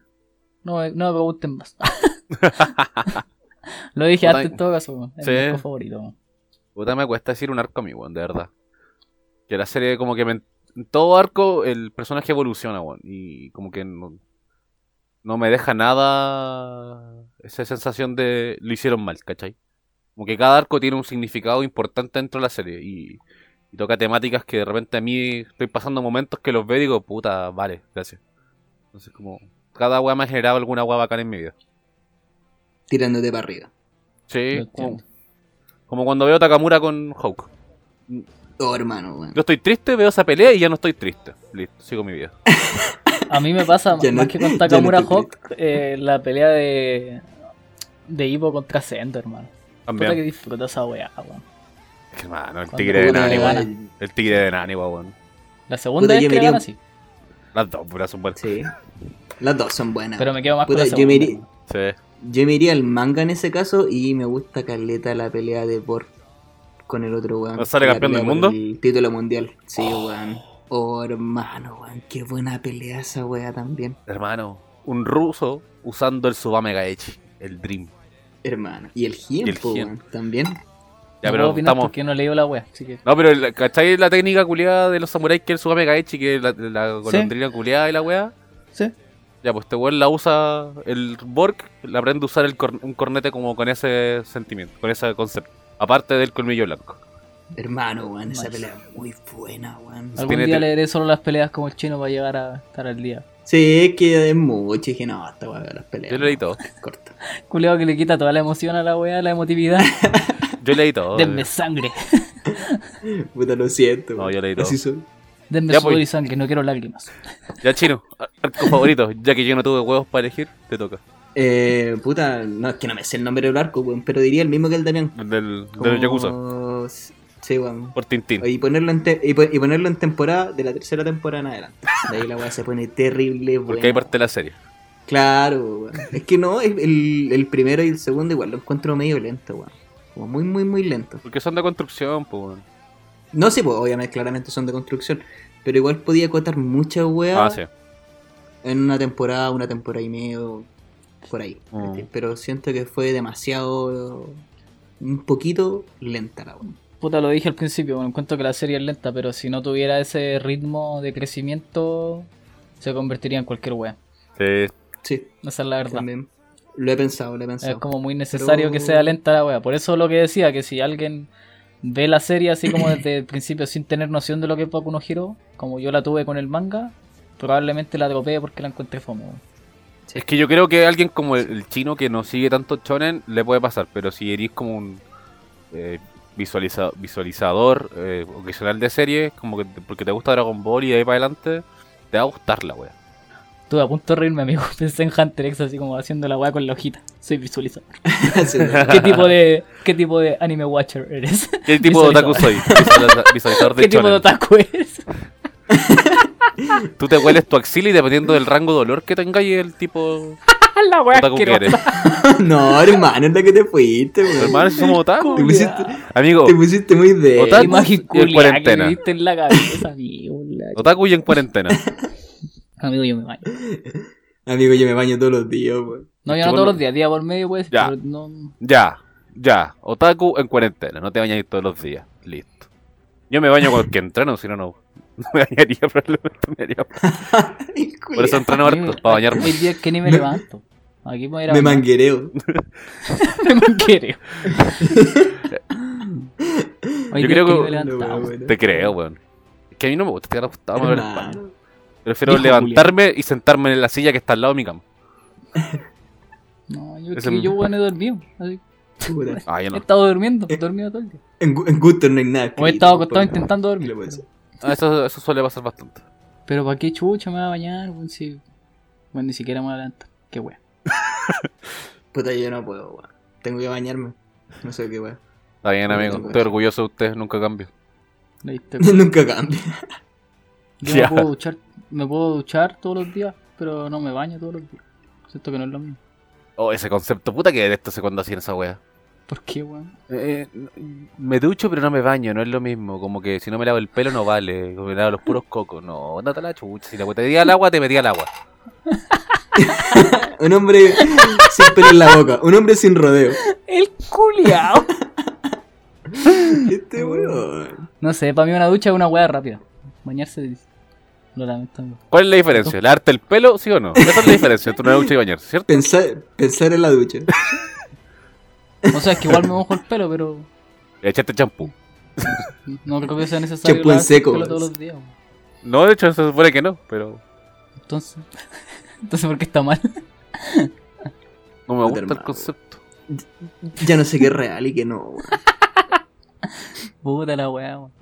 [SPEAKER 2] me- no me pregunten más. Lo dije
[SPEAKER 1] Puta,
[SPEAKER 2] antes en todo caso, weón. es
[SPEAKER 1] sí.
[SPEAKER 2] mi arco favorito. weón.
[SPEAKER 1] Puta, me cuesta decir un arco a mí, weón, de verdad. Que la serie como que me- en todo arco el personaje evoluciona, weón. Y como que no, no me deja nada esa sensación de lo hicieron mal, ¿cachai? Como que cada arco tiene un significado importante dentro de la serie. Y, y toca temáticas que de repente a mí estoy pasando momentos que los veo y digo, puta, vale, gracias. Entonces como cada weá me ha generado alguna weá bacana en mi vida.
[SPEAKER 3] Mm, Tirándote para arriba.
[SPEAKER 1] Sí,
[SPEAKER 2] Lo
[SPEAKER 1] como,
[SPEAKER 2] entiendo.
[SPEAKER 1] como cuando veo Takamura con Hawk.
[SPEAKER 3] Oh, hermano, weón.
[SPEAKER 1] Yo estoy triste, veo esa pelea y ya no estoy triste. Listo, sigo mi vida.
[SPEAKER 2] A mí me pasa
[SPEAKER 3] Ya no-
[SPEAKER 2] más que con
[SPEAKER 3] ya
[SPEAKER 2] Takamura
[SPEAKER 3] no te
[SPEAKER 2] Hawk eh, la pelea de de Ivo contra Sendo, hermano. Puta que
[SPEAKER 1] También.
[SPEAKER 2] disfruto esa weá, weón.
[SPEAKER 1] Es que, hermano, el
[SPEAKER 2] Cuando
[SPEAKER 1] tigre de
[SPEAKER 2] Puta,
[SPEAKER 1] Nani,
[SPEAKER 2] gana.
[SPEAKER 1] weón. El tigre de Nani, weón.
[SPEAKER 2] La segunda
[SPEAKER 3] Puta,
[SPEAKER 2] vez
[SPEAKER 3] yo
[SPEAKER 2] que
[SPEAKER 3] me
[SPEAKER 2] la
[SPEAKER 3] iría
[SPEAKER 2] gana
[SPEAKER 3] un-
[SPEAKER 2] sí.
[SPEAKER 1] Las dos, puras son buenas.
[SPEAKER 3] Sí. Las dos son buenas.
[SPEAKER 2] Pero me quedo más
[SPEAKER 3] Puta,
[SPEAKER 2] con la
[SPEAKER 3] yo me
[SPEAKER 2] segunda.
[SPEAKER 3] iría-
[SPEAKER 2] weón.
[SPEAKER 1] Sí.
[SPEAKER 3] Yo me iría al manga en ese caso y me gusta Carleta la pelea de Borg con el otro weón.
[SPEAKER 1] ¿No sale
[SPEAKER 3] La
[SPEAKER 1] campeón
[SPEAKER 3] pelea
[SPEAKER 1] del
[SPEAKER 3] por
[SPEAKER 1] mundo?
[SPEAKER 3] El título mundial. Sí, weón. Oh, hermano, weón. Qué buena pelea esa weá también.
[SPEAKER 1] Hermano, un ruso usando el Subame Gaechi, el Dream.
[SPEAKER 3] Hermano. Y el
[SPEAKER 1] Y el
[SPEAKER 3] tiempo,
[SPEAKER 1] Hien.
[SPEAKER 3] weón. También.
[SPEAKER 1] Ya, pero
[SPEAKER 2] No puedo opinar
[SPEAKER 1] estamos.
[SPEAKER 2] porque no leí la weá, así que
[SPEAKER 1] No, pero el- ¿cachai la técnica culiada de los samuráis que es el Subame Gaechi, que es la, la golondrina culiada y la weá?
[SPEAKER 2] sí.
[SPEAKER 1] Ya, pues este weón la usa el Borg, la aprende a usar el cor- un cornete como con ese sentimiento, con ese concepto. Aparte del colmillo blanco.
[SPEAKER 3] Hermano, weón. Esa
[SPEAKER 2] Nice.
[SPEAKER 3] pelea muy buena, weón.
[SPEAKER 2] Algún
[SPEAKER 1] Tiene-
[SPEAKER 2] día leeré solo las peleas como el chino para llegar a estar al día.
[SPEAKER 3] Sí, es que es mucho. Y dije, no, esta weá de las peleas.
[SPEAKER 1] Yo leí todo.
[SPEAKER 3] Corta.
[SPEAKER 2] Culeo que le quita toda la emoción a la weá, la emotividad.
[SPEAKER 1] Yo leí todo.
[SPEAKER 2] Denme sangre.
[SPEAKER 3] Puta, lo siento.
[SPEAKER 1] No,
[SPEAKER 3] weón.
[SPEAKER 1] yo leí todo.
[SPEAKER 3] Así son.
[SPEAKER 2] Denme
[SPEAKER 1] Ya,
[SPEAKER 2] sudor
[SPEAKER 1] pues.
[SPEAKER 2] y sangre, no quiero lágrimas.
[SPEAKER 1] Ya, chino, arco favorito. Ya que yo no tuve huevos para elegir, te toca.
[SPEAKER 3] Eh, puta, no, es que no me sé el nombre del arco, weón. Pero diría el mismo que el Damián.
[SPEAKER 1] Del, del
[SPEAKER 3] Como-
[SPEAKER 1] Yakuza.
[SPEAKER 3] Sí, Sí, weón.
[SPEAKER 1] Por Tintín.
[SPEAKER 3] Y ponerlo, en te- y, po- y ponerlo en temporada de la tercera temporada en adelante. De ahí la weá se pone terrible, weón.
[SPEAKER 1] Porque ahí parte la serie.
[SPEAKER 3] Claro, weón. Es que no, el, el- el primero y el segundo igual lo encuentro medio lento, weón. Como muy, muy, muy lento.
[SPEAKER 1] Porque son de construcción, pues, weón.
[SPEAKER 3] No sé, pues obviamente claramente son de construcción. Pero igual podía acotar muchas weas
[SPEAKER 1] Ah, sí.
[SPEAKER 3] en una temporada, una temporada y medio, por ahí.
[SPEAKER 1] Mm.
[SPEAKER 3] ¿cachai? Pero siento que fue demasiado, un poquito lenta la wea.
[SPEAKER 2] Puta, lo dije al principio, bueno, encuentro que la serie es lenta, pero si no tuviera ese ritmo de crecimiento, se convertiría en cualquier wea.
[SPEAKER 1] Sí.
[SPEAKER 3] Sí,
[SPEAKER 2] Esa es la verdad.
[SPEAKER 3] también. Lo he pensado, lo he pensado.
[SPEAKER 2] Es como muy necesario
[SPEAKER 3] Pero-
[SPEAKER 2] que sea lenta la wea. Por eso lo que decía, que si alguien ve la serie así como desde el principio sin tener noción de lo que es Boku no Hero, como yo la tuve con el manga, probablemente la dropee porque la encontré fome. weón.
[SPEAKER 1] Es que yo creo que alguien como el, el chino que no sigue tanto chonen le puede pasar, pero si eres como un eh, visualiza- visualizador eh, ocasional de series, como que te- porque te gusta Dragon Ball y de ahí para adelante, te va a gustar la wea.
[SPEAKER 2] Estuve a punto de reírme, amigo. Pensé en Hunter X así como haciendo la wea con la hojita. Soy visualizador.
[SPEAKER 3] Sí, weón.
[SPEAKER 2] ¿Qué tipo de, qué tipo de anime watcher eres?
[SPEAKER 1] ¿Qué tipo de otaku soy? Visualiza- Visualizador de
[SPEAKER 2] ¿Qué tipo de
[SPEAKER 1] chonen.
[SPEAKER 2] otaku eres?
[SPEAKER 1] Tú te hueles tu axila y dependiendo del rango de dolor que tengáis, el tipo
[SPEAKER 2] la wea
[SPEAKER 1] otaku que
[SPEAKER 2] asquerosa.
[SPEAKER 1] eres.
[SPEAKER 3] no, hermano, es la que te fuiste, weón.
[SPEAKER 1] Hermano, si somos otaku.
[SPEAKER 3] te pusiste,
[SPEAKER 1] Amigo,
[SPEAKER 3] te pusiste muy de...
[SPEAKER 1] Otaku.
[SPEAKER 2] imagen
[SPEAKER 1] y en
[SPEAKER 2] culia que
[SPEAKER 1] cuarentena.
[SPEAKER 2] me diste en la cabeza, amigo. la-
[SPEAKER 1] otaku y en cuarentena.
[SPEAKER 2] Amigo, yo me baño.
[SPEAKER 3] Amigo, yo me baño todos los días, weón.
[SPEAKER 2] No, yo
[SPEAKER 1] Chupa
[SPEAKER 2] no todos
[SPEAKER 1] lo-
[SPEAKER 2] los días, día por medio, pues.
[SPEAKER 1] Ya.
[SPEAKER 2] Pero no...
[SPEAKER 1] Ya, ya. Otaku en cuarentena. No te bañas todos los días. Listo. Yo me baño cuando que entreno, si no, no no me bañaría probablemente. me haría- Por eso entreno
[SPEAKER 2] A mí
[SPEAKER 1] harto,
[SPEAKER 2] me-
[SPEAKER 1] para bañarme.
[SPEAKER 2] Hay días que ni me
[SPEAKER 3] Me-
[SPEAKER 2] levanto. Aquí me voy a ir a
[SPEAKER 3] Me
[SPEAKER 2] bañar.
[SPEAKER 3] manguereo.
[SPEAKER 2] Me manguereo. Hay
[SPEAKER 1] Yo
[SPEAKER 2] días
[SPEAKER 1] creo que-
[SPEAKER 2] me he levantado.
[SPEAKER 1] Te creo, weón. Es que a mí no me gusta quedar acostado. me duele la espalda.
[SPEAKER 3] Hermano.
[SPEAKER 1] Prefiero
[SPEAKER 2] Dijo
[SPEAKER 1] levantarme y sentarme en la silla que está al lado de mi cama.
[SPEAKER 2] No, yo, es
[SPEAKER 1] Ese-
[SPEAKER 2] que yo bueno, he dormido. así.
[SPEAKER 3] Puta.
[SPEAKER 1] Ah, yo
[SPEAKER 2] He
[SPEAKER 1] no.
[SPEAKER 2] estado durmiendo, he dormido todo el día.
[SPEAKER 3] En, gu- en gusto no hay nada.
[SPEAKER 2] O he
[SPEAKER 3] escrito,
[SPEAKER 2] estado acostado
[SPEAKER 3] por-
[SPEAKER 2] intentando dormir.
[SPEAKER 3] pues, Le puede ser.
[SPEAKER 1] Ah, Eso, eso suele pasar bastante.
[SPEAKER 2] Pero ¿para qué chucha me va a bañar? weón, si... Bueno, ni siquiera me adelanto. Qué wea.
[SPEAKER 3] Puta, yo no puedo, weón. Tengo que bañarme. No sé qué, weón.
[SPEAKER 1] Está bien,
[SPEAKER 3] No,
[SPEAKER 1] amigo.
[SPEAKER 3] no, no.
[SPEAKER 1] Estoy orgulloso de ustedes. Nunca cambio.
[SPEAKER 2] Lo diste, weón.
[SPEAKER 3] Nunca cambia.
[SPEAKER 2] Yo
[SPEAKER 1] Ya.
[SPEAKER 2] me puedo duchar, me puedo duchar todos los días, pero no me baño todos los días. Siento que no es lo mismo.
[SPEAKER 1] Oh, ese concepto. Puta que detesto ese cuando hacían esa wea.
[SPEAKER 2] ¿Por qué, weón?
[SPEAKER 1] Eh, me ducho pero no me baño, no es lo mismo. Como que si no me lavo el pelo no vale. como Me lavo los puros cocos. No, andate a la chucha. Si te metí al agua, te metí al agua.
[SPEAKER 3] Un hombre sin pelo en la boca. Un hombre sin rodeo.
[SPEAKER 2] El culiao.
[SPEAKER 3] Este weón.
[SPEAKER 2] no sé, para mí una ducha es una weá rápida. Bañarse lo lamento. amigo.
[SPEAKER 1] ¿Cuál es la diferencia? ¿Lavarte el pelo, sí o no? Esa es la diferencia entre una ducha y bañarse, ¿cierto?
[SPEAKER 3] Pensar, pensar en la ducha.
[SPEAKER 2] O sea, es que igual me mojo el pelo, pero
[SPEAKER 1] Echarte champú.
[SPEAKER 2] no creo que sea necesario
[SPEAKER 3] Champú en
[SPEAKER 2] lavarse
[SPEAKER 3] seco,
[SPEAKER 2] el pelo
[SPEAKER 3] weón.
[SPEAKER 2] todos los días. weón.
[SPEAKER 1] No, de hecho, se supone que no, pero
[SPEAKER 2] Entonces, entonces ¿por qué está mal?
[SPEAKER 1] no me
[SPEAKER 3] Puta,
[SPEAKER 1] gusta el
[SPEAKER 3] hermano.
[SPEAKER 1] concepto.
[SPEAKER 3] Ya no sé qué es real y qué no, weón.
[SPEAKER 2] Puta la weá, weón.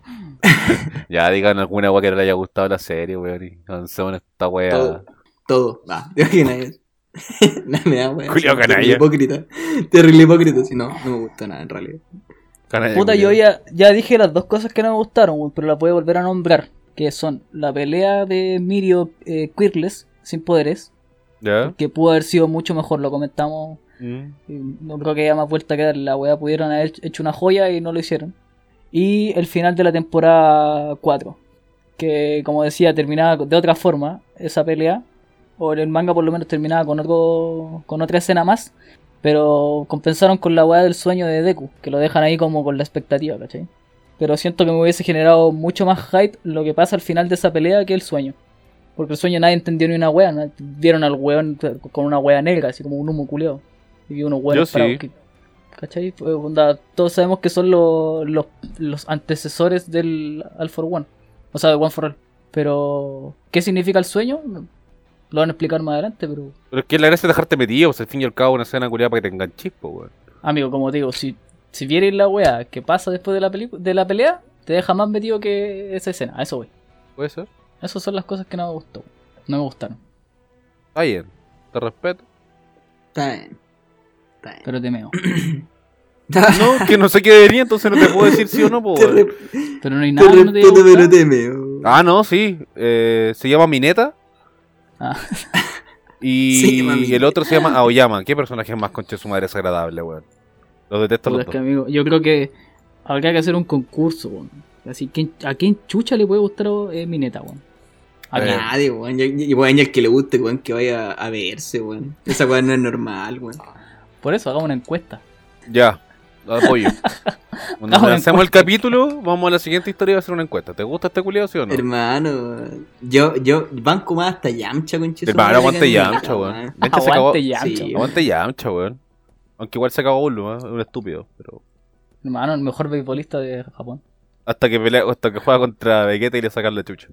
[SPEAKER 1] Ya digan alguna wea que no le haya gustado la serie, weón. Y avancemos en esta wea.
[SPEAKER 3] Todo. Todo. Ah, Va, te imaginas. No me da, weón.
[SPEAKER 1] Julio Canalla.
[SPEAKER 3] Terrible hipócrita. Terrible hipócrita. Si no, no me gusta nada en realidad. Eh,
[SPEAKER 1] Canalla,
[SPEAKER 2] Puta, yo
[SPEAKER 1] culiao.
[SPEAKER 2] ya, ya dije las dos cosas que no me gustaron, weón, pero las voy a volver a nombrar. Que son la pelea de Mirio eh, Quirles, sin poderes,
[SPEAKER 1] ¿Ya?
[SPEAKER 2] que pudo haber sido mucho mejor, lo comentamos
[SPEAKER 1] Mm.
[SPEAKER 2] Y No creo que haya más vuelta que dar. La weá pudieron haber hecho una joya y no lo hicieron. Y el final de la temporada 4. Que como decía, terminaba de otra forma esa pelea. O en el manga por lo menos terminaba con otro. con otra escena más. Pero compensaron con la weá del sueño de Deku, que lo dejan ahí como con la expectativa, ¿cachai? Pero siento que me hubiese generado mucho más hype lo que pasa al final de esa pelea que el sueño. Porque el sueño nadie entendió ni una wea, ¿no? vieron al weón con una wea negra, así como un humo culeado. Y vi unos
[SPEAKER 1] Yo
[SPEAKER 2] weones
[SPEAKER 1] sí.
[SPEAKER 2] parados que- ¿Cachai? Fue onda, todos sabemos que son los, los, los antecesores del All for One. O sea, de One for All. Pero, ¿qué significa el sueño? Lo van a explicar más adelante, pero...
[SPEAKER 1] Pero es que la gracia es dejarte metido, pues al fin y al cabo una escena culiada para que te enganches, po, weón.
[SPEAKER 2] Amigo, como te digo, si, si vieres la wea que pasa después de la, pelicu- de la pelea, te deja más metido que esa escena. A eso voy.
[SPEAKER 1] ¿Puede ser?
[SPEAKER 2] Esas son las cosas que no me gustó. No me gustaron.
[SPEAKER 1] Está bien. Te respeto.
[SPEAKER 3] Está bien. Está bien.
[SPEAKER 2] Pero te meo.
[SPEAKER 1] No, que no sé qué debería, entonces no te puedo decir sí o no, po,
[SPEAKER 3] Te
[SPEAKER 1] weón.
[SPEAKER 3] re-
[SPEAKER 2] Pero no hay
[SPEAKER 3] te
[SPEAKER 2] nada que no te haya
[SPEAKER 3] respeto, pero
[SPEAKER 2] gustado.
[SPEAKER 3] teme. oh.
[SPEAKER 1] Ah, no, sí. eh, se llama Mineta.
[SPEAKER 2] Ah.
[SPEAKER 1] Y
[SPEAKER 3] Se llama Mineta.
[SPEAKER 1] el otro se llama Aoyama. ¿Qué personaje es más conche su madre desagradable, weón? Los detesto
[SPEAKER 2] Puta,
[SPEAKER 1] los
[SPEAKER 2] es
[SPEAKER 1] dos.
[SPEAKER 2] que, amigo, yo creo que habría que hacer un concurso, weón. Así que a quién chucha le puede gustar eh, mi neta, weón. A
[SPEAKER 1] Eh,
[SPEAKER 2] quién?
[SPEAKER 3] Nadie, weón. Y- Y weón, y el que le guste, weón, que vaya a verse, weón. Esa weón no es normal, weón.
[SPEAKER 2] Por eso hagamos una encuesta.
[SPEAKER 1] Ya, apoyo. Cuando
[SPEAKER 2] Hagamos
[SPEAKER 1] lancemos el
[SPEAKER 2] encuesta.
[SPEAKER 1] capítulo, vamos a la siguiente historia y va a hacer una encuesta. ¿Te gusta este culiado, sí o no?
[SPEAKER 3] Hermano, yo, yo banco más hasta Yamcha, con
[SPEAKER 1] Hermano, aguante Yamcha, weón. De hecho, se acabó-
[SPEAKER 2] Aguante ya,
[SPEAKER 3] sí.
[SPEAKER 1] Aguante Yamcha, weón. Aunque igual se acabó Bulma, es un estúpido. Pero
[SPEAKER 2] hermano, el mejor beisbolista de Japón.
[SPEAKER 1] hasta que pelea, hasta que juega contra Vegeta y le sacan la chucha.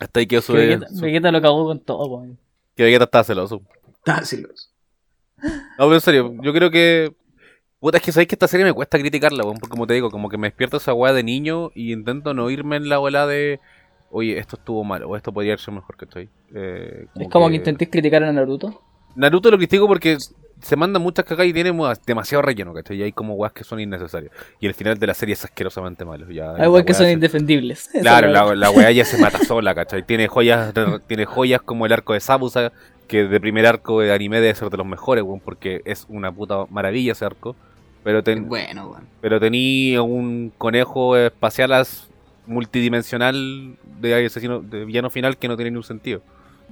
[SPEAKER 1] hasta ahí quedó su,
[SPEAKER 2] Que Vegeta,
[SPEAKER 1] su-
[SPEAKER 2] Vegeta lo cagó con todo, po, amigo.
[SPEAKER 1] que Vegeta estaba celoso.
[SPEAKER 2] Ah,
[SPEAKER 1] No, pero en serio, yo creo que. Puta, es que sabéis que esta serie me cuesta criticarla, weón, porque como te digo, como que me despierto esa weá de niño y intento no irme en la bola de. Oye, esto estuvo mal, o esto podría ser mejor que estoy. Eh,
[SPEAKER 2] Es como que intentéis criticar a Naruto.
[SPEAKER 1] Naruto lo critico porque se manda muchas cagadas y tiene mu- demasiado relleno, ¿cachai? Y hay como weas que son innecesarias. Y el final de la serie es asquerosamente malo. Ya,
[SPEAKER 2] Hay weón Ah, que
[SPEAKER 1] la
[SPEAKER 2] son
[SPEAKER 1] wea se-
[SPEAKER 2] indefendibles. Esa
[SPEAKER 1] Claro,
[SPEAKER 2] weá.
[SPEAKER 1] la, la weá ya se mata sola, ¿cachai? Tiene joyas, re- tiene joyas como el arco de Sabusa, que de primer arco de anime debe ser de los mejores, weón, porque es una puta maravilla ese arco. Pero, ten-
[SPEAKER 3] Bueno, weón.
[SPEAKER 1] pero tenía un conejo espacial as- multidimensional de asesino, de villano final que no tiene ningún sentido.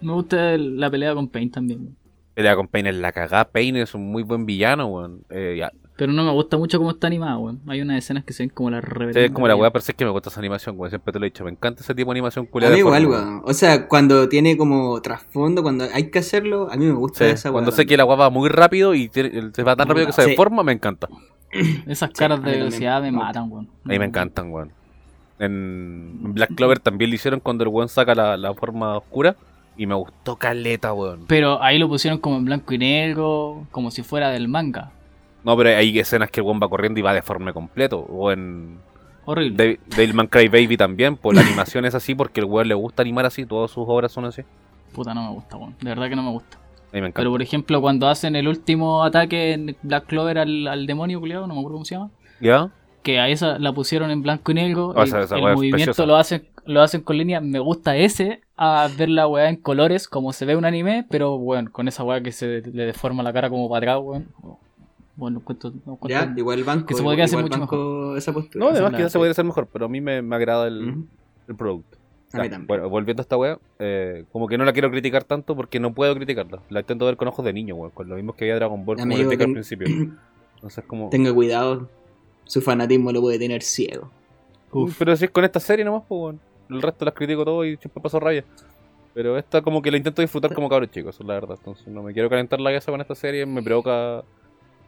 [SPEAKER 2] Me gusta el- la pelea con Pain también, weón.
[SPEAKER 1] Pelea con Pain es la cagada, Pain es un muy buen villano, weón. Eh, ya,
[SPEAKER 2] Pero no me gusta mucho cómo está animada, weón. Hay unas escenas que se ven como la rebelión.
[SPEAKER 1] Sí, es como la weá, pero sí es que me gusta esa animación, como siempre te lo he dicho. Me encanta ese tipo de animación
[SPEAKER 3] A
[SPEAKER 1] culiada.
[SPEAKER 3] mí
[SPEAKER 1] de
[SPEAKER 3] igual,
[SPEAKER 1] forma,
[SPEAKER 3] weón. O sea, cuando tiene como trasfondo, cuando hay que hacerlo, a mí me gusta
[SPEAKER 1] Sí,
[SPEAKER 3] esa weón.
[SPEAKER 1] cuando sé que la weá va muy rápido y tiene- se va tan rápido que se
[SPEAKER 3] Sí.
[SPEAKER 1] deforma, me encanta.
[SPEAKER 2] Esas
[SPEAKER 3] Sí,
[SPEAKER 2] caras
[SPEAKER 3] a
[SPEAKER 2] de
[SPEAKER 3] mí también.
[SPEAKER 2] velocidad me matan, weón.
[SPEAKER 1] A mí me encantan, weón. En Black Clover también lo hicieron cuando el weón saca la, la forma oscura y me gustó caleta, weón.
[SPEAKER 2] Pero ahí lo pusieron como en blanco y negro, como si fuera del manga.
[SPEAKER 1] No, pero hay escenas que el weón va corriendo y va deforme completo. O en
[SPEAKER 2] Horrible.
[SPEAKER 1] Dave- Devilman Cry Baby también, pues la animación es así porque el weón le gusta animar así, todas sus obras son así.
[SPEAKER 2] Puta, no me gusta, weón. De verdad que no me gusta.
[SPEAKER 1] A mí me
[SPEAKER 2] Pero
[SPEAKER 1] encanta.
[SPEAKER 2] por ejemplo, cuando hacen el último ataque en Black Clover al, al demonio, culiado, no me acuerdo cómo se llama.
[SPEAKER 1] ¿Ya?
[SPEAKER 2] Que a esa la pusieron en blanco y negro.
[SPEAKER 1] Ah,
[SPEAKER 2] y
[SPEAKER 1] esa- esa
[SPEAKER 2] el
[SPEAKER 1] weá es
[SPEAKER 2] movimiento
[SPEAKER 1] preciosa.
[SPEAKER 2] lo hacen, lo hacen con líneas. Me gusta ese a ver la weá en colores, como se ve un anime, pero bueno, con esa weá que se le deforma la cara como para atrás, weón. Bueno, no encuentro- no encuentro-
[SPEAKER 3] Ya, igual banco.
[SPEAKER 2] Que se podría hacer
[SPEAKER 3] igual
[SPEAKER 2] mucho
[SPEAKER 3] banco esa postura.
[SPEAKER 1] No, además
[SPEAKER 2] la-
[SPEAKER 1] quizás se podría Mm. hacer mejor, pero a mí me, me agrada el,
[SPEAKER 3] Ujú.
[SPEAKER 1] el producto.
[SPEAKER 3] A mí
[SPEAKER 1] Ya,
[SPEAKER 3] también.
[SPEAKER 1] Bueno, volviendo a esta wea, eh, como que no la quiero criticar tanto porque no puedo criticarla. La intento ver con ojos de niño, weón. Con lo mismo que había Dragon Ball, como
[SPEAKER 3] Amigo,
[SPEAKER 1] critiqué al
[SPEAKER 3] ten-
[SPEAKER 1] principio. Entonces, como.
[SPEAKER 3] Tenga cuidado. Su fanatismo lo puede tener ciego.
[SPEAKER 2] Uf.
[SPEAKER 1] Pero si es con esta serie nomás, pues, weón. El resto las critico todo y siempre paso rabia. Pero esta, como que la intento disfrutar como cabros chicos, eso es la verdad. Entonces, no me quiero calentar la cabeza con esta serie. Me provoca.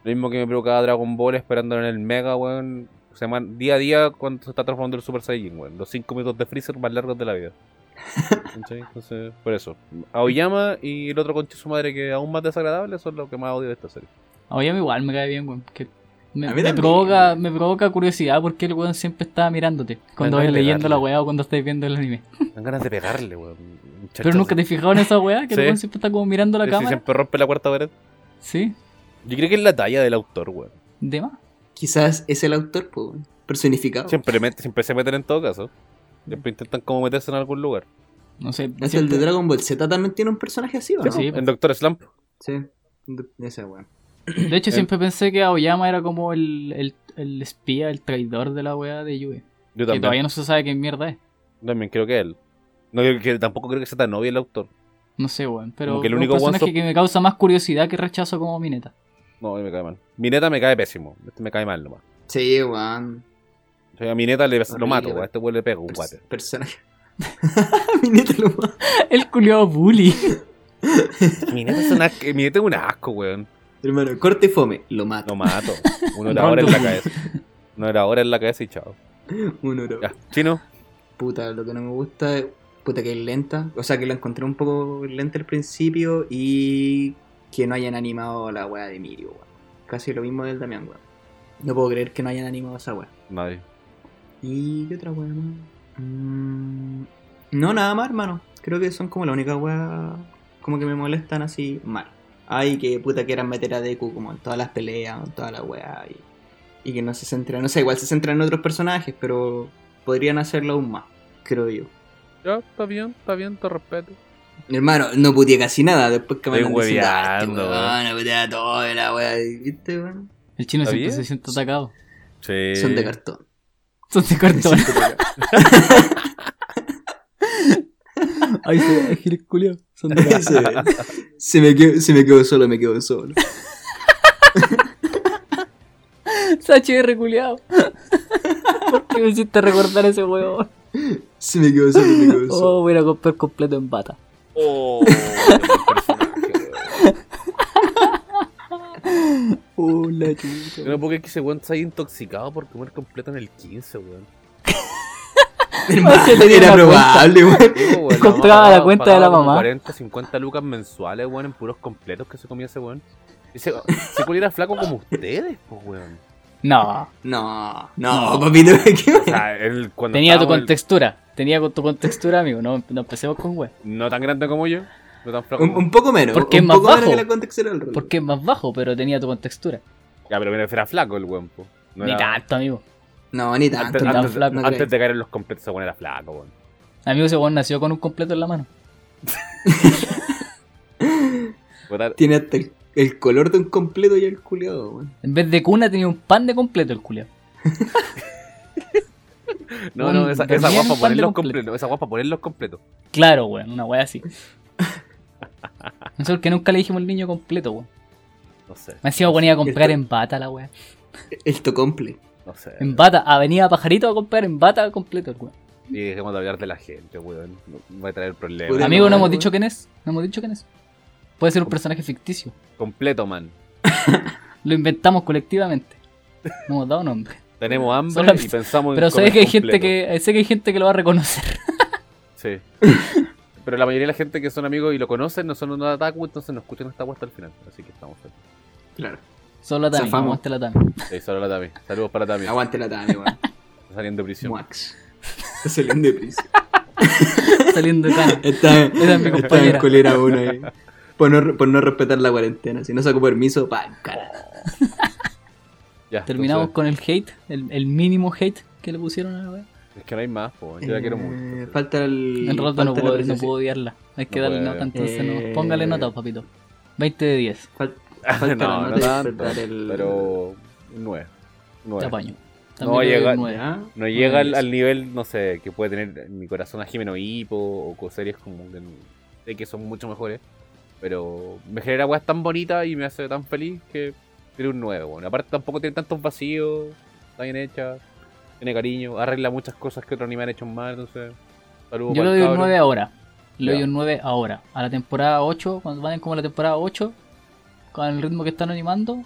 [SPEAKER 1] Lo mismo que me provocaba Dragon Ball esperándolo en el Mega, weón. semana- día a día cuando se está transformando el Super Saiyan, weón. Los 5 minutos de Freezer más largos de la vida. ¿Cachai? Entonces, por eso. Aoyama y el otro conche su madre que aún más desagradable son los que más odio de esta serie.
[SPEAKER 2] A mí igual me cae bien, weón. Que me,
[SPEAKER 3] A mí
[SPEAKER 2] me
[SPEAKER 3] también,
[SPEAKER 2] provoca,
[SPEAKER 3] weón.
[SPEAKER 2] me provoca curiosidad porque el weón siempre está mirándote cuando
[SPEAKER 1] Ganas
[SPEAKER 2] vais
[SPEAKER 1] de
[SPEAKER 2] leyendo la
[SPEAKER 1] pegarle.
[SPEAKER 2] weá o cuando estáis viendo el anime.
[SPEAKER 1] Dan ganas de pegarle, weón.
[SPEAKER 2] Pero nunca te fijaron en esa weá, que
[SPEAKER 1] Sí.
[SPEAKER 2] el weón siempre está como mirando la
[SPEAKER 1] Sí,
[SPEAKER 2] cámara.
[SPEAKER 1] siempre rompe la cuarta pared.
[SPEAKER 2] Sí,
[SPEAKER 1] Yo creo que es la talla del autor, weón.
[SPEAKER 2] de más.
[SPEAKER 3] Quizás es el autor, po, weón. personificado.
[SPEAKER 1] Siempre, met- siempre se meten en todo caso. Siempre intentan como meterse en algún lugar.
[SPEAKER 2] No sé.
[SPEAKER 3] Este Es el
[SPEAKER 2] siempre-
[SPEAKER 3] de Dragon Ball Z también tiene un personaje así, ¿o no?
[SPEAKER 2] Sí, pues.
[SPEAKER 1] En Doctor Slump.
[SPEAKER 3] Sí. Ese weón.
[SPEAKER 2] de hecho,
[SPEAKER 1] el-
[SPEAKER 2] siempre pensé que Aoyama era como el, el, el espía, el traidor de la weá de Yue.
[SPEAKER 1] Yo
[SPEAKER 2] Que
[SPEAKER 1] también.
[SPEAKER 2] todavía no se sabe qué mierda es.
[SPEAKER 1] También creo que él. No, yo creo que tampoco creo que sea tan novia el autor.
[SPEAKER 2] No sé, weón. Pero
[SPEAKER 1] Como que el
[SPEAKER 2] es un
[SPEAKER 1] único one
[SPEAKER 2] personaje
[SPEAKER 1] shot-
[SPEAKER 2] que me causa más curiosidad que rechazo como mineta.
[SPEAKER 1] No, a mí me cae mal. Mi neta me cae pésimo. Este me cae mal nomás.
[SPEAKER 3] Sí, weón.
[SPEAKER 1] O sea, a mi neta le, lo
[SPEAKER 3] Horrible,
[SPEAKER 1] mato,
[SPEAKER 3] weón.
[SPEAKER 1] a este güey le pego un
[SPEAKER 3] Pers-
[SPEAKER 1] guate.
[SPEAKER 3] personaje. Mi nieto lo va-
[SPEAKER 2] el culiado bully.
[SPEAKER 1] Mi neta es un asco, mi neta es un asco, weón.
[SPEAKER 3] Hermano, corte y fome. Lo mato.
[SPEAKER 1] Lo mato. Uno era ahora en la cabeza. Uno era ahora en la cabeza y chao.
[SPEAKER 3] Un oro.
[SPEAKER 1] Ya, chino.
[SPEAKER 3] Puta, lo que no me gusta es. Puta, que es lenta. O sea, que la encontré un poco lenta al principio y. Que no hayan animado la weá de Mirio, weón. Casi lo mismo del Damián, weón. No puedo creer que no hayan animado esa weá.
[SPEAKER 1] Nadie.
[SPEAKER 3] ¿Y qué otra weá más? Mm, no, nada más, hermano. Creo que son como la única weá como que me molestan así mal. Ay, que puta quieran meter a Deku como en todas las peleas, en toda la weá. Y, y que no se centran. No sé, igual se centran en otros personajes, pero podrían hacerlo aún más, creo yo.
[SPEAKER 1] Ya, está bien, está bien, te respeto.
[SPEAKER 3] Mi hermano, no puteé casi nada después que me
[SPEAKER 1] Estoy
[SPEAKER 3] andan diciendo, "Ah, este
[SPEAKER 1] hueveando,
[SPEAKER 3] weón, no putea todo de la weá. y, ¿Viste, weón?
[SPEAKER 2] El chino
[SPEAKER 1] ¿Está
[SPEAKER 2] siempre
[SPEAKER 1] bien?
[SPEAKER 2] se siente atacado.
[SPEAKER 1] Sí.
[SPEAKER 3] Son de cartón.
[SPEAKER 2] Son de cartón. Ay, se ve, Gil Culio. Son de cartón.
[SPEAKER 3] se, se me quedo, si me quedo solo, me quedo solo.
[SPEAKER 2] Sachi de reculeado. ¿Por qué me hiciste recordar ese huevo?
[SPEAKER 3] Si me quedo solo, me quedo solo.
[SPEAKER 2] Oh, voy a ir a comprar completo en bata.
[SPEAKER 1] Oh, qué personaje, weón.
[SPEAKER 2] Oh, la
[SPEAKER 1] Yo
[SPEAKER 2] chucha.
[SPEAKER 1] no puedo creer que ese weón se haya intoxicado por comer completo en el 15, weón.
[SPEAKER 3] Hermano,
[SPEAKER 2] Ah, se le dio
[SPEAKER 3] era
[SPEAKER 2] la
[SPEAKER 3] probable, weón.
[SPEAKER 1] Digo, weón, la
[SPEAKER 2] Compraba
[SPEAKER 1] mamá
[SPEAKER 2] la
[SPEAKER 1] pagaba-
[SPEAKER 2] cuenta de la
[SPEAKER 1] pagaba como
[SPEAKER 2] mamá.
[SPEAKER 1] 40, 50 lucas mensuales, weón, en puros completos que se comía ese weón. Ese, ese culo era flaco como ustedes, pues, weón.
[SPEAKER 2] No,
[SPEAKER 3] No, no, papito, ¿qué
[SPEAKER 1] O sea, él, cuando
[SPEAKER 2] tenía tu
[SPEAKER 1] estábamos-
[SPEAKER 2] contextura. Tenía con- tu contextura, amigo. No, no empecemos con huevo.
[SPEAKER 1] No tan grande como yo, no tan flaco
[SPEAKER 3] Un,
[SPEAKER 1] como
[SPEAKER 3] un poco menos.
[SPEAKER 2] Porque
[SPEAKER 3] un
[SPEAKER 2] es más
[SPEAKER 3] poco menos
[SPEAKER 2] bajo.
[SPEAKER 3] que la contextura del rol.
[SPEAKER 2] Porque es más bajo, pero tenía tu contextura.
[SPEAKER 1] Ya, pero mira, era flaco el weón, po. No
[SPEAKER 2] Ni
[SPEAKER 1] era-
[SPEAKER 2] tanto, amigo.
[SPEAKER 3] No, ni tanto.
[SPEAKER 1] Antes,
[SPEAKER 3] ni
[SPEAKER 2] tan
[SPEAKER 1] antes-
[SPEAKER 3] tanto,
[SPEAKER 2] flaco.
[SPEAKER 3] no
[SPEAKER 1] antes
[SPEAKER 3] creo.
[SPEAKER 1] de caer en los completos, ese weón era flaco, weón.
[SPEAKER 2] Amigo, ese hueón nació con un completo en la mano.
[SPEAKER 1] Puta,
[SPEAKER 3] Tiene hasta el, el color de un completo y el culiado, weón.
[SPEAKER 2] En vez de cuna tenía un pan de completo el culiao.
[SPEAKER 1] No, no,
[SPEAKER 2] un-
[SPEAKER 1] esa, esa
[SPEAKER 2] dormía
[SPEAKER 1] guapa
[SPEAKER 2] en un pan de
[SPEAKER 1] ponerlos
[SPEAKER 2] completo.
[SPEAKER 1] completos. Esa guapa ponerlos completos.
[SPEAKER 2] Claro, weón, una wea así. No sé por qué nunca le dijimos el niño completo, weón.
[SPEAKER 1] No sé,
[SPEAKER 2] Me encima ponía a comprar en bata la wea.
[SPEAKER 3] El tocomple.
[SPEAKER 1] no sé.
[SPEAKER 2] En bata, avenida pajarito a comprar en bata completo el weón.
[SPEAKER 1] Y dejemos de hablar de la gente, weón. No- Va a traer
[SPEAKER 3] Puta
[SPEAKER 1] problemas.
[SPEAKER 2] Amigo, no
[SPEAKER 3] madre,
[SPEAKER 2] hemos
[SPEAKER 3] weón.
[SPEAKER 2] dicho quién es. No hemos dicho quién es. Puede ser un personaje ficticio.
[SPEAKER 1] Completo, man.
[SPEAKER 2] Lo inventamos colectivamente. No hemos dado nombre.
[SPEAKER 1] Tenemos hambre
[SPEAKER 2] Solamente-
[SPEAKER 1] y pensamos en
[SPEAKER 2] Pero sé
[SPEAKER 1] comer
[SPEAKER 2] que hay gente
[SPEAKER 1] completo.
[SPEAKER 2] que. Sé que hay gente que lo va a reconocer.
[SPEAKER 1] Sí. Pero la mayoría de la gente que son amigos y lo conocen no son nada otaku, entonces no escuchan esta guasta al final. Así que estamos felices.
[SPEAKER 3] Claro.
[SPEAKER 2] Solo la Tami, este
[SPEAKER 3] Zafamos.
[SPEAKER 2] aguante la Tami.
[SPEAKER 1] Sí, solo la Tami. Saludos para Tami.
[SPEAKER 3] Aguante la tana, weón.
[SPEAKER 1] Saliendo de prisión.
[SPEAKER 3] Max. Está saliendo de prisa.
[SPEAKER 2] Saliendo de Tami.
[SPEAKER 3] Está,
[SPEAKER 2] Esa es mi
[SPEAKER 3] está
[SPEAKER 2] compañera.
[SPEAKER 3] en colera uno ahí. Por no, por no respetar la cuarentena. Si no sacó permiso, pa, en cara.
[SPEAKER 1] Ya,
[SPEAKER 2] Terminamos con el hate, el, el mínimo hate que le pusieron a la wea.
[SPEAKER 1] entonces, Es que no hay más, po. Yo la quiero
[SPEAKER 3] Eh,
[SPEAKER 1] mucho.
[SPEAKER 3] Falta el.
[SPEAKER 2] En Roto no
[SPEAKER 3] falta la
[SPEAKER 2] puedo, no
[SPEAKER 3] apreciación.
[SPEAKER 2] puedo odiarla. Hay que
[SPEAKER 1] No
[SPEAKER 2] darle
[SPEAKER 1] puede.
[SPEAKER 2] nota, entonces
[SPEAKER 3] Eh.
[SPEAKER 2] no. Póngale nota, papito. 20 de 10.
[SPEAKER 3] Fal- Falta la
[SPEAKER 1] no,
[SPEAKER 3] nota
[SPEAKER 1] no
[SPEAKER 3] de
[SPEAKER 1] tanto.
[SPEAKER 3] respetar el-
[SPEAKER 1] Pero. Nueve.
[SPEAKER 2] Te
[SPEAKER 1] Nueve.
[SPEAKER 2] apaño.
[SPEAKER 1] No va a
[SPEAKER 2] le doy
[SPEAKER 1] llegar-
[SPEAKER 2] nueve.
[SPEAKER 3] ¿Ya?
[SPEAKER 1] No llega al,
[SPEAKER 2] Nice.
[SPEAKER 1] al nivel, no sé, que puede tener en mi corazón a Jimeno Hippo o co- series como que, sé que son mucho mejores. Pero me genera weas tan bonitas y me hace tan feliz que tiene un nuevo. Bueno, aparte tampoco tiene tantos vacíos, está bien hecha, tiene cariño, arregla muchas cosas que otros anime han hecho mal, no sé. Saludos
[SPEAKER 2] Yo le
[SPEAKER 1] pa'l
[SPEAKER 2] doy un
[SPEAKER 1] cabro.
[SPEAKER 2] 9 ahora. Le
[SPEAKER 1] Ya.
[SPEAKER 2] doy un 9 ahora. A la temporada 8, cuando vayan como a la temporada 8, con el ritmo que están animando,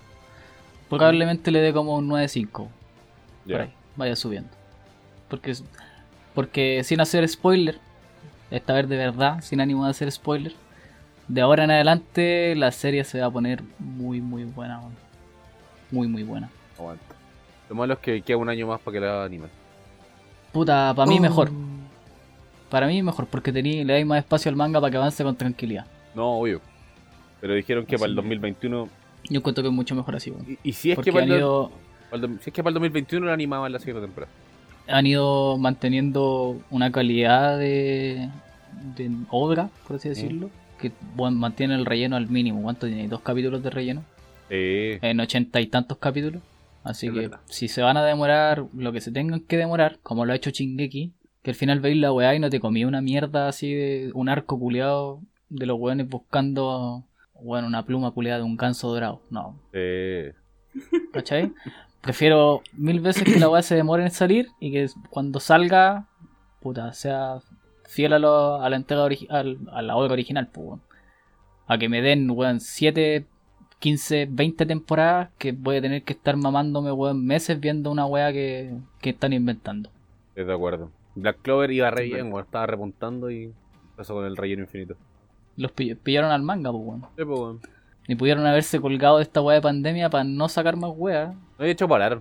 [SPEAKER 2] probablemente le dé como un 9.5.
[SPEAKER 1] Ya.
[SPEAKER 2] Por ahí, vaya subiendo. Porque, porque sin hacer spoiler, esta vez de verdad, sin ánimo de hacer spoiler, de ahora en adelante la serie se va a poner muy, muy buena. weón. Muy, muy buena.
[SPEAKER 1] Aguanta. Lo malo es que queda un año más para que la animen.
[SPEAKER 2] Puta, para mí
[SPEAKER 3] Oh.
[SPEAKER 2] mejor. Para mí mejor, porque tení, le dais más espacio al manga para que avance con tranquilidad.
[SPEAKER 1] No, obvio. Pero dijeron que
[SPEAKER 2] Así
[SPEAKER 1] para el
[SPEAKER 2] que-
[SPEAKER 1] 2021.
[SPEAKER 2] Yo encuentro que es mucho mejor así, weón.
[SPEAKER 1] Y, y si, es
[SPEAKER 2] porque
[SPEAKER 1] que para
[SPEAKER 2] han
[SPEAKER 1] el-
[SPEAKER 2] ido,
[SPEAKER 1] para el, si es que para el 2021 la animaban la siguiente temporada.
[SPEAKER 2] han ido manteniendo una calidad de, de obra, por
[SPEAKER 1] Mm.
[SPEAKER 2] así decirlo, que bueno, mantiene el relleno al mínimo. ¿Cuánto tiene? ¿Dos capítulos de relleno?
[SPEAKER 1] Eh,
[SPEAKER 2] En ochenta y tantos capítulos. Así
[SPEAKER 3] Es
[SPEAKER 2] que
[SPEAKER 3] verdad.
[SPEAKER 2] si se van a demorar lo que se tengan que demorar, como lo ha hecho Chingeki, que al final veis la weá y no te comí una mierda así de un arco culeado de los weones buscando bueno, una pluma culeada de un ganso dorado. No,
[SPEAKER 1] eh.
[SPEAKER 2] ¿Cachai? Prefiero mil veces que la weá se demore en salir y que cuando salga, puta, sea fiel a, lo- a la entrega ori- al- a la obra original, pues, weón. A que me den, weón, 7, 15, 20 temporadas que voy a tener que estar mamándome, weón, meses viendo una weá que, que están inventando.
[SPEAKER 1] Estoy de acuerdo. Black Clover iba re
[SPEAKER 3] Sí,
[SPEAKER 1] bien,
[SPEAKER 3] bueno.
[SPEAKER 1] weón, estaba repuntando y pasó con el relleno infinito.
[SPEAKER 2] Los pill- pillaron al manga, pues, weón.
[SPEAKER 1] Sí, pues, weón.
[SPEAKER 2] Y pudieron haberse colgado de esta weá de pandemia para no sacar más weá,
[SPEAKER 1] No he hecho parar.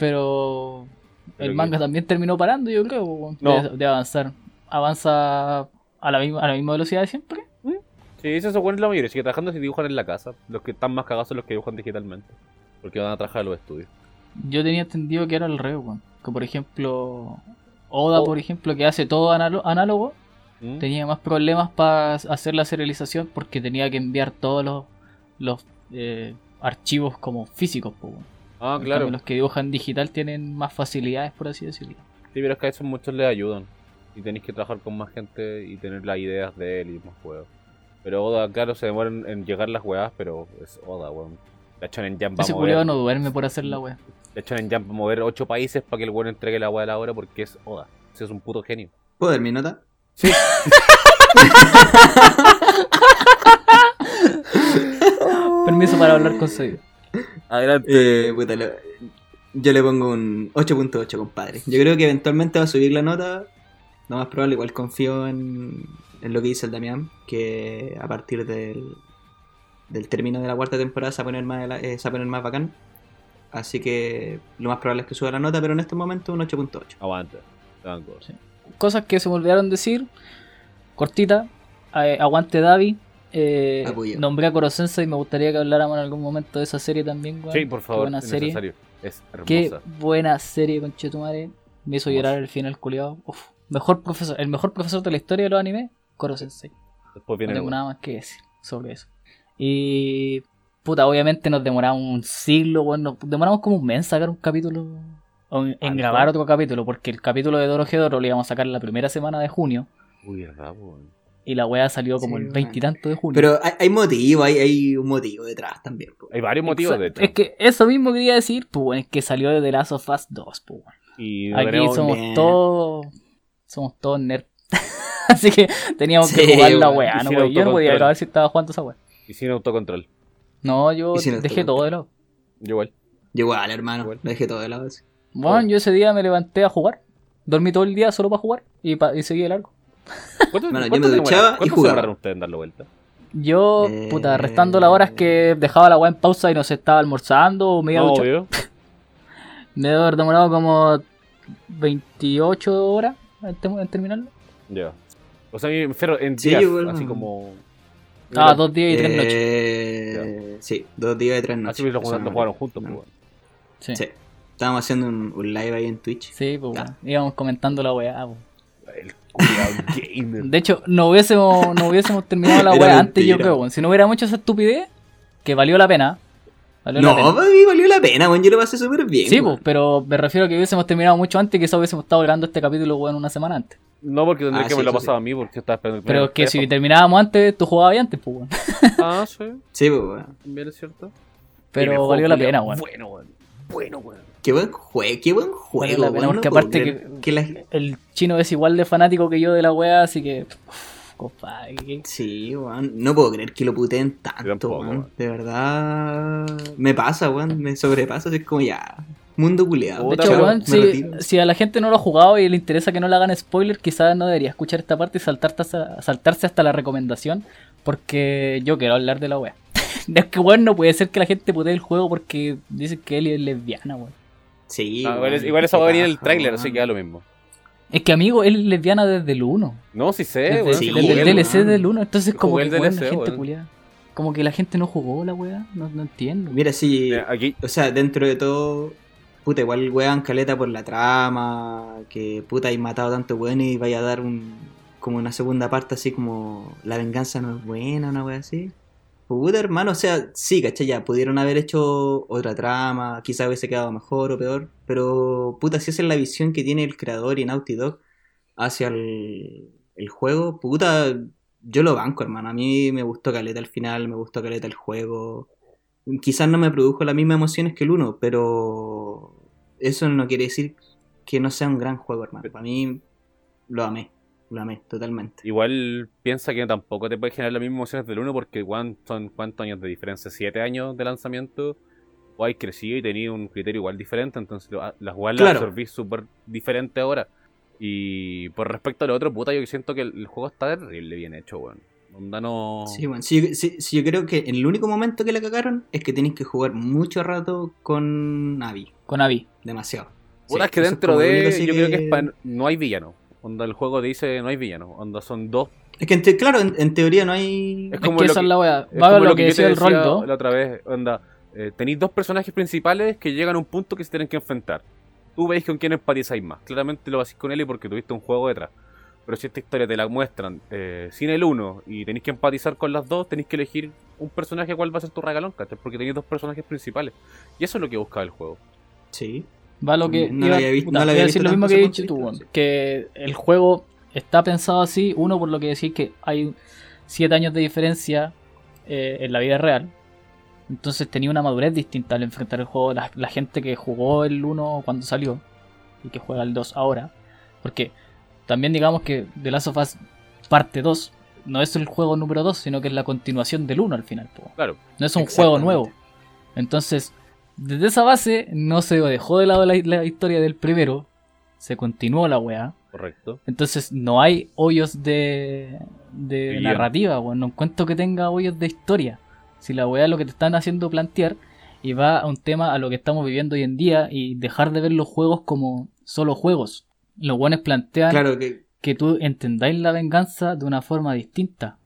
[SPEAKER 2] pero
[SPEAKER 1] Pero
[SPEAKER 2] El
[SPEAKER 1] que-
[SPEAKER 2] manga también terminó parando, yo creo, weón,
[SPEAKER 1] No.
[SPEAKER 2] de, de avanzar. Avanza a la, misma, a la misma velocidad de siempre.
[SPEAKER 1] Sí, eso se bueno la mayoría. Sigue trabajando si dibujan en la casa. Los que están más cagados son los que dibujan digitalmente. Porque van a trabajar en los estudios.
[SPEAKER 2] Yo tenía entendido que era el reo, weón. Que por ejemplo,
[SPEAKER 1] Oh.
[SPEAKER 2] Oda, por ejemplo, que hace todo analo- análogo,
[SPEAKER 1] ¿Mm?
[SPEAKER 2] tenía más problemas para hacer la serialización porque tenía que enviar todos los, los eh, archivos como físicos, po, weón.
[SPEAKER 1] Ah,
[SPEAKER 2] En
[SPEAKER 1] claro.
[SPEAKER 2] cambio, Los que dibujan digital tienen más facilidades, por así decirlo.
[SPEAKER 1] Sí, pero es que a esos muchos les ayudan. Y tenéis que trabajar con más gente y tener las ideas de él y más juegos. Pero Oda, claro, se demoran en llegar las weas, pero es Oda, weón. La Shonen Jump va a
[SPEAKER 2] Ese
[SPEAKER 1] mover.
[SPEAKER 2] culiado no duerme por hacer la wea.
[SPEAKER 1] La Shonen Jump va a mover 8 países para que el weón entregue la wea a la hora porque es Oda. Ese es un puto genio.
[SPEAKER 3] ¿Puedo dar mi nota?
[SPEAKER 2] Permiso para hablar con Seiya.
[SPEAKER 1] Adelante.
[SPEAKER 3] Eh, puta, lo- yo le pongo un 8.8, compadre. Yo creo que eventualmente va a subir la nota. Lo más probable, igual confío en, en lo que dice el Damián, que a partir del, del término de la cuarta temporada se va, a poner más, de la- eh, se va a poner más bacán. Así que lo más probable es que suba la nota, pero en este momento un 8.8.
[SPEAKER 1] Aguanta. Banco.
[SPEAKER 2] Cosas que se me olvidaron decir. Cortita. eh, aguante Davi. Eh,
[SPEAKER 3] Apoyo.
[SPEAKER 2] nombré a Corosense y me gustaría que habláramos en algún momento de esa serie también, weón.
[SPEAKER 1] Sí, por
[SPEAKER 2] Qué
[SPEAKER 1] favor,
[SPEAKER 2] buena
[SPEAKER 1] es
[SPEAKER 2] serie.
[SPEAKER 1] necesario. Es hermosa.
[SPEAKER 2] Qué buena serie, conchetumare. Me hizo llorar
[SPEAKER 1] Hermosa.
[SPEAKER 2] el final, culiado. Uf. Mejor profesor, el mejor profesor de la historia de los animes, Koro Sensei.
[SPEAKER 1] Después
[SPEAKER 2] No
[SPEAKER 1] viene
[SPEAKER 2] tengo
[SPEAKER 1] el
[SPEAKER 2] nada más que decir sobre eso. Y. Puta, obviamente nos demoramos un siglo, weón. nos demoramos como un mes en sacar un capítulo. o en, en
[SPEAKER 1] Tanto.
[SPEAKER 2] grabar otro capítulo, porque el capítulo de Doro Hedoro lo íbamos a sacar la primera semana de junio.
[SPEAKER 1] Uy, verdad, weón.
[SPEAKER 2] Y la weá salió como el
[SPEAKER 3] Sí, weón.
[SPEAKER 2] veintitanto de junio.
[SPEAKER 3] Pero hay, hay motivo, hay, hay un motivo detrás también. po.
[SPEAKER 1] Hay varios motivos, de hecho.
[SPEAKER 2] Es que eso mismo quería decir, pues, weón, es que salió de The Last of Us 2, pues, weón.
[SPEAKER 1] Y
[SPEAKER 2] Aquí
[SPEAKER 1] tenemos-
[SPEAKER 2] somos
[SPEAKER 3] nerd.
[SPEAKER 2] todos. Somos todos nerds. Así que teníamos
[SPEAKER 3] Sí,
[SPEAKER 2] que jugar la
[SPEAKER 3] weón.
[SPEAKER 2] weá, no,
[SPEAKER 1] Hicieron
[SPEAKER 2] weón. Yo no podía
[SPEAKER 1] autocontrol.
[SPEAKER 2] grabar si estaba jugando esa weá.
[SPEAKER 1] Y sin autocontrol.
[SPEAKER 2] No, yo
[SPEAKER 3] Hicieron
[SPEAKER 2] dejé todo de lado.
[SPEAKER 1] Yo igual.
[SPEAKER 3] Yo igual, hermano,
[SPEAKER 1] Igual.
[SPEAKER 3] lo dejé todo de lado. así.
[SPEAKER 2] Bueno, yo ese día me levanté a jugar. Dormí todo el día solo para jugar y, pa- y seguí el arco.
[SPEAKER 1] ¿Cuánto,
[SPEAKER 3] Bueno, yo
[SPEAKER 1] cuánto
[SPEAKER 3] me
[SPEAKER 1] se
[SPEAKER 3] duchaba
[SPEAKER 1] demoraron-
[SPEAKER 3] y
[SPEAKER 1] cuánto se
[SPEAKER 3] jugaba.
[SPEAKER 1] demoraron ustedes en darle vuelta?
[SPEAKER 2] Yo,
[SPEAKER 3] Eh.
[SPEAKER 2] puta, restando las horas que dejaba la weá en pausa y no se estaba almorzando o me iba a duchar.
[SPEAKER 1] Obvio.
[SPEAKER 2] Me debo haber demorado como 28 horas en, tem- en terminarlo.
[SPEAKER 1] Ya. O sea, me refiero en
[SPEAKER 3] Sí,
[SPEAKER 1] días,
[SPEAKER 3] igual,
[SPEAKER 1] así
[SPEAKER 3] no.
[SPEAKER 1] como...
[SPEAKER 2] Ah, dos días y tres
[SPEAKER 3] Eh,
[SPEAKER 2] noches.
[SPEAKER 3] Sí, dos días de tres noches.
[SPEAKER 1] Así que Ah, lo
[SPEAKER 3] Eso
[SPEAKER 1] jugaron, lo
[SPEAKER 3] no-
[SPEAKER 1] jugaron juntos,
[SPEAKER 3] no.
[SPEAKER 1] pues, weón.
[SPEAKER 2] Sí.
[SPEAKER 3] Sí. Estábamos haciendo un, un live ahí en Twitch.
[SPEAKER 2] Sí, pues bueno, íbamos comentando la weá. po.
[SPEAKER 1] El culiao gamer.
[SPEAKER 2] De hecho, no hubiésemos, no hubiésemos terminado la
[SPEAKER 3] Era
[SPEAKER 2] weá antes, yo
[SPEAKER 3] mentira.
[SPEAKER 2] creo. weón. Si no hubiéramos hecho esa estupidez, que valió la pena. Valió la
[SPEAKER 3] No,
[SPEAKER 2] pena.
[SPEAKER 3] papi, valió la pena, weón. Yo lo pasé súper bien.
[SPEAKER 2] Sí, pues,
[SPEAKER 3] weón.
[SPEAKER 2] pero me refiero a que hubiésemos terminado mucho antes y que quizás hubiésemos estado grabando este capítulo weón, una semana antes.
[SPEAKER 1] No, porque tendría
[SPEAKER 3] Ah,
[SPEAKER 1] que
[SPEAKER 3] sí,
[SPEAKER 1] me lo
[SPEAKER 3] eso
[SPEAKER 1] pasado a mí, porque estaba esperando...
[SPEAKER 2] Pero es que si
[SPEAKER 1] teléfono.
[SPEAKER 2] terminábamos antes, tú jugabas ya antes, pues, weón.
[SPEAKER 1] Ah, sí.
[SPEAKER 3] Sí, pues, weón.
[SPEAKER 1] También es cierto. Y el
[SPEAKER 2] Pero
[SPEAKER 1] juego,
[SPEAKER 2] valió la
[SPEAKER 1] culiao,
[SPEAKER 2] pena, weón.
[SPEAKER 1] Bueno, weón. Bueno, weón.
[SPEAKER 3] Qué buen juego, qué buen juego,
[SPEAKER 2] la pena,
[SPEAKER 3] weón.
[SPEAKER 2] porque
[SPEAKER 3] puedo
[SPEAKER 2] aparte
[SPEAKER 3] creer
[SPEAKER 2] que-
[SPEAKER 3] la-
[SPEAKER 2] El chino es igual de fanático que yo de la wea, así que. uf, compadre, que-
[SPEAKER 3] Sí, weón. No puedo creer que lo puteen tanto,
[SPEAKER 1] tampoco,
[SPEAKER 3] weón.
[SPEAKER 1] weón.
[SPEAKER 3] De verdad. Me pasa, weón. Me sobrepasa. así Es como ya. Mundo culeado.
[SPEAKER 2] De
[SPEAKER 1] Puta,
[SPEAKER 2] hecho,
[SPEAKER 1] chao,
[SPEAKER 2] weón, si, si a la gente no lo ha jugado y le interesa que no le hagan spoiler, quizás no debería escuchar esta parte y saltarte hasta- saltarse hasta la recomendación, porque yo quiero hablar de la wea. es que, weón, no puede ser que la gente putee el juego porque dicen que Ellie es lesbiana, weón.
[SPEAKER 3] Sí,
[SPEAKER 1] Ah, igual,
[SPEAKER 3] weón,
[SPEAKER 1] es- igual eso
[SPEAKER 3] qué
[SPEAKER 1] va a venir en el
[SPEAKER 3] paja,
[SPEAKER 1] tráiler,
[SPEAKER 3] weón.
[SPEAKER 1] así que da lo mismo.
[SPEAKER 2] Es que, amigo, él es lesbiana desde el 1.
[SPEAKER 1] No, sí sé,
[SPEAKER 2] desde,
[SPEAKER 1] weón.
[SPEAKER 3] sí,
[SPEAKER 2] desde
[SPEAKER 1] jugué,
[SPEAKER 2] el
[SPEAKER 3] weón.
[SPEAKER 2] DLC del 1. Entonces,
[SPEAKER 1] Yo
[SPEAKER 2] como
[SPEAKER 1] jugué
[SPEAKER 2] que
[SPEAKER 1] el
[SPEAKER 2] weón, la
[SPEAKER 1] DLC,
[SPEAKER 2] gente
[SPEAKER 1] weón.
[SPEAKER 2] culiá. Como que la gente no jugó la weá. No, no entiendo.
[SPEAKER 3] Mira, sí.
[SPEAKER 1] Mira, Aquí,
[SPEAKER 3] O sea, dentro de todo, puta, igual weón caleta por la trama, que puta, hay matado tanto bueno y vaya a dar un como una segunda parte así como la venganza no es buena, una wea así. Puta, hermano, o sea, sí, ¿cachai? Ya pudieron haber hecho otra trama, quizás hubiese quedado mejor o peor, pero puta, si esa es la visión que tiene el creador y Naughty Dog hacia el, el juego, puta, yo lo banco, hermano. A mí me gustó caleta el final, me gustó caleta el juego. Quizás no me produjo las mismas emociones que el 1, pero eso no quiere decir que no sea un gran juego, hermano. Para mí lo amé, lo amé totalmente.
[SPEAKER 1] Igual piensa que tampoco te puede generar las mismas emociones del 1 porque ¿cuán- son cuántos años de diferencia, siete años de lanzamiento, o hay crecido y tenido un criterio igual diferente, entonces lo- las cuales
[SPEAKER 3] Claro.
[SPEAKER 1] las absorbís súper diferente ahora. Y por respecto al otro, puta, yo siento que el, el juego está terrible bien hecho, weón. Onda no...
[SPEAKER 3] Sí, bueno, sí, sí, sí, yo creo que el único momento que la cagaron es que tenéis que jugar mucho rato con Navi,
[SPEAKER 2] Con Abby.
[SPEAKER 3] demasiado.
[SPEAKER 1] Puta,
[SPEAKER 3] Sí,
[SPEAKER 1] es que
[SPEAKER 3] eso es
[SPEAKER 1] dentro
[SPEAKER 3] como lo único
[SPEAKER 1] de...
[SPEAKER 3] así
[SPEAKER 1] Yo creo que es para... No hay villano. Onda el juego te dice no hay villano. Onda son dos
[SPEAKER 3] Es que, en te- claro, en, en teoría no hay.
[SPEAKER 1] Es
[SPEAKER 2] Es
[SPEAKER 1] como
[SPEAKER 2] que
[SPEAKER 1] lo
[SPEAKER 2] esa
[SPEAKER 1] que-
[SPEAKER 2] es la weá.
[SPEAKER 1] Es
[SPEAKER 2] Va a
[SPEAKER 1] como
[SPEAKER 2] ver lo que
[SPEAKER 1] yo te
[SPEAKER 2] decía el
[SPEAKER 1] decía
[SPEAKER 2] Roldo.
[SPEAKER 1] La otra vez, onda, eh, tenéis dos personajes principales que llegan a un punto que se tienen que enfrentar. Tú veis con quién empatizáis más. Claramente lo hacéis con Eli porque tuviste un juego detrás. Pero si esta historia te la muestran eh, sin el uno y tenéis que empatizar con las dos, tenéis que elegir un personaje cuál va a ser tu regalón, ¿cachai? Porque tenéis dos personajes principales. Y eso es lo que busca el juego.
[SPEAKER 3] Sí.
[SPEAKER 2] Va lo que.
[SPEAKER 3] No lo había visto-
[SPEAKER 2] puta,
[SPEAKER 3] no
[SPEAKER 2] voy
[SPEAKER 3] lo
[SPEAKER 2] a
[SPEAKER 3] había
[SPEAKER 2] decir
[SPEAKER 3] visto
[SPEAKER 2] lo mismo
[SPEAKER 3] tampoco
[SPEAKER 2] que he
[SPEAKER 3] ese
[SPEAKER 2] dicho tú,
[SPEAKER 3] punto de
[SPEAKER 2] weón,
[SPEAKER 3] vista, sí.
[SPEAKER 2] Que el juego está pensado así, uno por lo que decís que hay 7 años de diferencia eh, en la vida real. Entonces tenía una madurez distinta al enfrentar el juego. La, la gente que jugó el 1 cuando salió y que juega el 2 ahora. Porque también digamos que The Last of Us parte 2 no es el juego número 2, sino que es la continuación del 1 al final. po.
[SPEAKER 1] Claro,
[SPEAKER 2] No es un juego
[SPEAKER 3] Exactamente.
[SPEAKER 2] nuevo. Entonces, desde esa base, no se dejó de lado la, la historia del primero. Se continuó la weá.
[SPEAKER 1] correcto.
[SPEAKER 2] Entonces, no hay hoyos de,
[SPEAKER 1] De
[SPEAKER 2] de
[SPEAKER 1] guión.
[SPEAKER 2] narrativa, weón. No encuentro que tenga hoyos de historia. Si la weá es lo que te están haciendo plantear y va a un tema a lo que estamos viviendo hoy en día y dejar de ver los juegos como solo juegos. Los weones plantean
[SPEAKER 3] Claro que.
[SPEAKER 2] que tú entendáis la venganza de una forma distinta.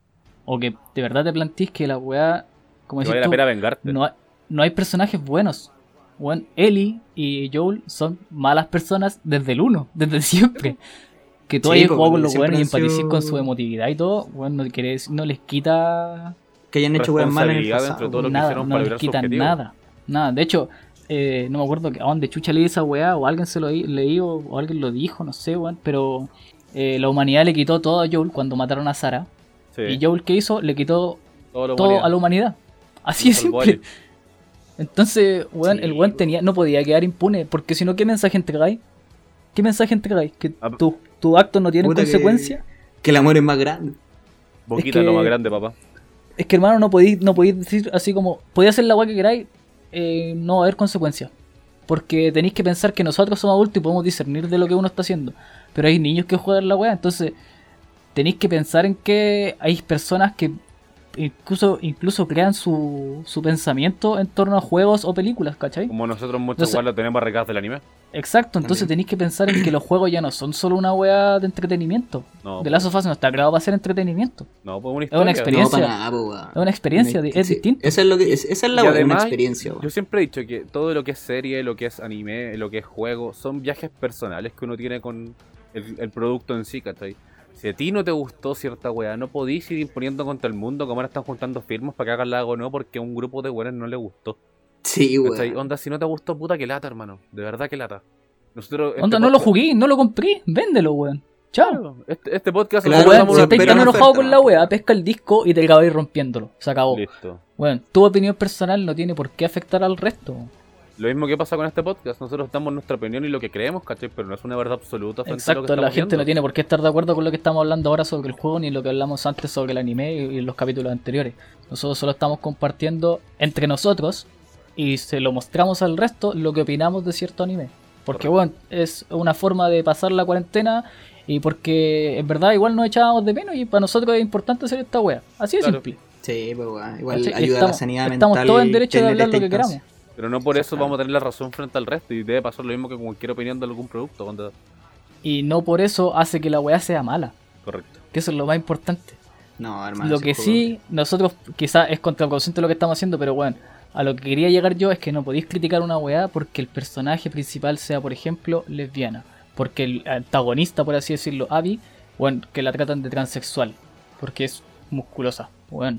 [SPEAKER 2] O que de verdad te plantees que la weá, como
[SPEAKER 1] Que
[SPEAKER 2] decís
[SPEAKER 1] vale la
[SPEAKER 2] tú,
[SPEAKER 1] pena vengarte.
[SPEAKER 2] no hay, no hay personajes buenos. Bueno, Ellie y Joel son malas personas desde el uno, desde siempre. Que tú
[SPEAKER 3] Sí,
[SPEAKER 2] hayas
[SPEAKER 3] pues,
[SPEAKER 2] jugado con los
[SPEAKER 3] siempre
[SPEAKER 2] buenos y
[SPEAKER 3] han sido-
[SPEAKER 2] empatices con su emotividad y todo, bueno, no, quiere decir- no les quita
[SPEAKER 3] Que hayan hecho weas malas en el
[SPEAKER 1] Responsabilidad
[SPEAKER 3] pasado.
[SPEAKER 1] dentro de todo lo que
[SPEAKER 2] nada,
[SPEAKER 1] hicieron
[SPEAKER 2] no
[SPEAKER 1] para
[SPEAKER 2] les
[SPEAKER 1] lograr su
[SPEAKER 2] quitan
[SPEAKER 1] objetivo.
[SPEAKER 2] nada. Nada, de hecho, eh, no me acuerdo que- a dónde chucha leí esa weá, o alguien se lo di- leí, o, o alguien lo dijo, no sé, weón, pero eh, la humanidad le quitó todo a Joel cuando mataron a Sara.
[SPEAKER 1] Sí,
[SPEAKER 2] Y Joel, ¿qué hizo? Le quitó
[SPEAKER 1] todo lo
[SPEAKER 2] todo
[SPEAKER 1] humanidad.
[SPEAKER 2] a la humanidad. Así de
[SPEAKER 1] Salvó a
[SPEAKER 2] simple.
[SPEAKER 1] Ellie.
[SPEAKER 2] Entonces, weón,
[SPEAKER 3] Sí,
[SPEAKER 2] el weón
[SPEAKER 3] weón.
[SPEAKER 2] tenía, no podía quedar impune, porque si no, ¿qué mensaje entregáis? ¿Qué mensaje entregáis? Que
[SPEAKER 1] Ah, p-
[SPEAKER 2] tu, tu acto no tiene
[SPEAKER 3] Puta que-
[SPEAKER 2] consecuencia.
[SPEAKER 3] Que el amor es más grande.
[SPEAKER 1] Boquita
[SPEAKER 2] que-
[SPEAKER 1] lo más grande, papá.
[SPEAKER 2] Es que, hermano, no podéis no podéis decir así como, podéis hacer la weá que queráis, eh, no va a haber consecuencias. Porque tenéis que pensar que nosotros somos adultos y podemos discernir de lo que uno está haciendo. Pero hay niños que juegan la weá, entonces tenéis que pensar en que hay personas que incluso, incluso crean su, su pensamiento en torno a juegos o películas, ¿cachai?
[SPEAKER 1] Como nosotros muchos
[SPEAKER 2] Entonces-
[SPEAKER 1] igual lo tenemos arreglados del anime.
[SPEAKER 2] Exacto, entonces
[SPEAKER 3] También.
[SPEAKER 2] tenéis que pensar en que los juegos ya no son solo una weá de entretenimiento.
[SPEAKER 1] No,
[SPEAKER 2] The Last of Us no está creado para ser entretenimiento.
[SPEAKER 1] no, pues una
[SPEAKER 2] una
[SPEAKER 1] historia.
[SPEAKER 2] experiencia.
[SPEAKER 3] No, para nada, po, weón.
[SPEAKER 2] Es una experiencia,
[SPEAKER 3] Una-
[SPEAKER 2] di- es
[SPEAKER 3] sí,
[SPEAKER 2] distinto.
[SPEAKER 3] Esa es, lo que, es- esa es la
[SPEAKER 1] Y
[SPEAKER 3] wea, una
[SPEAKER 1] además,
[SPEAKER 3] experiencia, weón.
[SPEAKER 1] Yo siempre he dicho que todo lo que es serie, lo que es anime, lo que es juego, son viajes personales que uno tiene con el, el producto en sí, ¿cachai? Si a ti no te gustó cierta weá, no podís ir imponiendo contra el mundo como ahora están juntando firmas para que hagan algo nuevo porque a un grupo de weones no le gustó.
[SPEAKER 3] Sí,
[SPEAKER 1] ¿Cachai?
[SPEAKER 3] weón.
[SPEAKER 1] Onda, si no te gustó, puta que lata, hermano. De verdad que lata. Nosotros. este
[SPEAKER 2] Onda, no lo
[SPEAKER 1] podcast-
[SPEAKER 2] jugué, no lo compré, véndelo, weón. Chao.
[SPEAKER 1] Claro, Este, este podcast
[SPEAKER 3] Claro,
[SPEAKER 1] lo
[SPEAKER 2] weón,
[SPEAKER 1] mandamos
[SPEAKER 2] si
[SPEAKER 1] a
[SPEAKER 2] estáis
[SPEAKER 1] una
[SPEAKER 2] tan
[SPEAKER 3] primera
[SPEAKER 2] enojado
[SPEAKER 3] oferta,
[SPEAKER 2] con la
[SPEAKER 3] no.
[SPEAKER 2] weá, pesca el disco y te acabáis rompiéndolo. Se acabó.
[SPEAKER 1] opinión. Listo.
[SPEAKER 2] Weón, tu opinión personal no tiene por qué afectar al resto.
[SPEAKER 1] Lo mismo que pasa con este podcast. Nosotros damos nuestra opinión y lo que creemos, ¿cachai? Pero no es una verdad absoluta. frente a lo que
[SPEAKER 2] Exacto, la
[SPEAKER 1] estamos
[SPEAKER 2] gente no
[SPEAKER 1] viendo.
[SPEAKER 2] tiene por qué estar de acuerdo con lo que estamos hablando ahora sobre el juego ni lo que hablamos antes sobre el anime y, y los capítulos anteriores. Nosotros solo estamos compartiendo entre nosotros y se lo mostramos al resto lo que opinamos de cierto anime. Porque bueno, es una forma de pasar la cuarentena y porque en verdad igual nos echábamos de menos y para nosotros es importante hacer esta wea. Así de
[SPEAKER 1] Claro.
[SPEAKER 2] simple.
[SPEAKER 3] Sí, pues, weón. Igual
[SPEAKER 2] ¿cachai?
[SPEAKER 3] ayuda a la
[SPEAKER 2] Estamos-
[SPEAKER 3] sanidad mental.
[SPEAKER 2] estamos todos en derecho de
[SPEAKER 3] tener
[SPEAKER 2] hablar lo
[SPEAKER 3] esta
[SPEAKER 2] que
[SPEAKER 3] instancia.
[SPEAKER 2] queramos.
[SPEAKER 1] Pero no por eso
[SPEAKER 3] Exactamente.
[SPEAKER 1] vamos a tener la razón frente al resto y debe pasar lo mismo que con cualquier opinión de algún producto. cuando-
[SPEAKER 2] Y no por eso hace que la wea sea mala,
[SPEAKER 1] Correcto.
[SPEAKER 2] que eso es lo más importante.
[SPEAKER 3] No, hermano.
[SPEAKER 2] lo
[SPEAKER 3] ese
[SPEAKER 2] que
[SPEAKER 3] juego-
[SPEAKER 2] sí, nosotros quizás es contraproducente lo que estamos haciendo, pero bueno, a lo que quería llegar yo es que no podéis criticar una weá porque el personaje principal sea, por ejemplo, lesbiana. Porque el antagonista, por así decirlo, Abby, bueno, que la tratan de transexual, porque es musculosa. Bueno,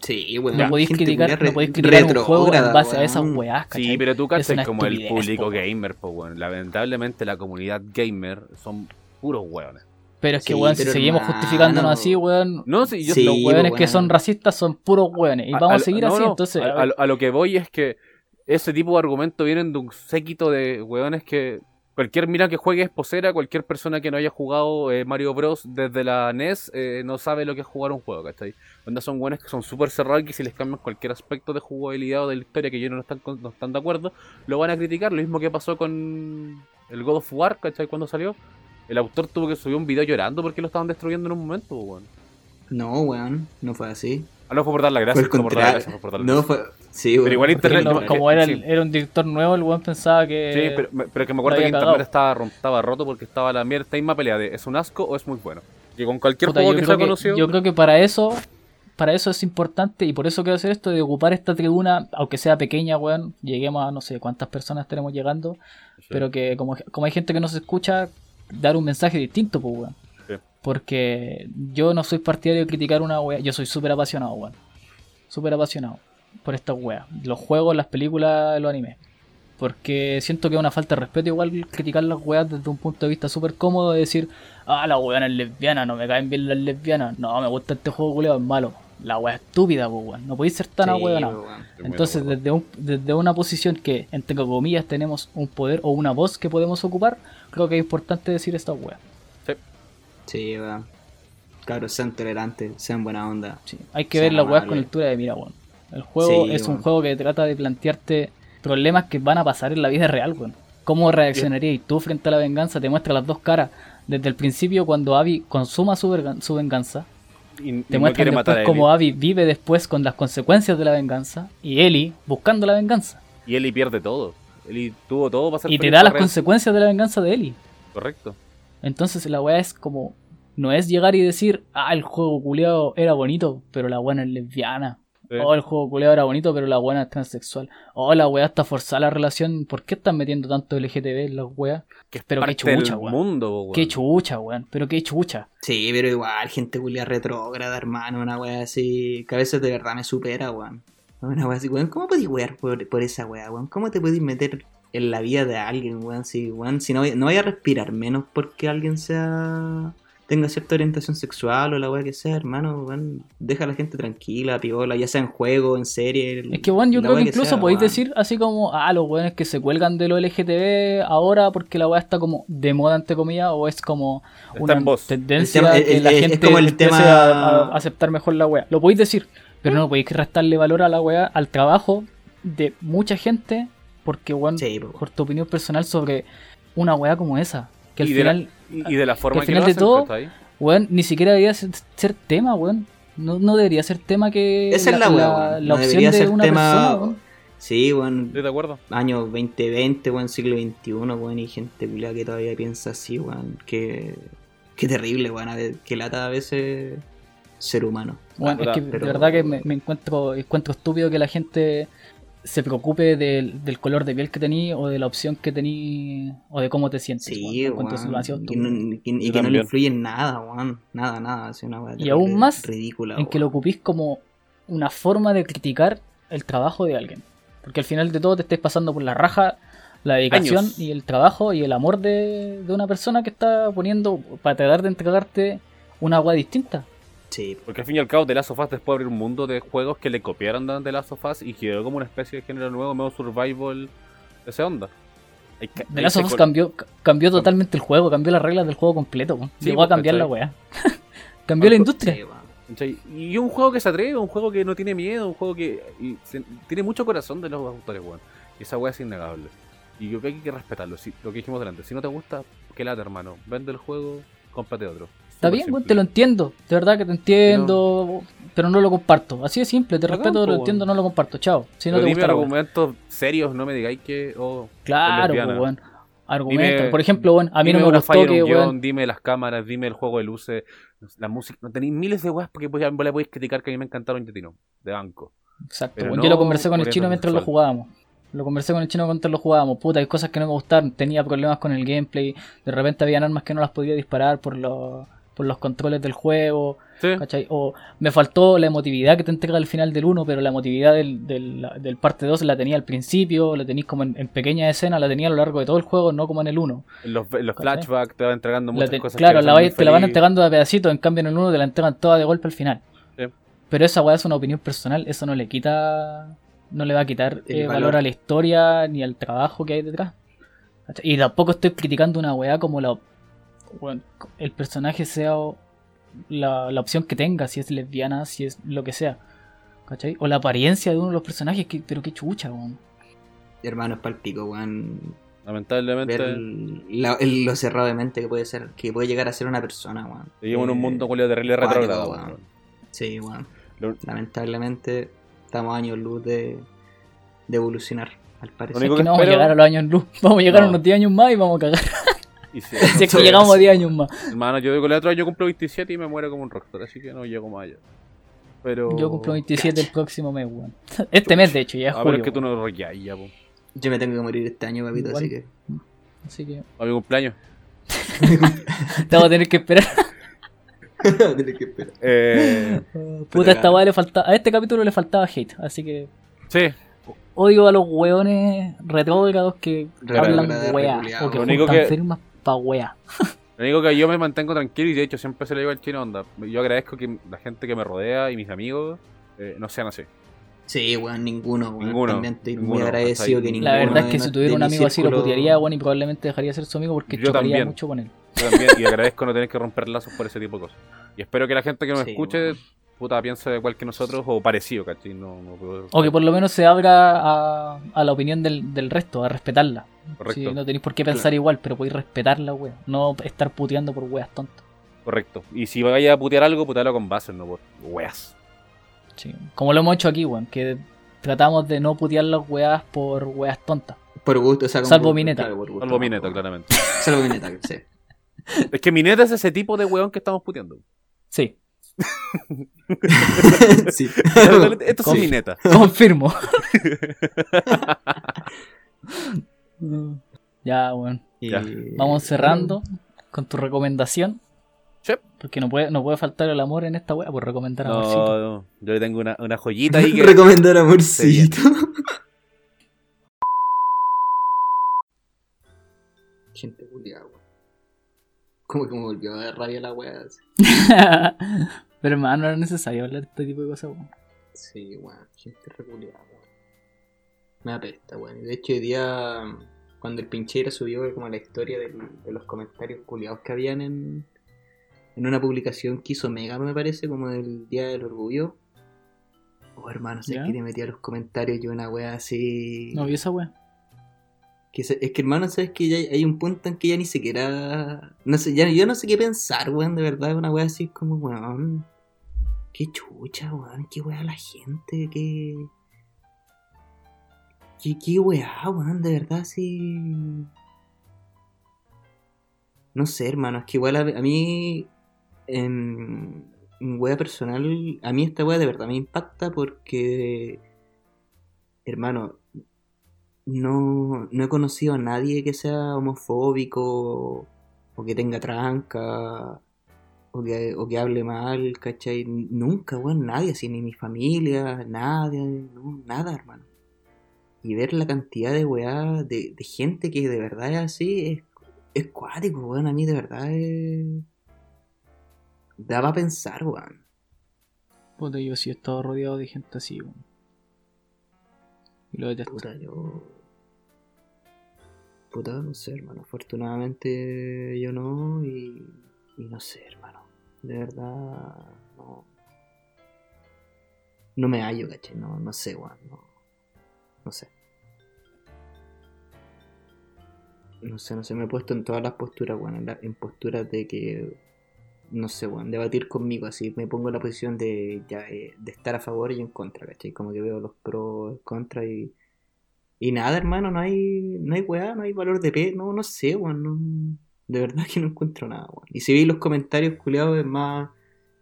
[SPEAKER 3] Sí, weón.
[SPEAKER 2] no podéis
[SPEAKER 3] Gente
[SPEAKER 2] criticar,
[SPEAKER 3] culia
[SPEAKER 2] no podéis
[SPEAKER 3] re-
[SPEAKER 2] criticar un juego en
[SPEAKER 3] retrógrada,
[SPEAKER 2] base a
[SPEAKER 3] weón.
[SPEAKER 2] esas weás,
[SPEAKER 1] Sí,
[SPEAKER 2] ¿cachai?
[SPEAKER 1] pero tú
[SPEAKER 2] Es una
[SPEAKER 1] cachas como el
[SPEAKER 2] estupidez,
[SPEAKER 1] público
[SPEAKER 2] po.
[SPEAKER 1] gamer, pues, weón. Lamentablemente la comunidad gamer son puros weones.
[SPEAKER 2] Pero es que,
[SPEAKER 3] Sí,
[SPEAKER 2] weón, si
[SPEAKER 3] pero
[SPEAKER 2] seguimos
[SPEAKER 3] hermano.
[SPEAKER 2] justificándonos así, weón,
[SPEAKER 1] No, sí, yo
[SPEAKER 3] Sí,
[SPEAKER 2] los
[SPEAKER 3] pues,
[SPEAKER 2] weones que
[SPEAKER 3] weón.
[SPEAKER 2] son racistas son puros weones. Y vamos a,
[SPEAKER 1] lo-
[SPEAKER 2] seguir
[SPEAKER 1] no,
[SPEAKER 2] así,
[SPEAKER 1] no,
[SPEAKER 2] entonces...
[SPEAKER 1] A, a lo- a lo que voy es que ese tipo de argumento vienen de un séquito de weones que. Cualquier mira que juegue es posera, cualquier persona que no haya jugado eh, Mario Bros. desde la NES eh, no sabe lo que es jugar un juego, ¿cachai? Onda son weones que son súper cerrados y que si les cambian cualquier aspecto de jugabilidad o de la historia que ellos no están, con- no están de acuerdo, lo van a criticar. Lo mismo que pasó con el God of War, ¿cachai? Cuando salió. El autor tuvo que subir un video llorando porque lo estaban destruyendo en un momento, weón.
[SPEAKER 3] No, weón. No fue así.
[SPEAKER 1] Ah, no fue por dar la
[SPEAKER 3] Fue
[SPEAKER 1] gracia,
[SPEAKER 3] el
[SPEAKER 1] fue por dar la
[SPEAKER 3] contrario.
[SPEAKER 1] gracia, fue por dar la
[SPEAKER 3] No
[SPEAKER 1] gracia.
[SPEAKER 3] fue. Sí, weón.
[SPEAKER 1] Pero igual
[SPEAKER 2] Porque
[SPEAKER 1] internet
[SPEAKER 2] lo-
[SPEAKER 1] no-
[SPEAKER 2] como era,
[SPEAKER 1] sí.
[SPEAKER 2] el- era un director nuevo, el weón pensaba que.
[SPEAKER 1] Sí, pero, me- pero que me acuerdo
[SPEAKER 2] lo
[SPEAKER 1] que
[SPEAKER 2] había
[SPEAKER 1] internet
[SPEAKER 2] cagado.
[SPEAKER 1] estaba, rom- estaba roto porque estaba la mierda, misma pelea de ¿es un asco o es muy bueno? Que con cualquier
[SPEAKER 2] Puta,
[SPEAKER 1] juego
[SPEAKER 2] yo
[SPEAKER 1] que
[SPEAKER 2] creo
[SPEAKER 1] sea conocido.
[SPEAKER 2] Yo creo que para eso, para eso es importante y por eso quiero hacer esto de ocupar esta tribuna, aunque sea pequeña, weón. Lleguemos a no sé cuántas personas tenemos llegando, pero que como, como hay gente que nos escucha, dar un mensaje distinto, pues, weón.
[SPEAKER 1] Sí.
[SPEAKER 2] Porque yo no soy partidario de criticar una wea, yo soy súper apasionado, weón. Súper apasionado por esta wea. Los juegos, las películas, los animes. Porque siento que es una falta de respeto igual criticar las weas desde un punto de vista súper cómodo de decir, ah, la weona es lesbiana, no me caen bien las lesbianas, no, me gusta este juego culiao, es malo. La wea es estúpida, po, weón. No podéis ser tan
[SPEAKER 3] Sí,
[SPEAKER 2] ahueonado.
[SPEAKER 3] weón.
[SPEAKER 1] Estoy muy de
[SPEAKER 2] Entonces,
[SPEAKER 1] acuerdo.
[SPEAKER 2] desde, un- desde una posición que, entre comillas, tenemos un poder o una voz que podemos ocupar, creo que es importante decir esta wea.
[SPEAKER 3] Sí, weón. Cabros, sean tolerantes, sean buena onda.
[SPEAKER 2] Sí, hay que
[SPEAKER 3] Sí,
[SPEAKER 2] ver las weas
[SPEAKER 3] vale.
[SPEAKER 2] con altura de mira, weón. El juego
[SPEAKER 3] Sí,
[SPEAKER 2] es un
[SPEAKER 3] weón.
[SPEAKER 2] juego que trata de plantearte problemas que van a pasar en la vida real, weón. ¿Cómo reaccionarías tú frente a la venganza? Te muestra las dos caras. Desde el principio, cuando Abby consuma su, verga- su venganza,
[SPEAKER 1] Y- y
[SPEAKER 2] te
[SPEAKER 1] no
[SPEAKER 2] muestran
[SPEAKER 1] quiere
[SPEAKER 2] después
[SPEAKER 1] matar a Ellie.
[SPEAKER 2] cómo Abby vive después con las consecuencias de la venganza y Ellie buscando la venganza.
[SPEAKER 1] Y Eli pierde todo. Eli tuvo todo para ser
[SPEAKER 2] Y te
[SPEAKER 1] feliz,
[SPEAKER 2] da las
[SPEAKER 1] correcto.
[SPEAKER 2] consecuencias de la venganza de Ellie.
[SPEAKER 1] Correcto.
[SPEAKER 2] Entonces la weá es como. No es llegar y decir, ah, el juego culeado era bonito, pero la buena es lesbiana.
[SPEAKER 1] Sí.
[SPEAKER 2] Oh, el juego culeado era bonito, pero la buena es transexual. Oh, la weá está forzada la relación. ¿Por qué están metiendo tanto LGTB en las weas?
[SPEAKER 1] Que es
[SPEAKER 2] Pero qué
[SPEAKER 1] parte del
[SPEAKER 2] chucha, weón.
[SPEAKER 1] mundo, weón.
[SPEAKER 2] Qué chucha, weón. Pero qué chucha.
[SPEAKER 3] Sí, pero igual, gente culia retrógrada, hermano, una wea así, que a veces de verdad me supera, weón. Una wea así, weón, ¿cómo podís wear por, por esa wea, weón? ¿Cómo te podís meter en la vida de alguien, weón? Si, weón, si no, voy- no vaya a respirar menos porque alguien sea tenga cierta orientación sexual o la wea que sea, hermano, weón. Deja a la gente tranquila, piola, ya sea en juego, en serie.
[SPEAKER 2] Es que, weón, yo
[SPEAKER 3] la
[SPEAKER 2] creo que
[SPEAKER 3] wea
[SPEAKER 2] incluso
[SPEAKER 3] sea,
[SPEAKER 2] podéis
[SPEAKER 3] weón.
[SPEAKER 2] decir así como, ah, los weones que se cuelgan de lo LGTB ahora porque la weá está como de moda, entre comillas, o es como
[SPEAKER 1] Está
[SPEAKER 2] una
[SPEAKER 1] en voz.
[SPEAKER 2] tendencia
[SPEAKER 3] El tema-
[SPEAKER 2] a
[SPEAKER 3] el-
[SPEAKER 2] que
[SPEAKER 3] el-
[SPEAKER 2] la
[SPEAKER 3] es
[SPEAKER 2] gente
[SPEAKER 3] como el
[SPEAKER 2] empiece
[SPEAKER 3] tema-
[SPEAKER 2] a, a aceptar mejor la wea. Lo podéis decir, pero no podéis restarle valor a la wea, al trabajo de mucha gente, porque, weón,
[SPEAKER 3] Sí, pues, weón.
[SPEAKER 2] por tu opinión personal sobre una wea como esa, que al
[SPEAKER 1] Y de la-
[SPEAKER 2] final,
[SPEAKER 1] Y, y de la forma que
[SPEAKER 2] al final
[SPEAKER 1] lo
[SPEAKER 2] de
[SPEAKER 1] hacen,
[SPEAKER 2] todo-
[SPEAKER 1] ¿cachai?
[SPEAKER 2] weón, ni siquiera debería ser, ser tema, weón. No, no debería ser tema que
[SPEAKER 3] Esa es la wea, weón.
[SPEAKER 2] la
[SPEAKER 3] No
[SPEAKER 2] opción
[SPEAKER 3] debería
[SPEAKER 2] de
[SPEAKER 3] ser
[SPEAKER 2] una
[SPEAKER 3] tema-
[SPEAKER 2] persona, weón.
[SPEAKER 3] Sí, weón.
[SPEAKER 1] Estoy de acuerdo.
[SPEAKER 3] año 2020, weón, siglo XXI, weón, y gente culiada que todavía piensa así, weón. Qué, qué terrible, weón, a ver, qué lata a veces ser humano.
[SPEAKER 2] Bueno, es
[SPEAKER 1] Puta,
[SPEAKER 2] que
[SPEAKER 3] pero-
[SPEAKER 2] de verdad que me, me encuentro encuentro estúpido que la gente se preocupe del, del color de piel que tení o de la opción que tení o de cómo te sientes.
[SPEAKER 3] Sí,
[SPEAKER 2] weón. Lo encuentro
[SPEAKER 3] weón.
[SPEAKER 2] demasiado
[SPEAKER 3] Y,
[SPEAKER 2] estúpido.
[SPEAKER 3] no- y-
[SPEAKER 1] Yo
[SPEAKER 3] y que no
[SPEAKER 1] también.
[SPEAKER 3] le influye en nada, weón. Nada, nada. Es una weá terrible,
[SPEAKER 2] aún más
[SPEAKER 3] ridícula,
[SPEAKER 2] en que lo
[SPEAKER 3] weón.
[SPEAKER 2] ocupís como una forma de criticar el trabajo de alguien. Porque al final de todo te estés pasando por la raja la dedicación
[SPEAKER 1] Años.
[SPEAKER 2] y el trabajo y el amor de, de una persona que está poniendo para tratar de entregarte una agua distinta.
[SPEAKER 3] Sí,
[SPEAKER 1] Porque al fin y al cabo, The Last of Us después abrió un mundo de juegos que le copiaron de The Last of Us y quedó como una especie de género nuevo, medio survival, de esa onda. Hay ca-
[SPEAKER 2] The
[SPEAKER 1] hay
[SPEAKER 2] Last of
[SPEAKER 1] secu-
[SPEAKER 2] Us cambió, ca- cambió totalmente el juego, cambió las reglas del juego completo. po.
[SPEAKER 1] Sí,
[SPEAKER 2] Llegó a
[SPEAKER 1] pues,
[SPEAKER 2] cambiar la
[SPEAKER 1] ¿cachai?
[SPEAKER 2] weá. cambió la industria.
[SPEAKER 3] sí, weón.
[SPEAKER 1] ¿cachai? Y un juego que se atreve, un juego que no tiene miedo, un juego que y se- tiene mucho corazón de los autores, weón. Y esa weá es innegable. Y yo creo que hay que respetarlo, si- lo que dijimos delante. Si no te gusta, que lata, hermano. Vende el juego, cómprate otro.
[SPEAKER 2] Está
[SPEAKER 1] Súper
[SPEAKER 2] bien, weón,
[SPEAKER 1] simple.
[SPEAKER 2] te lo entiendo. De verdad que te entiendo, pero no lo comparto. Así de simple, te
[SPEAKER 1] Perdón,
[SPEAKER 2] respeto,
[SPEAKER 1] po,
[SPEAKER 2] lo
[SPEAKER 1] weón.
[SPEAKER 2] entiendo, no lo comparto. Chao. Si no
[SPEAKER 1] Pero
[SPEAKER 2] te
[SPEAKER 1] dime
[SPEAKER 2] gusta la weá.
[SPEAKER 1] argumentos serios, no me digáis que. oh,
[SPEAKER 2] Claro,
[SPEAKER 1] lesbiana.
[SPEAKER 2] po, weón. Argumenta.
[SPEAKER 1] Dime-
[SPEAKER 2] Por ejemplo, weón, a mí
[SPEAKER 1] Dime
[SPEAKER 2] no me
[SPEAKER 1] una falla
[SPEAKER 2] gustó
[SPEAKER 1] en
[SPEAKER 2] que,
[SPEAKER 1] un
[SPEAKER 2] weón,
[SPEAKER 1] guión, dime las cámaras, dime el juego de luces, la música. No tenéis miles de weas porque vos ya- vos le podéis criticar que a mí me encantaron y te tiro, de banco.
[SPEAKER 2] Exacto,
[SPEAKER 1] Pero
[SPEAKER 2] bueno, yo lo
[SPEAKER 1] no
[SPEAKER 2] conversé con el
[SPEAKER 1] por
[SPEAKER 2] chino
[SPEAKER 1] eso
[SPEAKER 2] mientras lo
[SPEAKER 1] sexual.
[SPEAKER 2] jugábamos. Lo conversé con el chino mientras lo jugábamos. Puta, hay cosas que no me gustaron. Tenía problemas con el gameplay. De repente habían armas que no las podía disparar por los, por los controles del juego.
[SPEAKER 1] Sí,
[SPEAKER 2] ¿cachai? O me faltó la emotividad que te entrega al final del 1, pero la emotividad del, del, del parte 2 la tenía al principio. La tenías como en, en pequeña escena, la tenía a lo largo de todo el juego, no como en el 1.
[SPEAKER 1] en los, en los
[SPEAKER 2] ¿Cachai?
[SPEAKER 1] flashbacks te van entregando
[SPEAKER 2] La
[SPEAKER 1] muchas
[SPEAKER 2] te-
[SPEAKER 1] cosas. que
[SPEAKER 2] claro,
[SPEAKER 1] te
[SPEAKER 2] la
[SPEAKER 1] hacen
[SPEAKER 2] vais- te la van
[SPEAKER 1] feliz.
[SPEAKER 2] entregando de pedacitos, en cambio en el uno te la entregan toda de golpe al final.
[SPEAKER 1] Sí.
[SPEAKER 2] Pero esa weá es una opinión personal, eso no le quita, no le va a quitar
[SPEAKER 3] El
[SPEAKER 2] eh, valor.
[SPEAKER 3] valor.
[SPEAKER 2] a la historia ni al trabajo que hay detrás. ¿Cachai? Y tampoco estoy criticando una weá como la weón, el personaje sea o- la, la opción que tenga, si es lesbiana, si es lo que sea. ¿Cachai? O la apariencia de uno de los personajes, que- pero qué chucha, weón.
[SPEAKER 3] Hermano, es palpico, weón.
[SPEAKER 1] Lamentablemente,
[SPEAKER 3] Ver la- el- lo cerrado de mente que puede ser, que puede llegar a ser una persona, weón.
[SPEAKER 1] vivimos en un
[SPEAKER 3] Eh,
[SPEAKER 1] mundo culiao terrible
[SPEAKER 3] cuático,
[SPEAKER 1] retrógrado.
[SPEAKER 3] weón.
[SPEAKER 1] weón.
[SPEAKER 3] Sí, weón.
[SPEAKER 1] Lo-
[SPEAKER 3] lamentablemente estamos años luz de, de evolucionar, al
[SPEAKER 1] Lo
[SPEAKER 3] parecer.
[SPEAKER 1] único
[SPEAKER 2] Que
[SPEAKER 1] que
[SPEAKER 2] no vamos a
[SPEAKER 1] espero-
[SPEAKER 2] llegar a los años luz, vamos a llegar a
[SPEAKER 1] No.
[SPEAKER 2] unos 10 años más y vamos a cagar.
[SPEAKER 1] Y sí,
[SPEAKER 2] Si es que llegamos a 10 años más.
[SPEAKER 1] hermano, yo digo el otro año cumplo 27 y me muero como un rockstar, así que no llego más allá. Pero.
[SPEAKER 2] Yo cumplo 27 el próximo mes, weón. Este mes, de hecho, ya es
[SPEAKER 1] A ver,
[SPEAKER 2] julio.
[SPEAKER 1] es que tú
[SPEAKER 2] weón.
[SPEAKER 1] no rolláis ya, po.
[SPEAKER 3] Yo me tengo que morir este año, papito,
[SPEAKER 2] Igual.
[SPEAKER 3] así que.
[SPEAKER 2] Así que
[SPEAKER 1] A mi cumpleaños.
[SPEAKER 2] te vamos a tener que esperar.
[SPEAKER 3] Tienes que esperar.
[SPEAKER 1] Eh,
[SPEAKER 2] Puta, esta weá le faltaba. A este capítulo le faltaba hate, así que.
[SPEAKER 1] sí,
[SPEAKER 2] Odio a los weones retrógrados que
[SPEAKER 3] Retrógrada,
[SPEAKER 2] hablan weá.
[SPEAKER 3] reculeado.
[SPEAKER 2] O que
[SPEAKER 1] Lo único
[SPEAKER 2] juntan
[SPEAKER 1] que-
[SPEAKER 2] firmas pa' weá.
[SPEAKER 1] Lo único que yo me mantengo tranquilo y de hecho siempre se lo digo al chino onda. Yo agradezco que la gente que me rodea y mis amigos eh, no sean así.
[SPEAKER 3] Sí, weón, ninguno, weón.
[SPEAKER 1] Ninguno,
[SPEAKER 3] También estoy muy
[SPEAKER 1] ninguno,
[SPEAKER 3] agradecido
[SPEAKER 1] ¿cachai?
[SPEAKER 3] que ninguno.
[SPEAKER 2] La verdad es
[SPEAKER 3] de
[SPEAKER 2] que si
[SPEAKER 3] nos-
[SPEAKER 2] tuviera
[SPEAKER 3] de
[SPEAKER 2] un
[SPEAKER 3] mi
[SPEAKER 2] amigo así lo
[SPEAKER 3] círculo-
[SPEAKER 2] putearía, weón, y probablemente dejaría de ser su amigo porque
[SPEAKER 1] Yo
[SPEAKER 2] chocaría
[SPEAKER 1] también.
[SPEAKER 2] mucho con él.
[SPEAKER 1] Yo también, y agradezco no tener que romper lazos por ese tipo de cosas. Y espero que la gente que nos
[SPEAKER 3] Sí,
[SPEAKER 1] escuche,
[SPEAKER 3] bueno.
[SPEAKER 1] puta, piense igual que nosotros o parecido, ¿cachai? No, no puedo-
[SPEAKER 2] O que por lo menos se abra a, a la opinión del, del resto, a respetarla.
[SPEAKER 1] Correcto.
[SPEAKER 2] Sí, no tenéis por qué pensar igual, pero podéis respetarla, weón. No estar puteando por weas tontas.
[SPEAKER 1] Correcto. Y si vaya a putear algo, putealo con bases, no por weas.
[SPEAKER 2] Sí. Como lo hemos hecho aquí, weón, que tratamos de no putear las weas por weas tontas.
[SPEAKER 3] Por gusto, o sea, como
[SPEAKER 2] Salvo
[SPEAKER 3] por-
[SPEAKER 2] Mineta.
[SPEAKER 3] claro, por gusto.
[SPEAKER 1] Salvo mi neto, claramente.
[SPEAKER 3] Salvo Mineta, sí.
[SPEAKER 1] es que mi neto es ese tipo de weón que estamos puteando.
[SPEAKER 2] Sí,
[SPEAKER 3] sí.
[SPEAKER 1] Esto es
[SPEAKER 3] Sí.
[SPEAKER 1] mi neta.
[SPEAKER 2] confirmo. ya, weón.
[SPEAKER 3] Y-
[SPEAKER 1] Ya.
[SPEAKER 2] Vamos
[SPEAKER 3] Eh,
[SPEAKER 2] cerrando con tu recomendación.
[SPEAKER 1] Sí.
[SPEAKER 2] Porque no puede, no puede faltar el amor en esta wea por recomendar
[SPEAKER 1] No,
[SPEAKER 2] amorcito.
[SPEAKER 1] no, yo le tengo una, una joyita ahí que.
[SPEAKER 3] Recomendar amorcito. Gente culiada, weón. Como que me volvió a dar rabia la weá. así.
[SPEAKER 2] Pero hermano, no era necesario hablar de este tipo de cosas, weón.
[SPEAKER 3] Sí, weón. Gente reculeada, weón. Me apesta, weón. De hecho, hoy día, cuando el pincheira subió como la historia del- de los comentarios culiados que habían en, en una publicación que hizo Mega, me parece, como del Día del Orgullo. Oh, hermano, sé
[SPEAKER 2] ¿Ya?
[SPEAKER 3] que te metí a los comentarios yo una weá así.
[SPEAKER 2] No vi esa wea.
[SPEAKER 3] Que se- es que hermano, sabes que ya hay, hay un punto en que ya ni siquiera. No sé, ya yo no sé qué pensar, weón, de verdad, una weá así es como, weón. Qué chucha, weón, qué weá la gente, qué. Qué, qué weá, weón, de verdad, sí. No sé, hermano, es que igual a, a mí. En, en weá personal, a mí esta weá de verdad me impacta porque. Hermano, no, no he conocido a nadie que sea homofóbico o que tenga tranca o que, o que hable mal, ¿cachai? Nunca, weón, nadie, así ni mi familia, nadie, no, nada, hermano. Y ver la cantidad de weá, de, de gente que de verdad es así, es, es cuático, weón, a mí de verdad es... Daba a pensar, weón.
[SPEAKER 2] Puta, yo sí he estado rodeado de gente así, weón. Y lo detesto.
[SPEAKER 3] Puta, yo. Puta, no sé, hermano. Afortunadamente yo no. Y, y no sé, hermano. De verdad, no. No me hallo, caché. No, no sé, weón. No, no sé. No sé, no sé. Me he puesto en todas las posturas, weón. En, la- en posturas de que. No sé, weón. Debatir conmigo así. Me pongo en la posición de, ya, eh, de estar a favor y en contra, caché. Como que veo los pros, el contra y. Y nada, hermano, no hay, no hay weá, no hay valor de P, no, no sé, weón, no- de verdad que no encuentro nada, weón. Y si veis los comentarios culiados es más,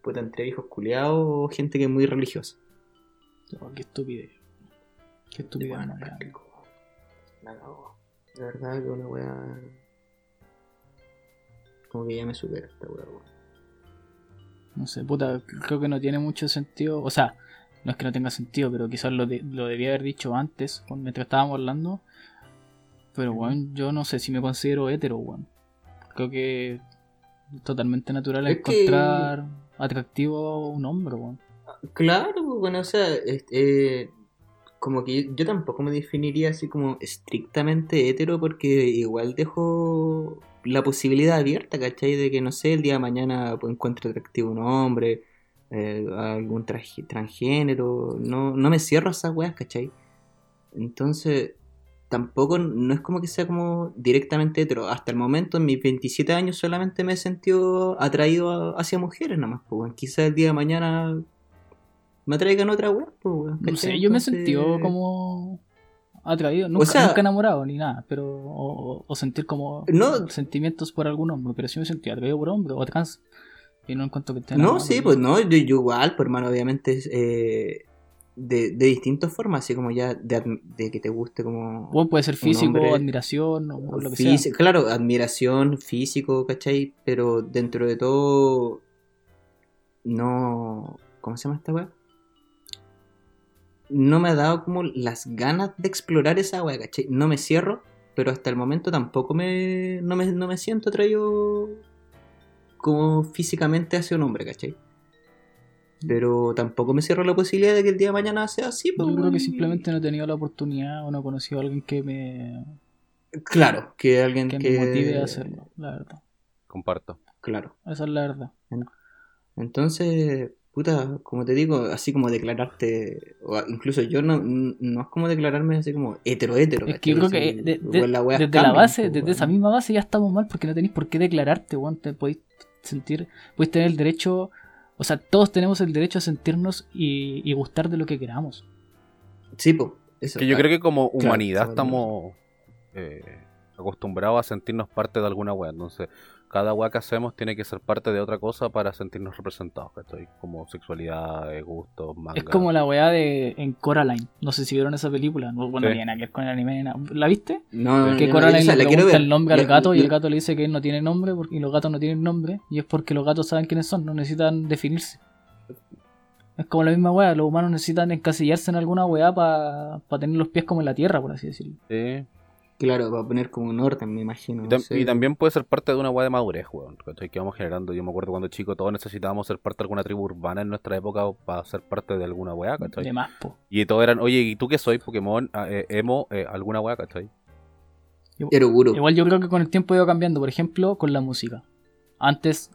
[SPEAKER 3] puta, entre viejos culiados o gente que es muy religiosa.
[SPEAKER 2] Oh, qué estupidez. Qué
[SPEAKER 3] De
[SPEAKER 2] estupidez,
[SPEAKER 3] weá,
[SPEAKER 2] más
[SPEAKER 3] no,
[SPEAKER 2] grande.
[SPEAKER 3] pico, weón. La cago. De verdad que una weá... Como que ya me supera esta weá, weón.
[SPEAKER 2] No sé, puta, creo que no tiene mucho sentido. O sea, no es que no tenga sentido, pero quizás lo, de- lo debía haber dicho antes, cuando- mientras estábamos hablando. Pero, weón, yo no sé si me considero hetero, weón. Creo que es totalmente natural
[SPEAKER 3] Es que-
[SPEAKER 2] encontrar atractivo a un hombre, weón.
[SPEAKER 3] Claro, pues, bueno, o sea, este, eh, como que yo, yo tampoco me definiría así como estrictamente hetero porque igual dejo la posibilidad abierta, ¿cachai? De que, no sé, el día de mañana pues, encuentre atractivo un hombre, eh, algún traje- transgénero, no, no me cierro a esas weas, ¿cachai? Entonces, tampoco, no es como que sea como directamente hetero. Hasta el momento, en mis 27 años, solamente me he sentido atraído a- hacia mujeres nomás, pues, weón. quizás el día de mañana me atraigan otra wea, pues, weón,
[SPEAKER 2] No
[SPEAKER 3] ¿cachai?
[SPEAKER 2] sé, yo me he
[SPEAKER 3] Entonces,
[SPEAKER 2] sentido como atraído, nunca,
[SPEAKER 3] sea-
[SPEAKER 2] nunca enamorado ni nada, pero o, o- o sentir como
[SPEAKER 3] No.
[SPEAKER 2] sentimientos por algún hombre, pero sí me sentí atraído por hombre o trans y no encuentro que esté
[SPEAKER 3] No,
[SPEAKER 2] enamorado.
[SPEAKER 3] sí, pues no, yo, yo igual, pues hermano, obviamente es, eh, de, de distintas formas, así como ya de, adm- de que te guste como...
[SPEAKER 2] Bueno, puede ser físico,
[SPEAKER 3] hombre-
[SPEAKER 2] admiración o, o lo que
[SPEAKER 3] Físi-
[SPEAKER 2] sea.
[SPEAKER 3] Claro, admiración, físico, ¿cachai? Pero dentro de todo, no... ¿Cómo se llama esta weá? No me ha dado como las ganas de explorar esa weá, ¿cachai? No me cierro, pero hasta el momento tampoco me... No me, no me siento atraído como físicamente hacia un hombre, ¿cachai? Pero tampoco me cierro la posibilidad de que el día de mañana sea así. pues,
[SPEAKER 2] Yo creo
[SPEAKER 3] weón,
[SPEAKER 2] que
[SPEAKER 3] y-
[SPEAKER 2] simplemente no he tenido la oportunidad o no he conocido a alguien que me,
[SPEAKER 3] Claro, que alguien
[SPEAKER 2] que
[SPEAKER 3] que...
[SPEAKER 2] me motive a hacerlo, la verdad.
[SPEAKER 1] Comparto.
[SPEAKER 3] Claro.
[SPEAKER 2] Esa es la verdad.
[SPEAKER 3] Entonces, puta, como te digo, así como declararte, o a- incluso yo no, no es como declararme así como hetero hetero.
[SPEAKER 2] Es que yo creo
[SPEAKER 3] ¿cachai?
[SPEAKER 2] que
[SPEAKER 3] Si-
[SPEAKER 2] de- de-
[SPEAKER 3] igual las weas
[SPEAKER 2] desde la
[SPEAKER 3] cambian,
[SPEAKER 2] base,
[SPEAKER 3] pues,
[SPEAKER 2] desde
[SPEAKER 3] weón.
[SPEAKER 2] esa misma base ya estamos mal porque no tenéis por qué declararte, weón. Te podéis sentir, podéis tener el derecho, o sea, todos tenemos el derecho a sentirnos y, y gustar de lo que queramos.
[SPEAKER 3] Sí, pues, eso.
[SPEAKER 1] Que yo creo que como
[SPEAKER 3] claro,
[SPEAKER 1] humanidad
[SPEAKER 3] estamos
[SPEAKER 1] estamos eh, acostumbrados a sentirnos parte de alguna wea. Entonces, cada wea que hacemos tiene que ser parte de otra cosa para sentirnos representados. ¿cachai? Como sexualidad, eh, gustos,
[SPEAKER 3] Ah,
[SPEAKER 1] manga.
[SPEAKER 2] Es como la weá de en Coraline. No sé si vieron esa película. No,
[SPEAKER 1] Sí.
[SPEAKER 2] bueno, no tiene nada que ver con el anime. ni nada. ¿La viste?
[SPEAKER 3] No, no, no,
[SPEAKER 2] Que
[SPEAKER 3] no,
[SPEAKER 2] Coraline
[SPEAKER 3] o sea,
[SPEAKER 2] le
[SPEAKER 3] la quiero
[SPEAKER 2] pregunta
[SPEAKER 3] ver.
[SPEAKER 2] el nombre al
[SPEAKER 3] La-
[SPEAKER 2] gato y
[SPEAKER 3] la-
[SPEAKER 2] el gato le dice que él no tiene nombre porque, y los gatos no tienen nombre y es porque los gatos saben quiénes son, no necesitan definirse. Es como la misma weá, los humanos necesitan encasillarse en alguna weá para tener los pies como en la tierra, por así decirlo.
[SPEAKER 1] Sí.
[SPEAKER 3] Claro, va a poner como un orden, me imagino.
[SPEAKER 1] Y, tam-
[SPEAKER 3] no sé.
[SPEAKER 1] y también puede ser parte de una weá de madurez, weón. ¿cachai? Que vamos generando. Yo me acuerdo cuando chico todos necesitábamos ser parte de alguna tribu urbana en nuestra época para ser parte de alguna weá, ¿cachai?
[SPEAKER 2] Mm, De más, po.
[SPEAKER 1] Y todos eran, oye, ¿y tú qué soy? Pokémon, ah, eh, emo, eh, alguna weá, ¿cachai?
[SPEAKER 3] Ero guro.
[SPEAKER 2] Igual yo creo que con el tiempo ha ido cambiando, por ejemplo, con la música. Antes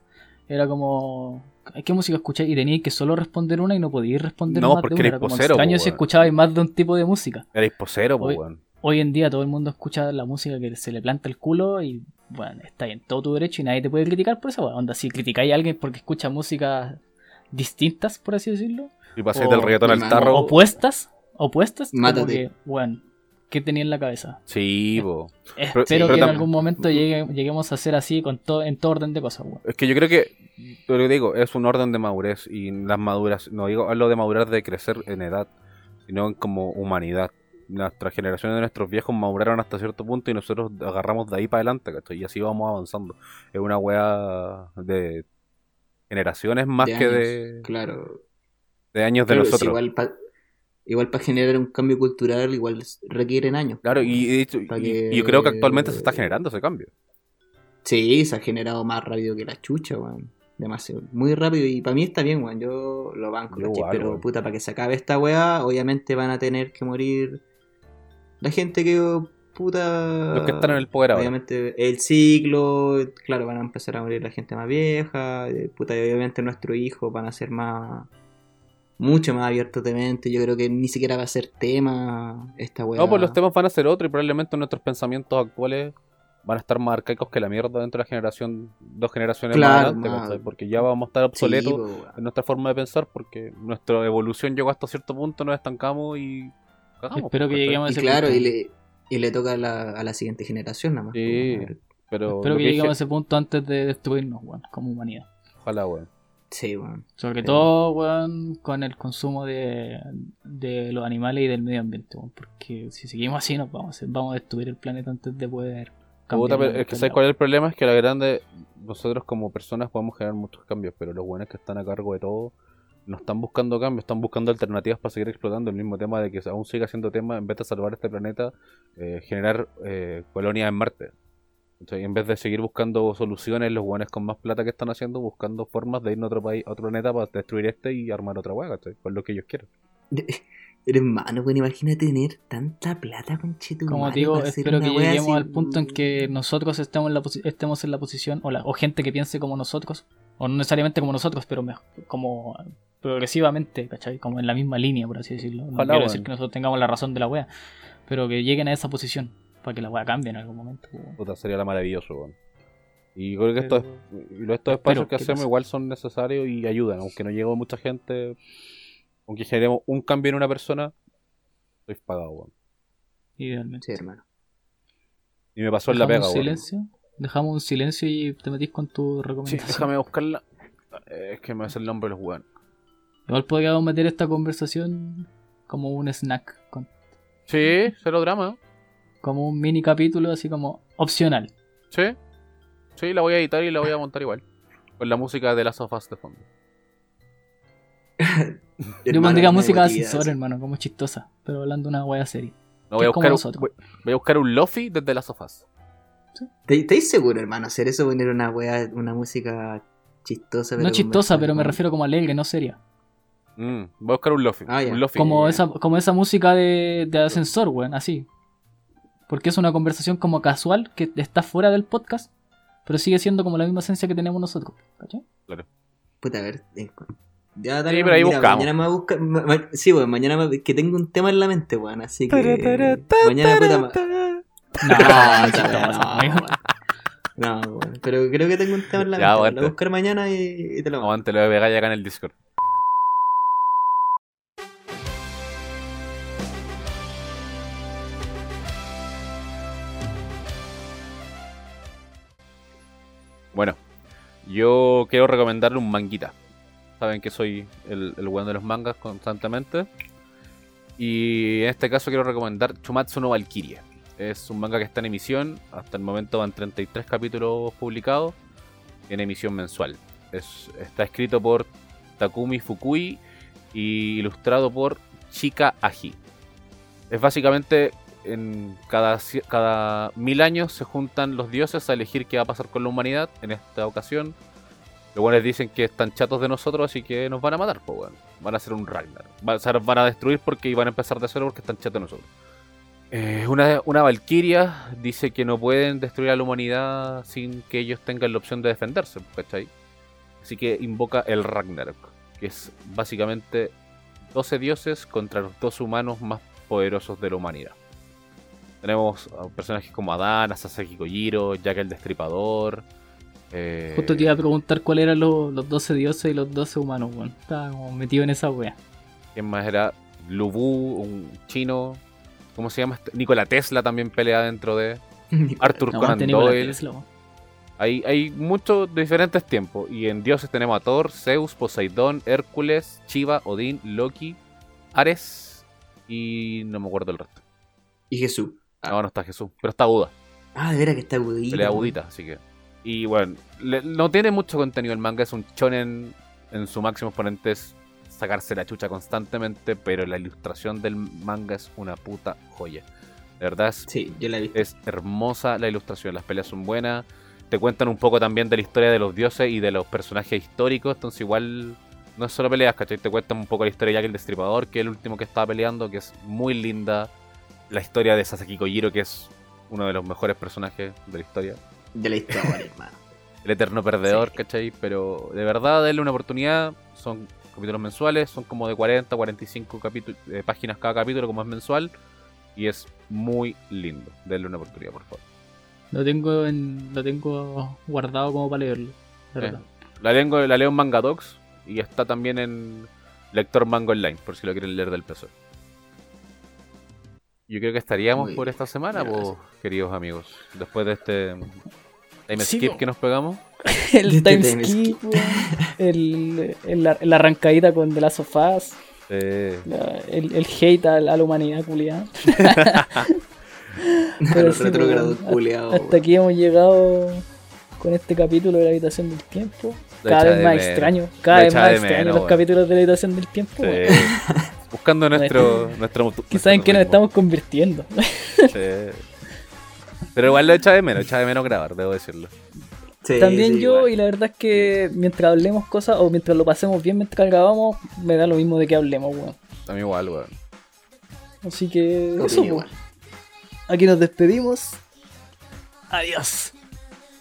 [SPEAKER 2] era como. ¿Qué música escucháis? Y teníais que solo responder una y no podíais responder
[SPEAKER 1] No,
[SPEAKER 2] más
[SPEAKER 1] porque
[SPEAKER 2] de una.
[SPEAKER 1] eres
[SPEAKER 2] Era como
[SPEAKER 1] posero,
[SPEAKER 2] extraño
[SPEAKER 1] po,
[SPEAKER 2] si
[SPEAKER 1] weón.
[SPEAKER 2] escuchabais más de un tipo de música.
[SPEAKER 1] Erais posero, po,
[SPEAKER 2] Oye.
[SPEAKER 1] weón.
[SPEAKER 2] Hoy en día todo el mundo escucha la música que se le planta el culo y bueno, está en todo tu derecho y nadie te puede criticar por eso. Onda, si criticáis a alguien porque escucha música distintas, por así decirlo,
[SPEAKER 1] Y pasé
[SPEAKER 2] O-
[SPEAKER 1] del reggaetón al
[SPEAKER 3] Hermano.
[SPEAKER 1] tarro.
[SPEAKER 2] opuestas, opuestas, como
[SPEAKER 3] Mátate.
[SPEAKER 2] que, bueno, ¿qué tenía en la cabeza?
[SPEAKER 1] Sí, po.
[SPEAKER 2] Espero
[SPEAKER 1] pero
[SPEAKER 2] que en
[SPEAKER 1] tam-
[SPEAKER 2] algún momento llegue- lleguemos a ser así con todo en todo orden de cosas, weón.
[SPEAKER 1] Es que yo creo que, lo que digo, es un orden de madurez y las maduras, no digo hablo de madurar de crecer en edad, sino en como humanidad. Nuestras generaciones de nuestros viejos maduraron hasta cierto punto y nosotros agarramos de ahí para adelante, ¿cachai? Y así vamos avanzando. Es una weá de generaciones más
[SPEAKER 3] De
[SPEAKER 1] que
[SPEAKER 3] años,
[SPEAKER 1] de,
[SPEAKER 3] Claro.
[SPEAKER 1] de años de
[SPEAKER 3] Claro, es
[SPEAKER 1] nosotros.
[SPEAKER 3] igual para generar un cambio cultural, igual requieren años.
[SPEAKER 1] Claro, y, de hecho,
[SPEAKER 3] Para
[SPEAKER 1] y-
[SPEAKER 3] que-
[SPEAKER 1] y yo creo que actualmente se está generando ese cambio.
[SPEAKER 3] Sí, se ha generado más rápido que la chucha, weón. Demasiado. Muy rápido. Y para mí está bien, weón. Yo lo banco,
[SPEAKER 1] Yo
[SPEAKER 3] ¿cachai?
[SPEAKER 1] igual,
[SPEAKER 3] Pero
[SPEAKER 1] weón.
[SPEAKER 3] puta, para que se acabe esta weá, obviamente van a tener que morir la gente que, puta.
[SPEAKER 1] Los que están en el poder ahora.
[SPEAKER 3] Obviamente el ciclo, claro, van a empezar a morir la gente más vieja, eh, puta, y obviamente nuestros hijos van a ser más, mucho más abiertos de mente, yo creo que ni siquiera va a ser tema esta weá.
[SPEAKER 1] No, pues los temas van a ser otro y probablemente nuestros pensamientos actuales van a estar más arcaicos que la mierda dentro de la generación, dos generaciones más
[SPEAKER 3] Claro,
[SPEAKER 1] adelante,
[SPEAKER 3] más-
[SPEAKER 1] ¿cachai? Porque ya vamos a estar
[SPEAKER 3] Sí,
[SPEAKER 1] obsoletos
[SPEAKER 2] pues.
[SPEAKER 3] po, weón.
[SPEAKER 1] en nuestra forma de pensar porque nuestra evolución llegó hasta cierto punto, nos estancamos y cagamos.
[SPEAKER 2] Espero que
[SPEAKER 1] ¿cachai?
[SPEAKER 2] lleguemos a
[SPEAKER 3] Y
[SPEAKER 2] ese
[SPEAKER 3] claro,
[SPEAKER 2] punto.
[SPEAKER 3] y le, y le toca a la, a la siguiente generación nada más.
[SPEAKER 1] Sí.
[SPEAKER 3] pues,
[SPEAKER 1] Pero
[SPEAKER 2] Espero
[SPEAKER 1] lo
[SPEAKER 2] que
[SPEAKER 1] que
[SPEAKER 2] lleguemos a
[SPEAKER 1] dije-
[SPEAKER 2] ese punto antes de destruirnos, weón, como humanidad.
[SPEAKER 1] Ojalá, weón.
[SPEAKER 3] Sí, weón.
[SPEAKER 2] Sobre
[SPEAKER 3] Sí.
[SPEAKER 2] todo, weón, con el consumo de, de los animales y del medio ambiente, weón. Porque si seguimos así, nos vamos a, hacer- vamos a destruir el planeta antes de poder
[SPEAKER 1] Puta, pero
[SPEAKER 2] cambiar. la
[SPEAKER 1] es que
[SPEAKER 2] cuestión,
[SPEAKER 1] ¿sabes cuál es el problema? Es que la grande, nosotros como personas podemos generar muchos cambios, pero los buenos que están a cargo de todo no están buscando cambios, están buscando alternativas para seguir explotando el mismo tema de que aún siga siendo tema, en vez de salvar este planeta, eh, generar eh, colonias en Marte. Entonces, en vez de seguir buscando soluciones, los buenos con más plata que están haciendo, buscando formas de ir a otro país, a otro planeta para destruir este y armar otra hueá, ¿cachai? Con lo que ellos quieran.
[SPEAKER 3] Hermano, weón, imagínate tener tanta plata, conchito.
[SPEAKER 2] Como te digo, espero que lleguemos al punto
[SPEAKER 3] mm,
[SPEAKER 2] en que nosotros estemos en la, posi- estemos en la posición, o, la- o gente que piense como nosotros, o no necesariamente como nosotros, pero mej- como progresivamente, ¿cachai? Como en la misma línea, por así decirlo. No
[SPEAKER 1] Ojalá,
[SPEAKER 2] quiero decir
[SPEAKER 1] weón.
[SPEAKER 2] que nosotros tengamos la razón de la wea, pero que lleguen a esa posición, para que la wea cambie en algún momento. weón.
[SPEAKER 1] Puta, sería la maravilloso, weón. Y creo que esto es Y estos espacios
[SPEAKER 2] Pero,
[SPEAKER 1] que
[SPEAKER 2] ¿qué
[SPEAKER 1] hacemos
[SPEAKER 2] pasa?
[SPEAKER 1] igual son necesarios y ayudan, aunque no llegue mucha gente, aunque generemos un cambio en una persona, estoy pagado, weón.
[SPEAKER 2] idealmente.
[SPEAKER 3] Sí, hermano.
[SPEAKER 1] Y me pasó en la pega,
[SPEAKER 2] Dejamos un
[SPEAKER 1] weón.
[SPEAKER 2] silencio, dejamos un silencio y te metís con tu
[SPEAKER 1] Sí,
[SPEAKER 2] recomendación.
[SPEAKER 1] déjame buscarla. Eh, Es que me hace el nombre de los weones.
[SPEAKER 2] Igual podríamos meter esta conversación como un snack, con-
[SPEAKER 1] Sí, cero drama.
[SPEAKER 2] como un mini capítulo, así como opcional.
[SPEAKER 1] Sí. Sí, la voy a editar y la voy a montar igual. Con la música de Last of Us de fondo.
[SPEAKER 2] Yo pondría
[SPEAKER 3] me
[SPEAKER 2] música de
[SPEAKER 3] motiva,
[SPEAKER 2] ascensor,
[SPEAKER 3] sí.
[SPEAKER 2] hermano, como chistosa, pero hablando de una wea serie.
[SPEAKER 1] No, voy, a
[SPEAKER 2] Es como
[SPEAKER 1] buscar, un-
[SPEAKER 2] nosotros.
[SPEAKER 1] voy, voy a buscar un Lofi desde Last of Us.
[SPEAKER 3] ¿Te- ¿Estáis seguro, hermano? Hacer eso, poner una wea, una música chistosa.
[SPEAKER 2] no
[SPEAKER 3] pero
[SPEAKER 2] chistosa,
[SPEAKER 3] conversar
[SPEAKER 2] pero me
[SPEAKER 3] con-
[SPEAKER 2] refiero como alegre, no seria.
[SPEAKER 1] Mm, voy a buscar un Lofi.
[SPEAKER 3] Ah, ya.
[SPEAKER 1] Un Lofi.
[SPEAKER 2] Como esa, como esa música de, de ascensor, weón, así. Porque es una conversación como casual que está fuera del podcast, pero sigue siendo como la misma esencia que tenemos nosotros. ¿cachai?
[SPEAKER 3] Puta, a ver. eh, Ya,
[SPEAKER 1] Sí, pero ahí buscamos.
[SPEAKER 3] Mañana me voy a buscar. ma- ma- sí, weón, mañana me- que tengo un tema en la mente, weón. Así que. Eh, Mañana, puta. ma-
[SPEAKER 2] No,
[SPEAKER 3] Ah,
[SPEAKER 2] chistosa,
[SPEAKER 3] no,
[SPEAKER 2] weón.
[SPEAKER 3] No, weón. Pero creo que tengo un tema en la
[SPEAKER 1] Ya,
[SPEAKER 3] mente. weón. Lo
[SPEAKER 1] aguante.
[SPEAKER 3] voy a buscar mañana y, y te lo mando.
[SPEAKER 1] Aguante, lo voy a pegar eh, ya acá en el Discord. Bueno, yo quiero recomendarle un manguita. Saben que soy el, el weón de los mangas constantemente. Y en este caso quiero recomendar Chumatsu no Valkyria. Es un manga que está en emisión. Hasta el momento van 33 capítulos publicados en emisión mensual. Es- está escrito por Takumi Fukui y ilustrado por Chika Aji. Es básicamente en cada, ci- cada mil años se juntan los dioses a elegir qué va a pasar con la humanidad. En esta ocasión, los buenos dicen que están chatos de nosotros, así que nos van a matar, pues bueno. Van a hacer un Ragnar. Van a, ser- van a destruir porque y van a empezar de cero porque están chatos de nosotros. Eh, una, una valquiria dice que no pueden destruir a la humanidad sin que ellos tengan la opción de defenderse, ¿cachai? Así que invoca el Ragnarok, que es básicamente 12 dioses contra los dos humanos más poderosos de la humanidad. Tenemos a personajes como Adán, a Sasaki Kojiro, Jack el Destripador. eh,
[SPEAKER 2] Justo te iba a preguntar cuáles eran los, los 12 dioses y los 12 humanos, weón. Estaba como metido en esa wea.
[SPEAKER 1] ¿Quién más era? Lubu, un chino. ¿Cómo se llama? este? Nikola Tesla también pelea dentro de. Arthur
[SPEAKER 2] No,
[SPEAKER 1] Conan
[SPEAKER 2] antes Nikola
[SPEAKER 1] Doyle.
[SPEAKER 2] Tesla, weón.
[SPEAKER 1] Hay, hay muchos de diferentes tiempos. Y en dioses tenemos a Thor, Zeus, Poseidón, Hércules, Chiva, Odín, Loki, Ares. Y no me acuerdo el resto.
[SPEAKER 3] Y Jesús.
[SPEAKER 1] No, no está Jesús, pero está Buda.
[SPEAKER 3] Ah, de veras que está agudito.
[SPEAKER 1] pelea budita, así que. Y bueno, le- no tiene mucho contenido el manga, es un chonen en su máximo exponente es sacarse la chucha constantemente, pero la ilustración del manga es una puta joya. De verdad es,
[SPEAKER 3] Sí, yo la vi.
[SPEAKER 1] es hermosa la ilustración, las peleas son buenas, te cuentan un poco también de la historia de los dioses y de los personajes históricos, entonces igual no es solo peleas, ¿cachai? Te cuentan un poco la historia de Jack el Destripador, que es el último que estaba peleando, que es muy linda, la historia de Sasaki Kojiro, que es uno de los mejores personajes de la historia
[SPEAKER 3] De la historia, hermano.
[SPEAKER 1] el eterno perdedor,
[SPEAKER 3] Sí.
[SPEAKER 1] ¿cachai? Pero de verdad, denle una oportunidad. Son capítulos mensuales, son como de 40, 45 capitu- eh, páginas cada capítulo, como es mensual. Y es muy lindo. Denle una oportunidad, por favor.
[SPEAKER 2] Lo tengo, en, lo tengo guardado como para leerlo. de
[SPEAKER 1] Eh,
[SPEAKER 2] verdad.
[SPEAKER 1] la, leo, la leo en Manga Docs y está también en Lector Manga Online, por si lo quieren leer del peso. Yo creo que estaríamos
[SPEAKER 3] Muy
[SPEAKER 1] por esta semana,
[SPEAKER 3] gracias.
[SPEAKER 1] po, queridos amigos. Después de este time
[SPEAKER 2] Sí,
[SPEAKER 1] skip
[SPEAKER 2] po.
[SPEAKER 1] que nos pegamos.
[SPEAKER 3] De
[SPEAKER 2] el
[SPEAKER 3] este
[SPEAKER 2] time
[SPEAKER 3] time
[SPEAKER 2] skip, weón. el, el ar- la arrancadita con The Last of Us,
[SPEAKER 1] Eh,
[SPEAKER 2] la- el, el hate al- a, la humanidad culiada.
[SPEAKER 3] Los retrógrados
[SPEAKER 1] Oh,
[SPEAKER 3] culeados.
[SPEAKER 2] Hasta aquí hemos llegado con este capítulo de la habitación del tiempo.
[SPEAKER 1] Lo
[SPEAKER 2] Cada
[SPEAKER 1] echaba
[SPEAKER 2] vez
[SPEAKER 1] de
[SPEAKER 2] más
[SPEAKER 1] menos.
[SPEAKER 2] extraño, cada
[SPEAKER 1] Lo
[SPEAKER 2] vez
[SPEAKER 1] echaba
[SPEAKER 2] más
[SPEAKER 1] de
[SPEAKER 2] extraño
[SPEAKER 1] menos,
[SPEAKER 2] los
[SPEAKER 1] weón.
[SPEAKER 2] capítulos de la habitación del tiempo. weón.
[SPEAKER 1] eh, buscando nuestro, nuestro
[SPEAKER 2] Pues, Que saben que nos
[SPEAKER 1] nuestro ritmo.
[SPEAKER 2] estamos convirtiendo.
[SPEAKER 1] Sí. Pero igual lo echa de menos, echa de menos grabar, debo decirlo.
[SPEAKER 3] Sí,
[SPEAKER 2] También
[SPEAKER 3] sí,
[SPEAKER 2] yo,
[SPEAKER 3] igual.
[SPEAKER 2] y la verdad es que mientras hablemos cosas o mientras lo pasemos bien mientras grabamos, me da lo mismo de que hablemos, weón.
[SPEAKER 1] A mí igual, weón.
[SPEAKER 2] Así que
[SPEAKER 3] Opino
[SPEAKER 2] eso,
[SPEAKER 3] igual.
[SPEAKER 2] po. aquí nos despedimos. Adiós.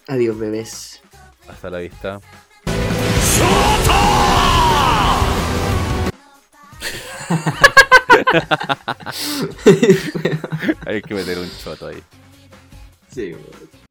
[SPEAKER 3] Adiós, bebés.
[SPEAKER 1] Hasta la vista. Hay que meter un choto ahí.
[SPEAKER 3] Sí, weón.